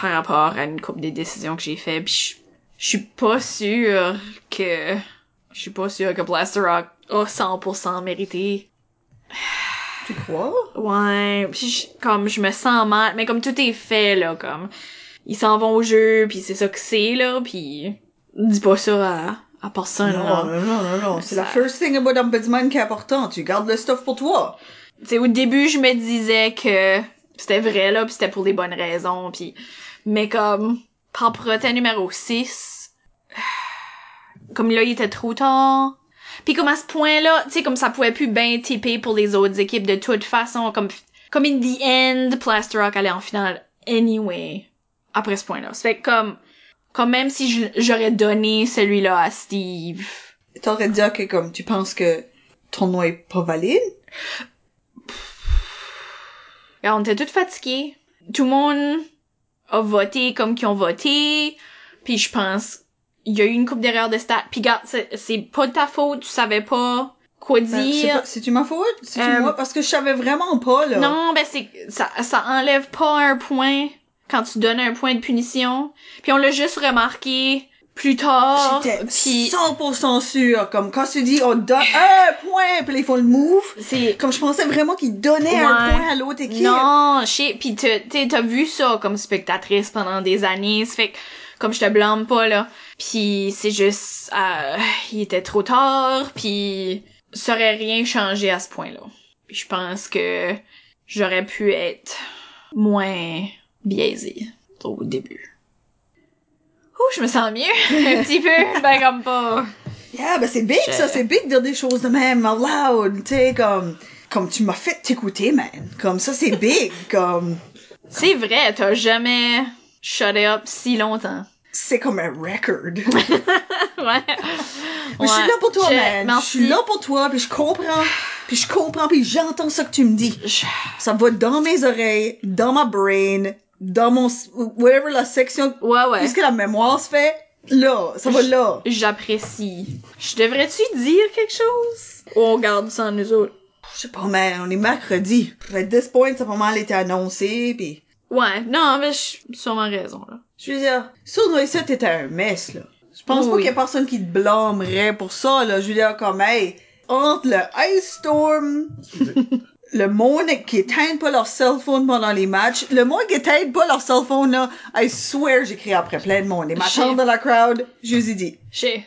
F: par rapport à une couple des décisions que j'ai faites. Puis je, je suis pas sûre que je suis pas sûre que Blaster Rock a 100% mérité.
C: Tu crois?
F: Ouais, puis je- comme je me sens mal, mais comme tout est fait là, comme ils s'en vont au jeu, puis c'est ça que c'est là, puis dis pas ça à à personne
C: Non,
F: là.
C: non, non, non, non. C'est
F: Ça-
C: la first thing about Ombudsman qui est important. Tu gardes le stuff pour toi.
F: Tu sais au début je me disais que c'était vrai là, puis c'était pour des bonnes raisons, puis mais comme prends protéine numéro 6 comme là il était trop tard. Puis comme à ce point-là, tu sais comme ça pouvait plus bien tiper pour les autres équipes de toute façon comme comme in the end, Plaster Rock allait en finale anyway. Après ce point-là. Ça fait que comme, comme même si je- j'aurais donné celui-là à Steve,
C: T'aurais dit, ok, comme, tu penses que ton nom est pas valide?
F: regarde, Euh, on était toutes fatigués. Tout le monde a voté comme qu'ils ont voté. Puis je pense, il y a eu une coupe d'erreurs de stats. Puis regarde, c'est c'est pas de ta faute, tu savais pas quoi
C: Ben, c'est
F: dire.
C: pas- C'est-tu ma faute? C'est-tu
F: Euh,
C: moi? Parce que je savais vraiment pas, là.
F: Non, ben c'est ça, ça enlève pas un point quand tu donnes un point de punition. Puis on l'a juste remarqué plus tard.
C: J'étais
F: Puis
C: 100% sûre. Comme quand tu dis on donne un point, puis là, ils font le move.
F: c'est
C: Comme je pensais vraiment qu'ils donnaient un
F: Ouais.
C: point à l'autre équipe.
F: Non, je sais. Puis t'as- t'sais, t'as vu ça comme spectatrice pendant des années. Ça fait que, comme je te blâme pas, là. Puis c'est juste... euh, il était trop tard, puis ça aurait rien changé à ce point-là. Puis je pense que j'aurais pu être moins biaisée au début. Ouh, je me sens mieux, un petit peu. Ben, comme pas...
C: Yeah, ben c'est big
F: Je-
C: ça, c'est big de dire des choses de même out loud, tu sais, comme, comme tu m'as fait t'écouter, man. Comme ça, c'est big, comme,
F: C'est vrai, t'as jamais shut up si longtemps.
C: C'est comme un record.
F: Ouais.
C: Mais je suis là pour toi,
F: je-
C: man. Je suis
F: merci.
C: là pour toi, puis je comprends. Puis je comprends, puis j'entends ça que tu me dis.
F: Je-
C: Ça va dans mes oreilles, dans ma brain, dans mon... s- Whatever la section...
F: Ouais, ouais.
C: Puisque la mémoire se fait, là. Ça va là.
F: J'apprécie. Je devrais-tu dire quelque chose? Ou on garde ça en nous autres?
C: Je sais pas, man. On est mercredi. At this point, ça a pas mal été annoncé, puis...
F: Ouais, non, mais j'ai sûrement raison, là.
C: Je veux dire, Sournois, ça, t'étais un mess, là. Je pense pas
F: Oui.
C: qu'il y a personne qui te blâmerait pour ça, là. Je veux dire, comme, hey, entre le Ice Storm, le monde qui éteint pas leur cell phone pendant les matchs, le monde qui éteint pas leur cell phone, là, I swear, j'ai crié après plein de monde. Et ma
F: Shit.
C: tante dans la crowd, je vous ai dit.
F: J'ai.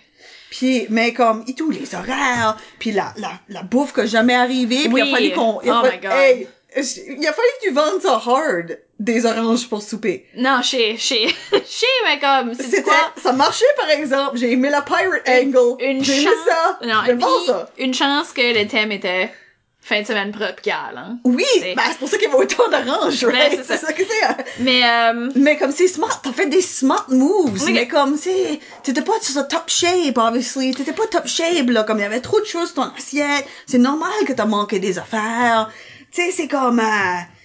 C: Puis, mais comme, et tous les horaires, puis la, la, la bouffe que jamais arrivée, puis il
F: Oui.
C: a fallu qu'on... il a
F: Oh
C: fallu-
F: my God.
C: hey, il a fallu que tu vendes ça hard, des oranges pour souper.
F: Non, j'ai, j'ai, j'ai, mais comme, c'est
C: C'était,
F: quoi?
C: ça marchait par exemple. J'ai aimé la pirate angle.
F: Une
C: J'ai aimé
F: chance.
C: ça.
F: Non,
C: J'aime
F: et
C: pas
F: puis,
C: ça.
F: une chance que le thème était fin de semaine tropicale, hein.
C: Oui,
F: C'est-
C: ben, c'est pour ça qu'il y avait autant d'oranges,
F: Ben,
C: right?
F: c'est ça.
C: que c'est. hein.
F: Mais, euh,
C: Mais comme c'est smart, t'as fait des smart moves.
F: Ok.
C: Mais comme, c'est, t'étais pas sur le top shape, obviously. T'étais pas top shape, là. Comme il y avait trop de choses dans ton assiette. C'est normal que t'as manqué des affaires. Tu sais, c'est comme, euh,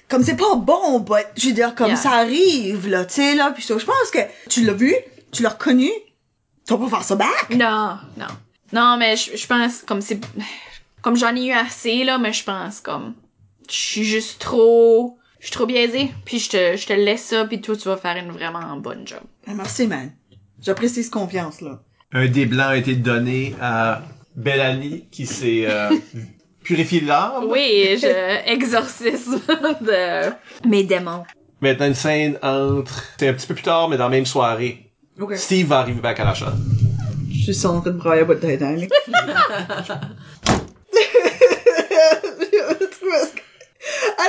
C: comme c'est pas bon, but, je veux dire, comme
F: Yeah.
C: ça arrive, là, tu sais, là. Puis ça, je pense que tu l'as vu, tu l'as reconnu. T'as pas faire ça back.
F: non, non. Non, mais je je pense, comme c'est, comme j'en ai eu assez, là, mais je pense, comme, je suis juste trop, je suis trop biaisée, puis je te, je te laisse ça, puis toi, tu vas faire une vraiment bonne job.
C: Ben, Merci, man. J'apprécie cette confiance, là.
B: Un dé blanc a été donné à Bellani qui s'est euh, purifié de l'âme.
F: Oui, je exorcisme de mes démons.
B: Maintenant, une scène entre... C'est un petit peu plus tard, mais dans la même soirée.
C: Ok.
B: Steve va arriver back à la chatte.
C: Je suis en train de brailler à bout de tête, hein, Elle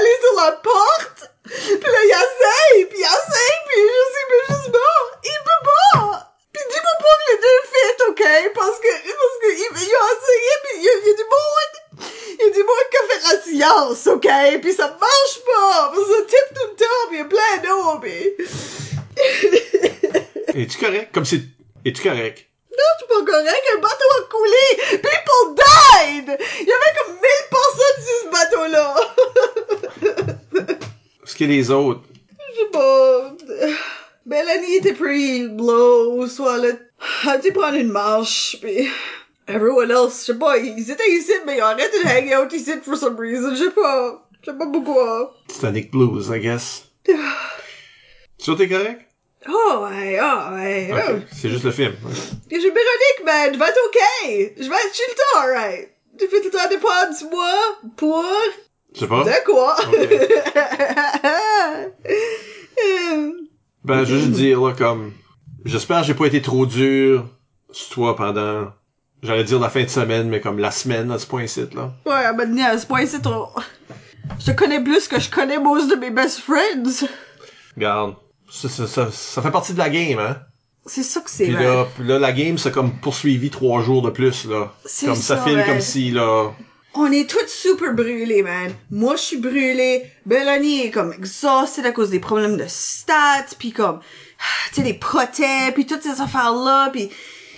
C: est sur la porte, pis là, il essaye, pis il essaye, pis je sais plus juste pas. Il peut pas! Pis dis-moi pas que les deux fit, ok? Parce que, parce que, il, il a essayé, pis il y a, il y a du monde, il y a du monde qui a fait la science, ok? Pis ça marche pas! Parce que ça type tout le temps, pis il y a plein d'eau, pis...
B: Es-tu correct? Comme si... Es-tu correct?
C: C'est pas correct, un bateau a coulé! People died! Il y avait comme 1000 personnes sur ce bateau-là!
B: Ce que les autres...
C: Je sais pas. Bellany était pretty low, soit là, a dû prendre une marche, pis... Everyone else, je sais pas, ils étaient ici, mais ils ont arrêté de hang out ici for some reason, je sais pas. Je sais pas pourquoi.
B: Titanic Blues, I guess. tu vois, t'es correct?
C: Oh ouais, oh ouais, oh.
B: Ok, C'est juste le film.
C: Pis j'ai Véronique, man, je vais être ok! Je vais être, je suis le temps, alright! Tu fais tout le temps des pommes sur moi, pour...
B: Je sais pas.
C: De quoi? Euh,
B: Ben, je veux juste dire, là, comme... J'espère que j'ai pas été trop dur sur toi pendant... J'allais dire la fin de semaine, mais comme la semaine à ce point-ci, là.
C: ouais, à maintenant, à ce point, c'est trop. Je connais plus que je connais most de mes best friends.
B: Regarde, ça, ça, ça, ça fait partie de la game, hein?
C: C'est ça que c'est,
B: Puis
C: man.
B: là, puis là, la game, c'est comme poursuivi trois jours de plus, là.
C: C'est
B: Comme ça,
C: ça,
B: file
C: ouais.
B: comme si, là...
C: On est toutes super brûlées, man. Moi, je suis brûlée. Bellany est comme exhausted à cause des problèmes de stats, puis comme, tu sais, les protèges, puis toutes ces affaires-là, puis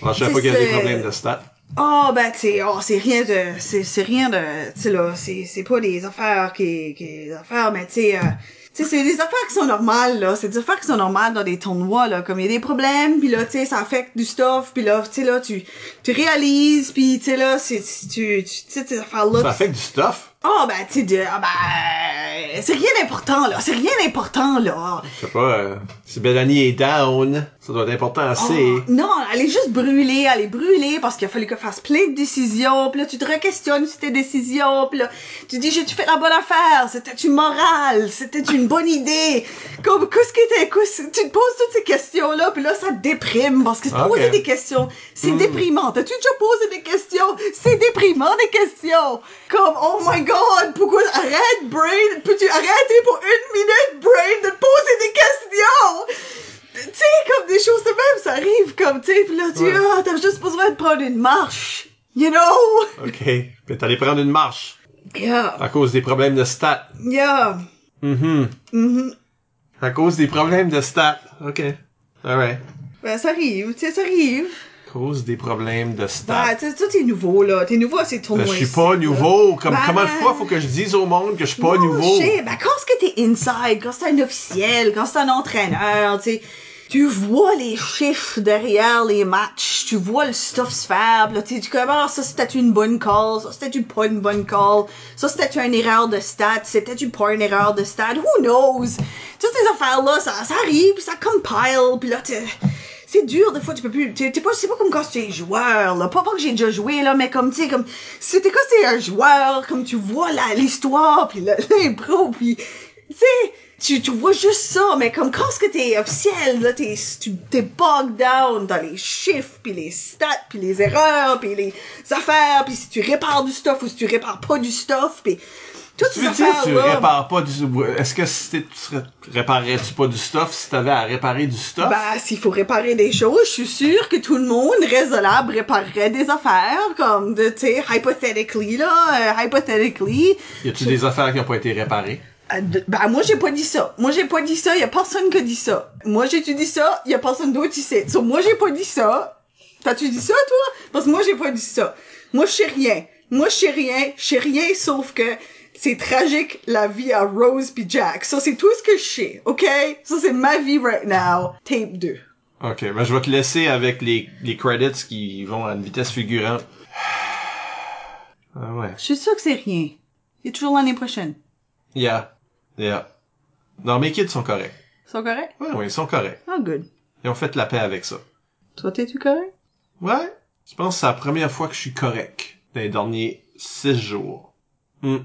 B: Alors, je savais
C: C'est
B: pas qu'il y a des
C: ça.
B: problèmes de stats.
C: Oh, ben, tu sais, oh, c'est rien de, c'est, c'est rien de, tu sais, là, c'est, c'est pas des affaires qui, qui, des affaires, mais tu sais, euh, tu sais, c'est des affaires qui sont normales, là, c'est des affaires qui sont normales dans des tournois, là, comme il y a des problèmes, puis là, tu sais, ça affecte du stuff, puis là, tu sais, là, tu, tu réalises, puis tu sais, là, c'est, c'est- tu, tu, tu sais, ces affaires-là.
B: Ça
C: tu-
B: affecte du stuff?
C: Oh, ben, tu sais, de- ah, ben, c'est rien d'important, là, c'est rien d'important, là.
B: Je sais pas, euh, si Bellany est down, ça doit être important assez.
C: Oh, non, elle est juste brûlée, elle est brûlée parce qu'il a fallu qu'elle fasse plein de décisions. Puis là, tu te re-questionnes sur tes décisions. Puis là, tu dis, j'ai-tu fait la bonne affaire? C'était une morale? C'était une bonne idée? Comme, qu'est-ce qui était, qu'est-ce- tu te poses toutes ces questions-là. Puis là, ça te déprime parce que se
B: Ah, Ok. Hmm.
C: poser des questions, c'est déprimant. T'as-tu déjà posé des questions? C'est déprimant, des questions. Comme, oh my god, pourquoi, arrête, Brain, peux-tu arrêter pour une minute, Brain, de te poser des questions? tu sais, comme des choses de même, ça arrive, comme, tu sais, pis là, tu
B: Ouais.
C: ah, t'as juste besoin de prendre une marche. You know?
B: OK. Puis t'allais prendre une marche
C: Yeah.
B: à cause des problèmes de stats.
C: Yeah.
B: Mhm.
C: Mhm.
B: À cause des problèmes de stats. OK. Alright.
C: Ben, ça arrive, tu sais, ça arrive.
B: À cause des problèmes de stats.
C: Ben, tu sais, toi, t'es nouveau, là. T'es nouveau à ces
B: Ben,
C: tournois.
B: je suis pas nouveau. Comme, comment de fois faut que je dise au monde que je suis pas nouveau?
C: Je sais, ben, quand est-ce que t'es inside, quand c'est un officiel, quand c'est un entraîneur, tu sais, tu vois les chiffres derrière les matchs, tu vois le stuff se faire, puis là, tu sais, tu comme, ah, ça, c'était une bonne call, ça, c'était pas une bonne call, ça, c'était une erreur de stat, c'était pas une erreur de stat, who knows? Toutes ces affaires-là, ça, ça arrive, puis ça compile, puis là, tu c'est dur des fois tu peux plus t'es t'es pas c'est pas comme quand tu es joueur là pas pas que j'ai déjà joué là mais comme tu sais comme c'était quand t'es un joueur comme tu vois la l'histoire puis la- l'impro puis tu sais tu, tu vois juste ça mais comme quand ce que t'es officiel là t'es tu t'es bogged down dans les chiffres puis les stats puis les erreurs puis les affaires puis si tu répares du stuff ou si tu répares pas du stuff puis toutes
B: Tu
C: ces
B: veux dire,
C: affaires
B: tu
C: là
B: répares pas du. Est-ce que si t'es- tu serais- réparais-tu pas du stuff si t'avais à réparer du stuff?
C: Bah, s'il faut réparer des choses, je suis sûre que tout le monde raisonnable réparerait des affaires, comme, de, tu sais, hypothetically, là, euh, hypothetically.
B: y a-tu des affaires qui ont pas été réparées?
C: Euh, de- Bah, moi, j'ai pas dit ça. Moi, j'ai pas dit ça, y a personne qui a dit ça. Moi, j'ai-tu dit ça, y a personne d'autre qui sait. So, moi, j'ai pas dit ça. T'as-tu dit ça, toi? Parce que moi, j'ai pas dit ça. Moi, je sais rien. Moi, je sais rien. Je sais rien, sauf que c'est tragique, la vie à Rose pis Jack. Ça, c'est tout ce que je sais, OK? Ça, c'est ma vie right now. Tape 2.
B: Ok, ben je vais te laisser avec les, les credits qui vont à une vitesse fulgurante. Ah ouais.
C: Je suis sûre que c'est rien. Il y a toujours l'année prochaine.
B: Yeah. Yeah. Non, mes kids sont corrects.
C: Ils sont corrects?
B: Ouais, ouais, ils sont corrects.
C: Oh, good.
B: Ils ont fait la paix avec ça.
C: Toi, t'es-tu correct?
B: Ouais. Je pense que c'est la première fois que je suis correct dans les derniers six jours. Hmm.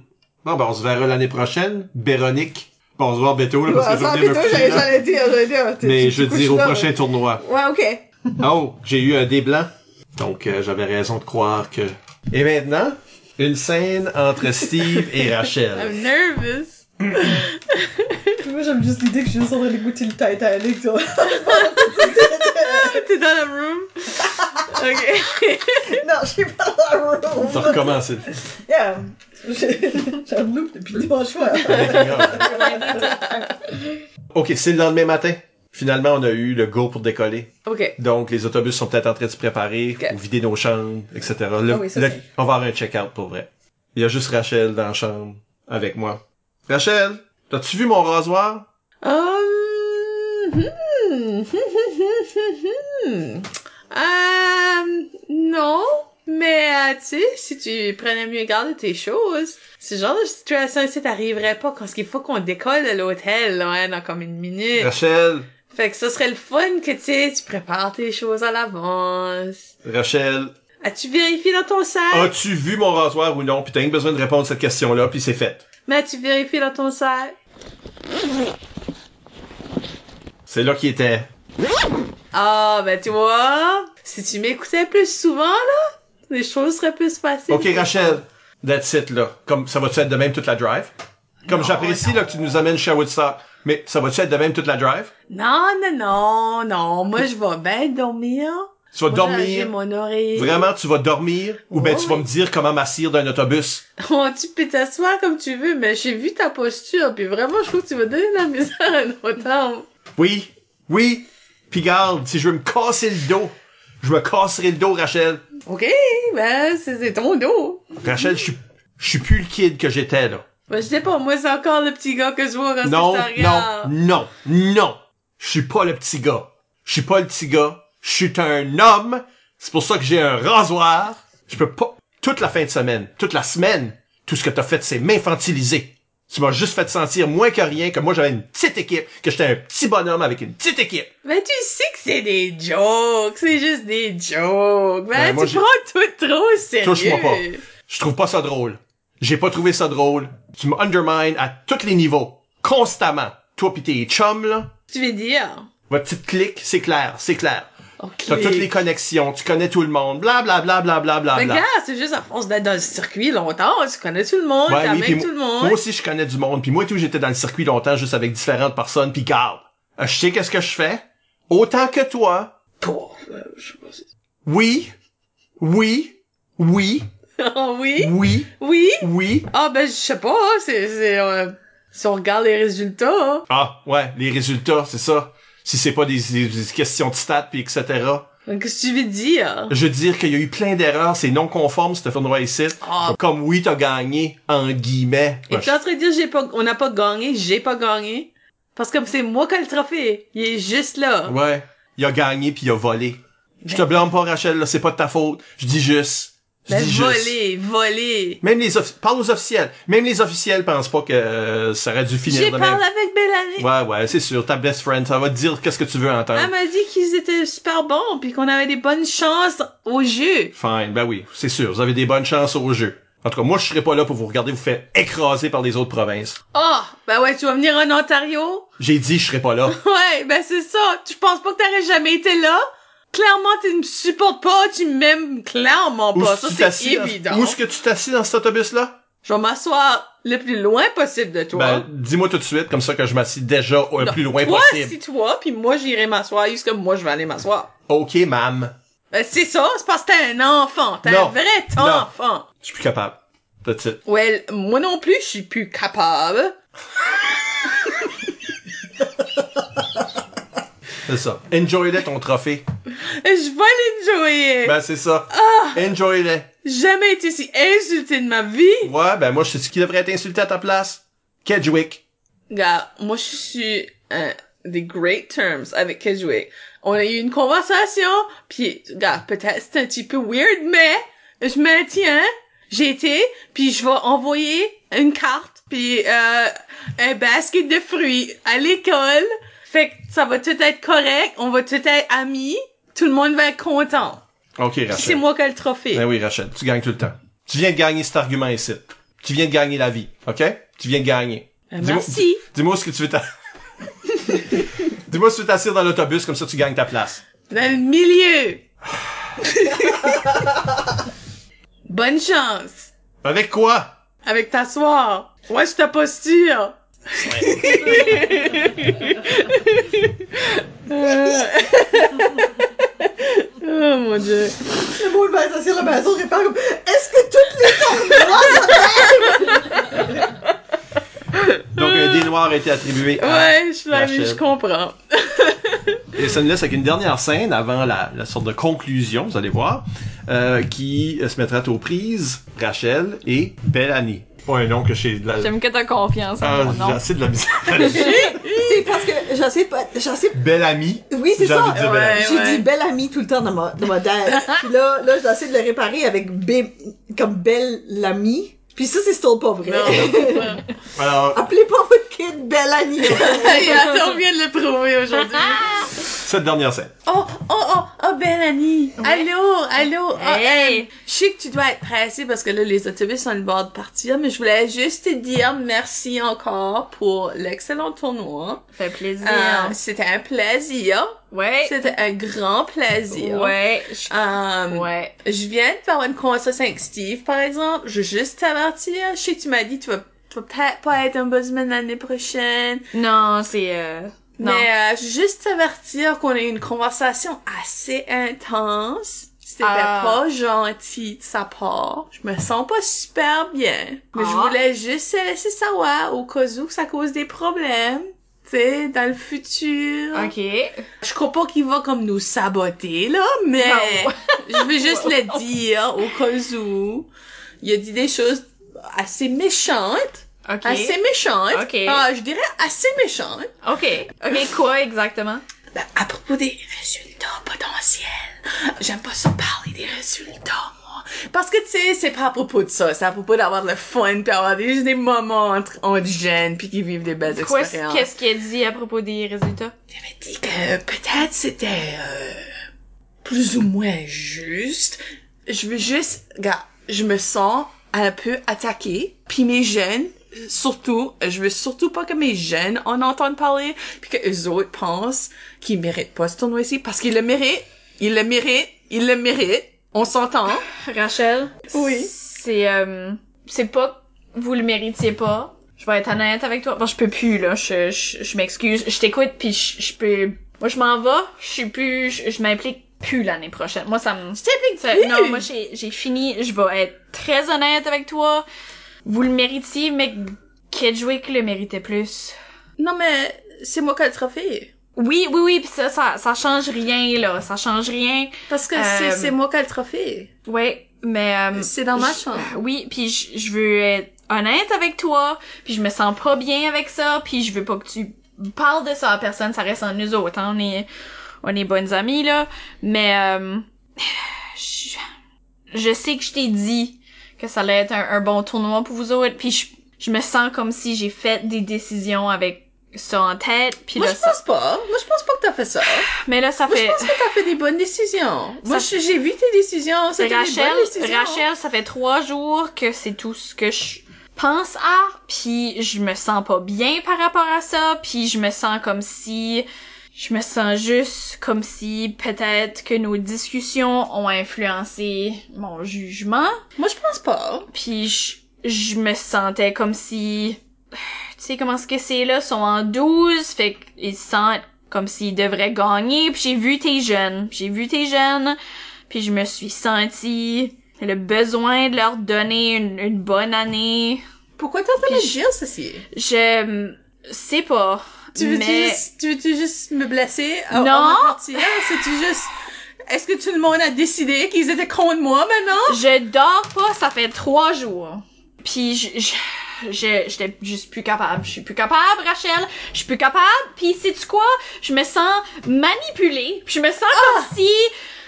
B: Bon, ben, on se verra l'année prochaine. Véronique. Bon, on se voit bientôt, là, parce que je vais venir me coucher, là.
C: j'allais dire, j'allais dire. t'es-
B: Mais
C: tu-
B: je
C: tu
B: veux dire
C: couches
B: au
C: là.
B: prochain tournoi.
C: Ouais, ok.
B: Oh, j'ai eu un dé blanc. Donc, euh, j'avais raison de croire que... Et maintenant, une scène entre Steve et
C: Ah,
B: Rachel.
D: I'm nervous.
J: Moi, j'aime juste l'idée que je suis juste en train d'écouter le Titanic. tu vois.
D: T'es dans la room. Ok.
J: non, je suis pas dans la
B: On
J: room.
B: recommence.
J: Yeah. J'ai j'ai un loop depuis dimanche soir.
B: OK, c'est le lendemain matin. Finalement, on a eu le go pour décoller.
D: Ok.
B: Donc, les autobus sont peut-être en train de se préparer
D: Ok.
B: ou vider nos chambres, etc. Le-
J: Ah oui, ça,
B: le-
J: c'est-
B: on va avoir un check-out pour vrai. Il y a juste Rachel dans la chambre avec moi. Rachel, as-tu vu mon rasoir?
D: Um, hmm, hmm. Um, non, mais euh, tu sais, si tu prenais mieux garde de tes choses, ce genre de situation ici t'arriverait pas parce qu'il faut qu'on décolle de l'hôtel là, hein, dans comme une minute.
B: Rachel,
D: Fait que ce serait le fun que tu sais, tu prépares tes choses à l'avance.
B: Rachel,
D: As-tu vérifié dans ton sac?
B: as-tu vu mon rasoir ou non? Puis t'as rien besoin de répondre à cette question-là, puis c'est fait.
D: Mais as-tu vérifié dans ton sac?
B: C'est là qu'il était.
D: Ah, ben tu vois, si tu m'écoutais plus souvent là, les choses seraient plus faciles.
B: OK, Rachel, that's it, là. Comme, ça va-tu être de même toute la drive? Comme j'apprécie, là, que tu nous amènes chez Woodstock, mais ça va-tu être de même toute la drive?
D: Non, non, non, non. Moi, je vais bien dormir.
B: Tu vas
D: Moi, J'ai
B: dormir?
D: mon oreille.
B: Vraiment, tu vas dormir? Ou ben,
D: Ouais,
B: tu vas
D: ouais.
B: me dire comment m'assire d'un autobus?
D: Oh, tu peux t'asseoir comme tu veux, mais j'ai vu ta posture, puis vraiment, je trouve que tu vas donner de la misère à nos temps.
B: Oui? Oui? Puis garde, si je veux me casser le dos, je me casserai le dos, Rachel.
D: OK, ben, c'est c'est ton dos.
B: Rachel, je suis, je suis plus le kid que j'étais, là.
D: Ben, je sais pas, moi, c'est encore le petit gars que je vois quand
B: Non,
D: je te
B: non,
D: regarde.
B: non, non. Je suis pas le petit gars. Je suis pas le petit gars. Je suis un homme. C'est pour ça que j'ai un rasoir. Je peux pas. Toute la fin de semaine, toute la semaine, tout ce que t'as fait, c'est m'infantiliser. Tu m'as juste fait sentir moins que rien que moi j'avais une petite équipe, que j'étais un petit bonhomme avec une petite équipe.
D: Ben, tu sais que c'est des jokes, c'est juste des jokes. Ben,
B: Ben, moi,
D: tu
B: j'ai-
D: prends tout trop au sérieux.
B: Touche-moi pas. Je trouve pas ça drôle. J'ai pas trouvé ça drôle. Tu me undermines à tous les niveaux. Constamment. Toi pis tes chums, là.
D: Tu veux dire?
B: Votre petite clique, c'est clair, c'est clair.
D: OK.
B: T'as toutes les connexions, tu connais tout le monde, bla bla bla bla bla bla.
D: Ben,
B: bla.
D: gars, c'est juste à force d'être dans le circuit longtemps, tu connais tout le monde,
B: Ouais, oui,
D: t'amènes
B: puis moi,
D: tout le monde.
B: moi aussi je connais du monde, puis moi et tout j'étais dans le circuit longtemps juste avec différentes personnes, puis garde. euh, Je sais qu'est-ce que je fais autant que toi.
D: Pour, euh, je sais pas si-
B: Oui. Oui. Oui.
D: Ah oui?
B: Oui.
D: Oui?
B: Oui.
D: Ah ben je sais pas, hein, c'est... c'est euh, Si on regarde les résultats, hein.
B: Ah, ouais, les résultats, c'est ça. Si c'est pas des, des- des questions de stats, puis etc.
D: Donc, qu'est-ce que tu veux dire?
B: Je veux dire qu'il y a eu plein d'erreurs, c'est non conforme, ce tournoi ici.
D: Ah.
B: Comme oui, t'as gagné, en guillemets.
D: Et
B: Ouais,
D: tu es en train de dire, j'ai pas, on n'a pas gagné, j'ai pas gagné. Parce que c'est moi qui ai le trophée. Il est juste là.
B: Ouais. Il a gagné puis il a volé. Je
D: Ben.
B: te blâme pas, Rachel, là, c'est pas de ta faute. Je dis juste. Je
D: Mais
B: dis juste.
D: Ben, voler, voler.
B: Même les offi- parle aux officiels. Même les officiels pensent pas que euh, ça aurait dû
D: J'ai
B: finir de même.
D: parlé avec Bellamy.
B: Ouais, ouais, c'est sûr. Ta best friend, ça va te dire qu'est-ce que tu veux entendre.
D: Elle m'a dit qu'ils étaient super bons puis qu'on avait des bonnes chances au jeu.
B: Fine, ben oui, c'est sûr. Vous avez des bonnes chances au jeu. En tout cas, moi, je serai pas là pour vous regarder vous faire écraser par les autres provinces.
D: Oh, ben ouais, tu vas venir en Ontario?
B: J'ai dit, je serai pas là.
D: Ouais, ben c'est ça. Tu penses pas que t'aurais jamais été là? Clairement, tu ne me supportes pas, tu m'aimes clairement
B: Où
D: pas.
B: est-ce que tu
D: Ça, c'est
B: t'assis dans-
D: évident.
B: Où est-ce que tu t'assis dans cet autobus-là?
D: Je vais m'asseoir le plus loin possible de toi.
B: Ben, dis-moi tout de suite, comme ça que je m'assis déjà au
D: Non,
B: plus loin
D: toi,
B: possible.
D: c'est toi, puis moi, j'irai m'asseoir jusqu'à moi, je vais aller m'asseoir.
B: Ok, ma'am.
D: Ben, c'est ça, c'est parce que t'es un enfant. T'es un
B: Non.
D: vrai
B: Non.
D: enfant.
B: Je suis plus capable. That's it.
D: Well, moi non plus, je suis plus capable.
B: C'est ça. Enjoy-le ton trophée.
D: Je vais l'enjoyer.
B: Ben, c'est ça.
D: Ah!
B: Enjoy-le.
D: Jamais été si insulté de ma vie.
B: Ouais, ben moi, je sais ce qui devrait être insulté à ta place. Kedgewick.
D: Gars, moi je suis un des great terms avec Kedgewick. On a eu une conversation, puis gars, peut-être c'est un petit peu weird, mais je maintiens. J'ai été, puis je vais envoyer une carte, puis euh, un basket de fruits à l'école. Fait que ça va tout être correct, on va tout être amis, tout le monde va être content.
B: Ok, Rachel.
D: Puis c'est moi qui ai le trophée.
B: Ben oui, Rachel, tu gagnes tout le temps. Tu viens de gagner cet argument ici. Tu viens de gagner la vie, ok? Tu viens de gagner.
D: Ben,
B: Dis-moi-
D: merci.
B: Dis-moi ce que tu veux t'a- Dis-moi si tu veux t'asseoir dans l'autobus, comme ça tu gagnes ta place.
D: Dans le milieu. Bonne chance.
B: Avec quoi?
D: Avec ta soeur. Ouais, je t'ai pas sûr. oh mon dieu.
K: Le mot va s'asseoir la maison, il parle comme Est-ce que toutes les
B: Donc, un dé noir a été attribué à...
D: Ah! Ouais, je suis là, mais
B: Rachel.
D: je comprends.
B: Et ça nous laisse avec une dernière scène avant la, la sorte de conclusion, vous allez voir, euh, qui euh, se mettra aux prises, Rachel et Bellany. Pas un nom que chez... La...
F: J'aime que t'as confiance en
B: Ah,
F: mon
B: j'ai
F: nom.
B: assez de la misère.
C: C'est parce que j'en sais pas, j'en sais
B: Bellamy.
C: Oui, c'est
B: J'ai
C: ça.
B: envie de dire ben, belle amie.
C: J'ai dit
D: ouais.
C: belle amie tout le temps dans ma, dans ma tête. Puis là, là, j'essaie de le réparer avec B, comme belle amie. Puis ça, c'est toujours pas vrai.
D: Non, c'est pas.
B: Alors,
C: Appelez pas votre kid belle amie.
D: Et attends, on vient de le prouver aujourd'hui.
B: cette dernière scène.
D: Oh, oh, oh, oh, belle Annie. Allô, allô. oh,
F: Hey.
D: euh, je sais que tu dois être pressée parce que là, les autobus sont le bord de partir, mais je voulais juste te dire merci encore pour l'excellent tournoi.
F: Ça fait plaisir.
D: Euh, C'était un plaisir.
F: ouais.
D: C'était un grand plaisir.
F: Ouais.
D: Euh,
F: je- Ah, Ouais.
D: Je viens de faire une conversation avec Steve, par exemple. Je veux juste t'avertir. Je sais que tu m'as dit que tu vas, tu vas peut-être pas être ombudsman l'année prochaine.
F: Non, c'est... euh, Non.
D: Mais euh, je veux juste t'avertir qu'on a eu une conversation assez intense. C'était
F: Ah.
D: pas gentil de sa part. Je me sens pas super bien. Mais je
F: Ah.
D: voulais juste te laisser savoir au cas où que ça cause des problèmes. Tu sais, dans le futur.
F: Ok.
D: Je crois pas qu'il va comme nous saboter, là, mais
F: Non.
D: je veux juste le dire au cas où. Il a dit des choses assez méchantes.
F: Ok.
D: Assez méchantes.
F: Ok.
D: Ah, je dirais assez méchantes.
F: Ok. Ok, quoi exactement?
D: Ben, à propos des résultats potentiels, j'aime pas ça parler des résultats, moi. Parce que, tu sais, c'est pas à propos de ça. C'est à propos d'avoir le fun, puis avoir des, juste des moments entre, entre jeunes, puis qui vivent des belles
F: Quoi-
D: expériences.
F: Qu'est-ce qu'il a dit à propos des résultats?
D: J'avais dit que peut-être c'était euh, plus ou moins juste. Je veux juste, gars, je me sens un peu attaquée. Puis mes jeunes, surtout, je veux surtout pas que mes jeunes en entendent parler, puis que eux autres pensent qu'ils méritent pas ce tournoi-ci, parce qu'ils le méritent, ils le méritent, ils le méritent. On s'entend.
F: Rachel?
D: Oui.
F: C'est, euh, c'est pas que vous le méritiez pas. Je vais être honnête avec toi. Bon, je peux plus, là. Je, je, je m'excuse. Je t'écoute, puis je, je peux... Moi, je m'en vais. Je suis plus... Je, je m'implique plus l'année prochaine. Moi, ça me... Ça- Non, moi, j'ai j'ai fini. Je vais être très honnête avec toi. Vous le méritiez, mais Kedgewick le méritait plus.
D: Non, mais c'est moi qui ai le trophée.
F: Oui, oui, oui, pis ça, ça, ça change rien, là. Ça change rien.
D: Parce que
F: Euh,
D: c'est- c'est moi qui ai le trophée.
F: Ouais, mais... euh,
D: C'est dans ma
F: je-
D: chambre.
F: Oui, puis je je veux être honnête avec toi, puis je me sens pas bien avec ça, puis je veux pas que tu parles de ça à personne, ça reste en nous autres, hein, on est on est bonnes amies là, mais euh, je, je sais que je t'ai dit que ça allait être un, un bon tournoi pour vous autres, puis je, je me sens comme si j'ai fait des décisions avec ça en tête, puis
D: Moi,
F: là
D: je
F: ça,
D: pense pas. Moi, je pense pas que t'as fait ça.
F: mais là ça
D: Moi, je
F: fait
D: pense que t'as fait des bonnes décisions. Moi, je- j'ai vu tes décisions. C'était des
F: Rachel,
D: bonnes décisions.
F: Rachel, ça fait trois jours que c'est tout ce que je pense à, puis je me sens pas bien par rapport à ça, puis je me sens comme si, je me sens juste comme si peut-être que nos discussions ont influencé mon jugement,
D: Moi, je pense pas.
F: puis je, je me sentais comme si, tu sais comment ce que c'est là, sont en 12, fait qu'ils se sentent comme s'ils devraient gagner, puis j'ai vu tes jeunes, j'ai vu tes jeunes, puis je me suis sentie le besoin de leur donner une, une bonne année.
D: Pourquoi t'es en train de
F: Puis
D: me
F: je-
D: dire ceci?
F: Je hum, sais pas,
D: Tu veux-tu
F: mais
D: juste, tu veux-tu juste me blesser? à-
F: Non.
D: avant de partir? Ah, C'est-tu juste... Est-ce que tout le monde a décidé qu'ils étaient contre moi maintenant?
F: je dors pas, ça fait trois jours. Puis je, je, je- j'étais juste plus capable. Je suis plus capable, Rachel. Je suis plus capable. Puis sais-tu quoi? Je me sens manipulée. Je me sens comme si...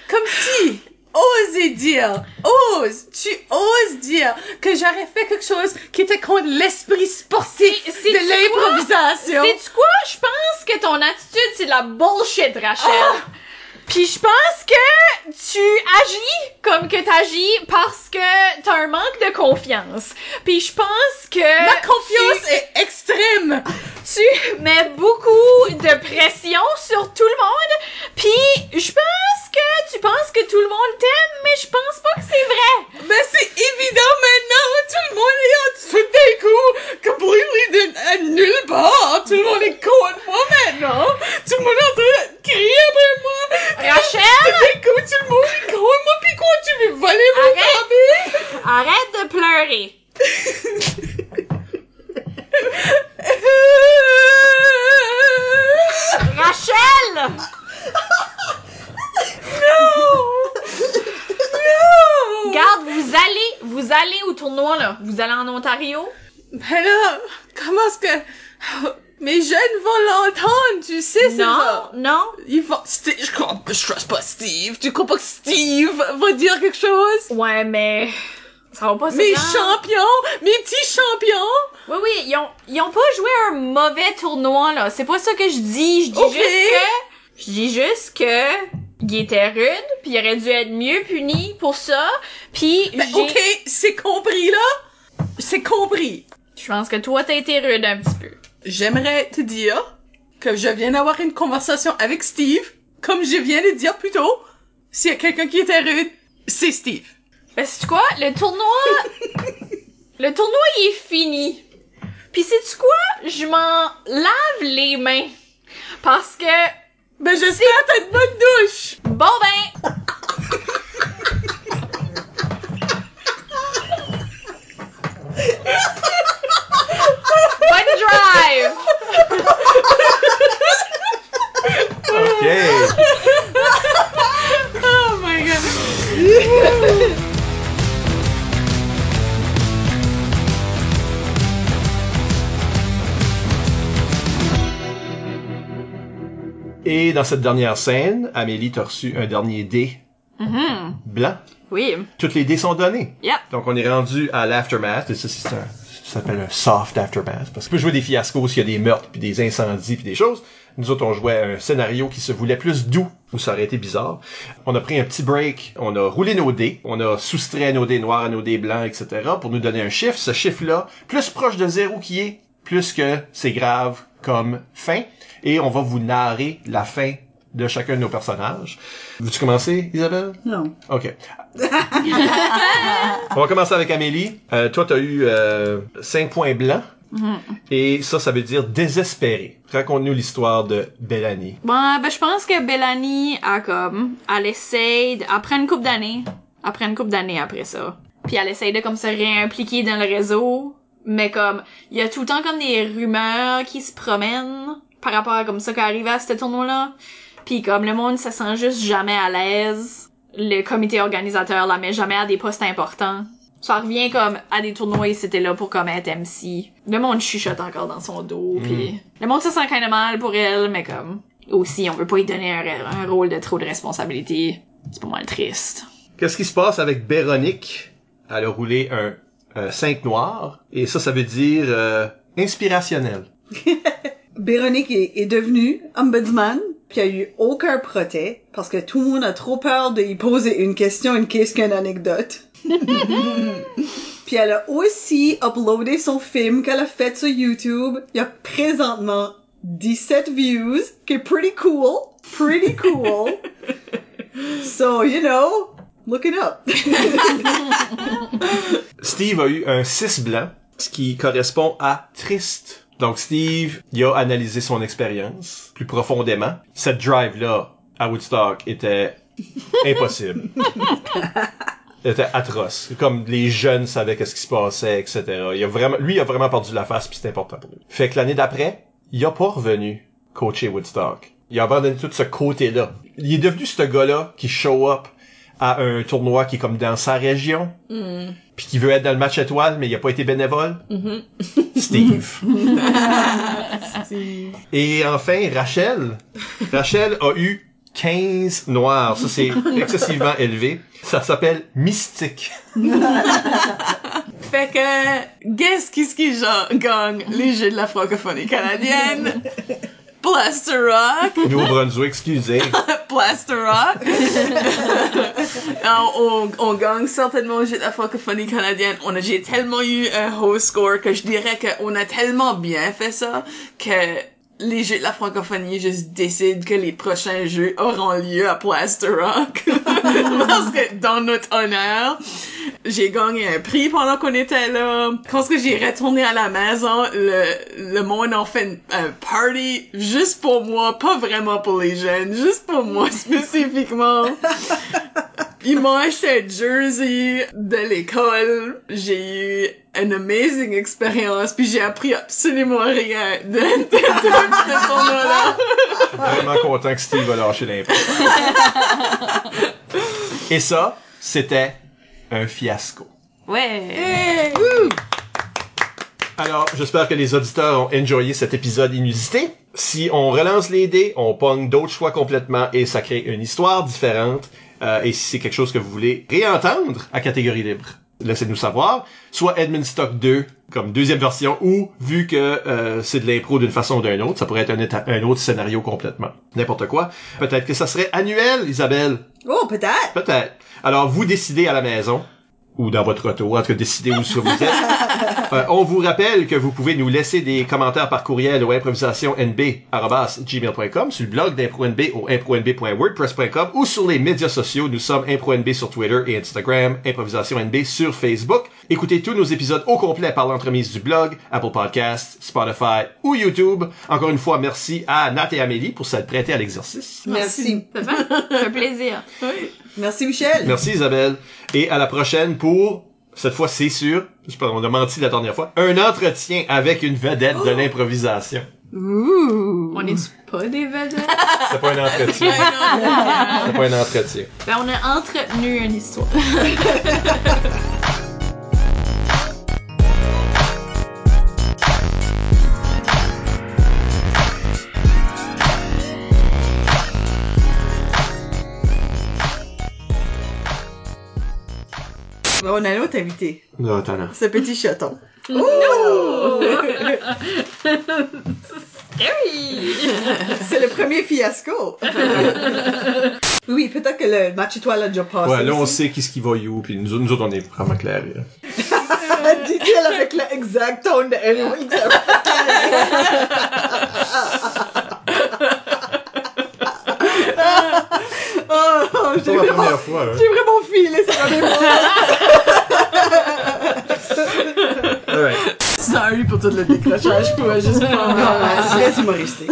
D: Comme si, osez dire, ose, tu oses dire que j'aurais fait quelque chose qui était contre l'esprit sportif
F: C'est- c'est
D: de
F: quoi?
D: l'improvisation.
F: Sais-tu quoi? Je pense que ton attitude, c'est de la bullshit, Rachel.
D: Ah!
F: Puis je pense que tu agis comme que t'agis parce que t'as un manque de confiance. Puis je pense que
D: Ma confiance est extrême.
F: tu mets beaucoup de pression sur tout le monde. Puis je pense que tu penses que tout le monde t'aime, mais je pense pas que c'est vrai.
D: Mais c'est évident maintenant, tout le monde est en dessous d'un coup, que pour une de à nulle part, tout le monde est contre moi maintenant, tout le monde est en train de crier après moi,
F: Rachel,
D: d'un coup tout le monde est contre moi, pis quoi, tu veux voler mon barbie?
F: Arrête. arrête de pleurer. Rachel!
D: Non!
F: Garde, vous allez, vous allez au tournoi là. Vous allez en Ontario.
D: Mais là, comment est-ce que... Mes jeunes vont l'entendre, tu sais, c'est
F: Non,
D: ça.
F: non.
D: Ils vont... Steve, je crois, je trust pas Steve. Tu crois pas que Steve va dire quelque chose?
F: Ouais, mais ça va pas. c'est
D: Mes
F: grave.
D: champions! Mes petits champions!
F: Oui, oui, ils ont, ils ont pas joué un mauvais tournoi là. C'est pas ça que je dis. Je dis
D: Ok.
F: juste que, je dis juste que il était rude, puis il aurait dû être mieux puni pour ça. Puis j'ai,
D: Ben, Ok, c'est compris, là? C'est compris.
F: je pense que toi t'as été rude un petit peu.
D: J'aimerais te dire que je viens d'avoir une conversation avec Steve, comme je viens de dire plus tôt. S'il y a quelqu'un qui était rude, c'est Steve.
F: Ben, c'est quoi? Le tournoi. le tournoi, il est fini. Puis, c'est quoi? Je m'en lave les mains. Parce que,
D: Ben, j'espère que t'as une bonne douche!
F: bon ben, bonne drive!
B: OK. Et dans cette dernière scène, Amélie t'a reçu un dernier dé blanc.
F: Oui.
B: Toutes les dés sont donnés.
F: Yep.
B: Donc on est rendu à l'aftermath. Et Ça, c'est un- ça s'appelle un soft aftermath. Parce que tu peux jouer des fiascos s'il y a des meurtres, puis des incendies, puis des choses. Nous autres, on jouait à un scénario qui se voulait plus doux, où ça aurait été bizarre. On a pris un petit break, on a roulé nos dés, on a soustrait nos dés noirs à nos dés blancs, etc. pour nous donner un chiffre. Ce chiffre-là, plus proche de zéro qui est, plus que c'est grave comme fin. Et on va vous narrer la fin de chacun de nos personnages. Veux-tu commencer, Isabelle?
L: Non.
B: OK. On va commencer avec Amélie. Euh, toi, t'as eu 5 points blancs. Et ça, ça veut dire désespéré. Raconte-nous l'histoire de Bellani.
F: Bon, ben, je pense que Bellani a comme, elle essaye, de- après une couple d'années, après une couple d'années après ça. Puis elle essaye de comme se réimpliquer dans le réseau, Mais comme, il y a tout le temps comme des rumeurs qui se promènent par rapport à comme ça qui arrive à ce tournoi-là. Puis comme le monde se sent juste jamais à l'aise, le comité organisateur la met jamais à des postes importants. Ça revient comme à des tournois et c'était là pour comme être MC. Le monde chuchote encore dans son dos, puis le monde se sent quand même mal pour elle, mais comme aussi on veut pas lui donner un, un rôle de trop de responsabilité. C'est pas mal triste.
B: Qu'est-ce qui se passe avec Véronique? Elle a roulé un 5 noir, et ça, ça veut dire euh, inspirationnel.
C: Véronique est, est devenue ombudsman, puis il n'y a eu aucun protêt, parce que tout le monde a trop peur de y poser une question, une qu'est-ce qu'une anecdote. puis elle a aussi uploadé son film qu'elle a fait sur YouTube. Il y a présentement 17 views, qui est pretty cool. Pretty cool. so, you know, look it up.
B: Steve a eu un 6 blanc, ce qui correspond à triste. Donc Steve, il a analysé son expérience plus profondément. Cette drive-là à Woodstock était impossible. était atroce. Comme les jeunes savaient qu'est-ce qui se passait, etc. Il a vraiment, lui, il a vraiment perdu la face, puis c'est important pour lui. Fait que l'année d'après, il a pas revenu coacher Woodstock. Il a abandonné tout ce côté-là. Il est devenu ce gars-là qui show up à un tournoi qui est comme dans sa région, puis qui veut être dans le match étoile, mais il a pas été bénévole. Steve. Et enfin, Rachel. Rachel a eu 15 noirs. Ça, c'est excessivement élevé. Ça s'appelle mystique.
D: Fait que, guess qu'est-ce qui genre gagne les jeux de la francophonie canadienne? Plaster Rock,
B: Nouveau-Brunswick, excusez.
D: Plaster Rock. on, on- on gagne certainement au jeu de la francophonie canadienne. On a, j'ai tellement eu un haut score que je dirais qu'on a tellement bien fait ça que les jeux de la francophonie juste décident que les prochains jeux auront lieu à Plaster Rock. Parce que dans notre honneur, j'ai gagné un prix pendant qu'on était là. Quand ce que j'ai retourné à la maison, le, le monde en fait une- un party juste pour moi, pas vraiment pour les jeunes, juste pour moi spécifiquement. Ils m'ont acheté un jersey de l'école. J'ai eu une amazing expérience, puis j'ai appris absolument rien de, de, de, de son là
B: Vraiment content que Steve a lâché l'impact. Et ça, c'était un fiasco.
E: Ouais.
B: Alors, j'espère que les auditeurs ont enjoyé cet épisode inusité. Si on relance les dés, on pogne d'autres choix complètement et ça crée une histoire différente. Euh, et si c'est quelque chose que vous voulez réentendre à catégorie libre, laissez-nous savoir. Soit Edmund Stock 2 comme deuxième version, ou vu que euh, c'est de l'impro d'une façon ou d'une autre, ça pourrait être un, éta- un autre scénario complètement. N'importe quoi. Peut-être que ça serait annuel, Isabelle.
C: oh, peut-être.
B: Peut-être. Alors, vous décidez à la maison ou dans votre retour, en tout cas, décidez où sur vous êtes. Euh, on vous rappelle que vous pouvez nous laisser des commentaires par courriel au improvisationnb.gmail.com, sur le blog d'ImproNB au impronb.wordpress.com ou sur les médias sociaux. Nous sommes ImproNB sur Twitter et Instagram, ImprovisationNB sur Facebook. Écoutez tous nos épisodes au complet par l'entremise du blog, Apple Podcasts, Spotify ou YouTube. Encore une fois, merci à Nat et Amélie pour s'être prêtées à l'exercice.
C: Merci.
F: Ça fait un plaisir.
C: Merci, Michel.
B: Merci Isabelle. Et à la prochaine pour, cette fois c'est sûr, je sais pas, on a menti la dernière fois, un entretien avec une vedette de l'improvisation.
F: On est pas des vedettes?
B: C'est pas un entretien. C'est pas un entretien.
F: Ben, on a entretenu une histoire.
C: Bon, on a l'autre invité.
B: Non, attends, non.
C: Ce petit hein. chaton. C'est le premier fiasco. oui, peut-être que le match étoile a déjà passé.
B: Ouais, là, on
C: aussi.
B: sait qui ce qui va you, puis nous, nous autres, on est vraiment clairs. là.
C: Dit-elle avec l'exact tone de Henry. oh, oh, j'ai
B: C'est pas la
C: vraiment,
B: première fois, hein.
C: j'ai vraiment filé ça dans les mots.
B: Alright.
D: Sorry pour tout le décrochage, je pouvais juste pas.
C: Ah, C'est très humoristique.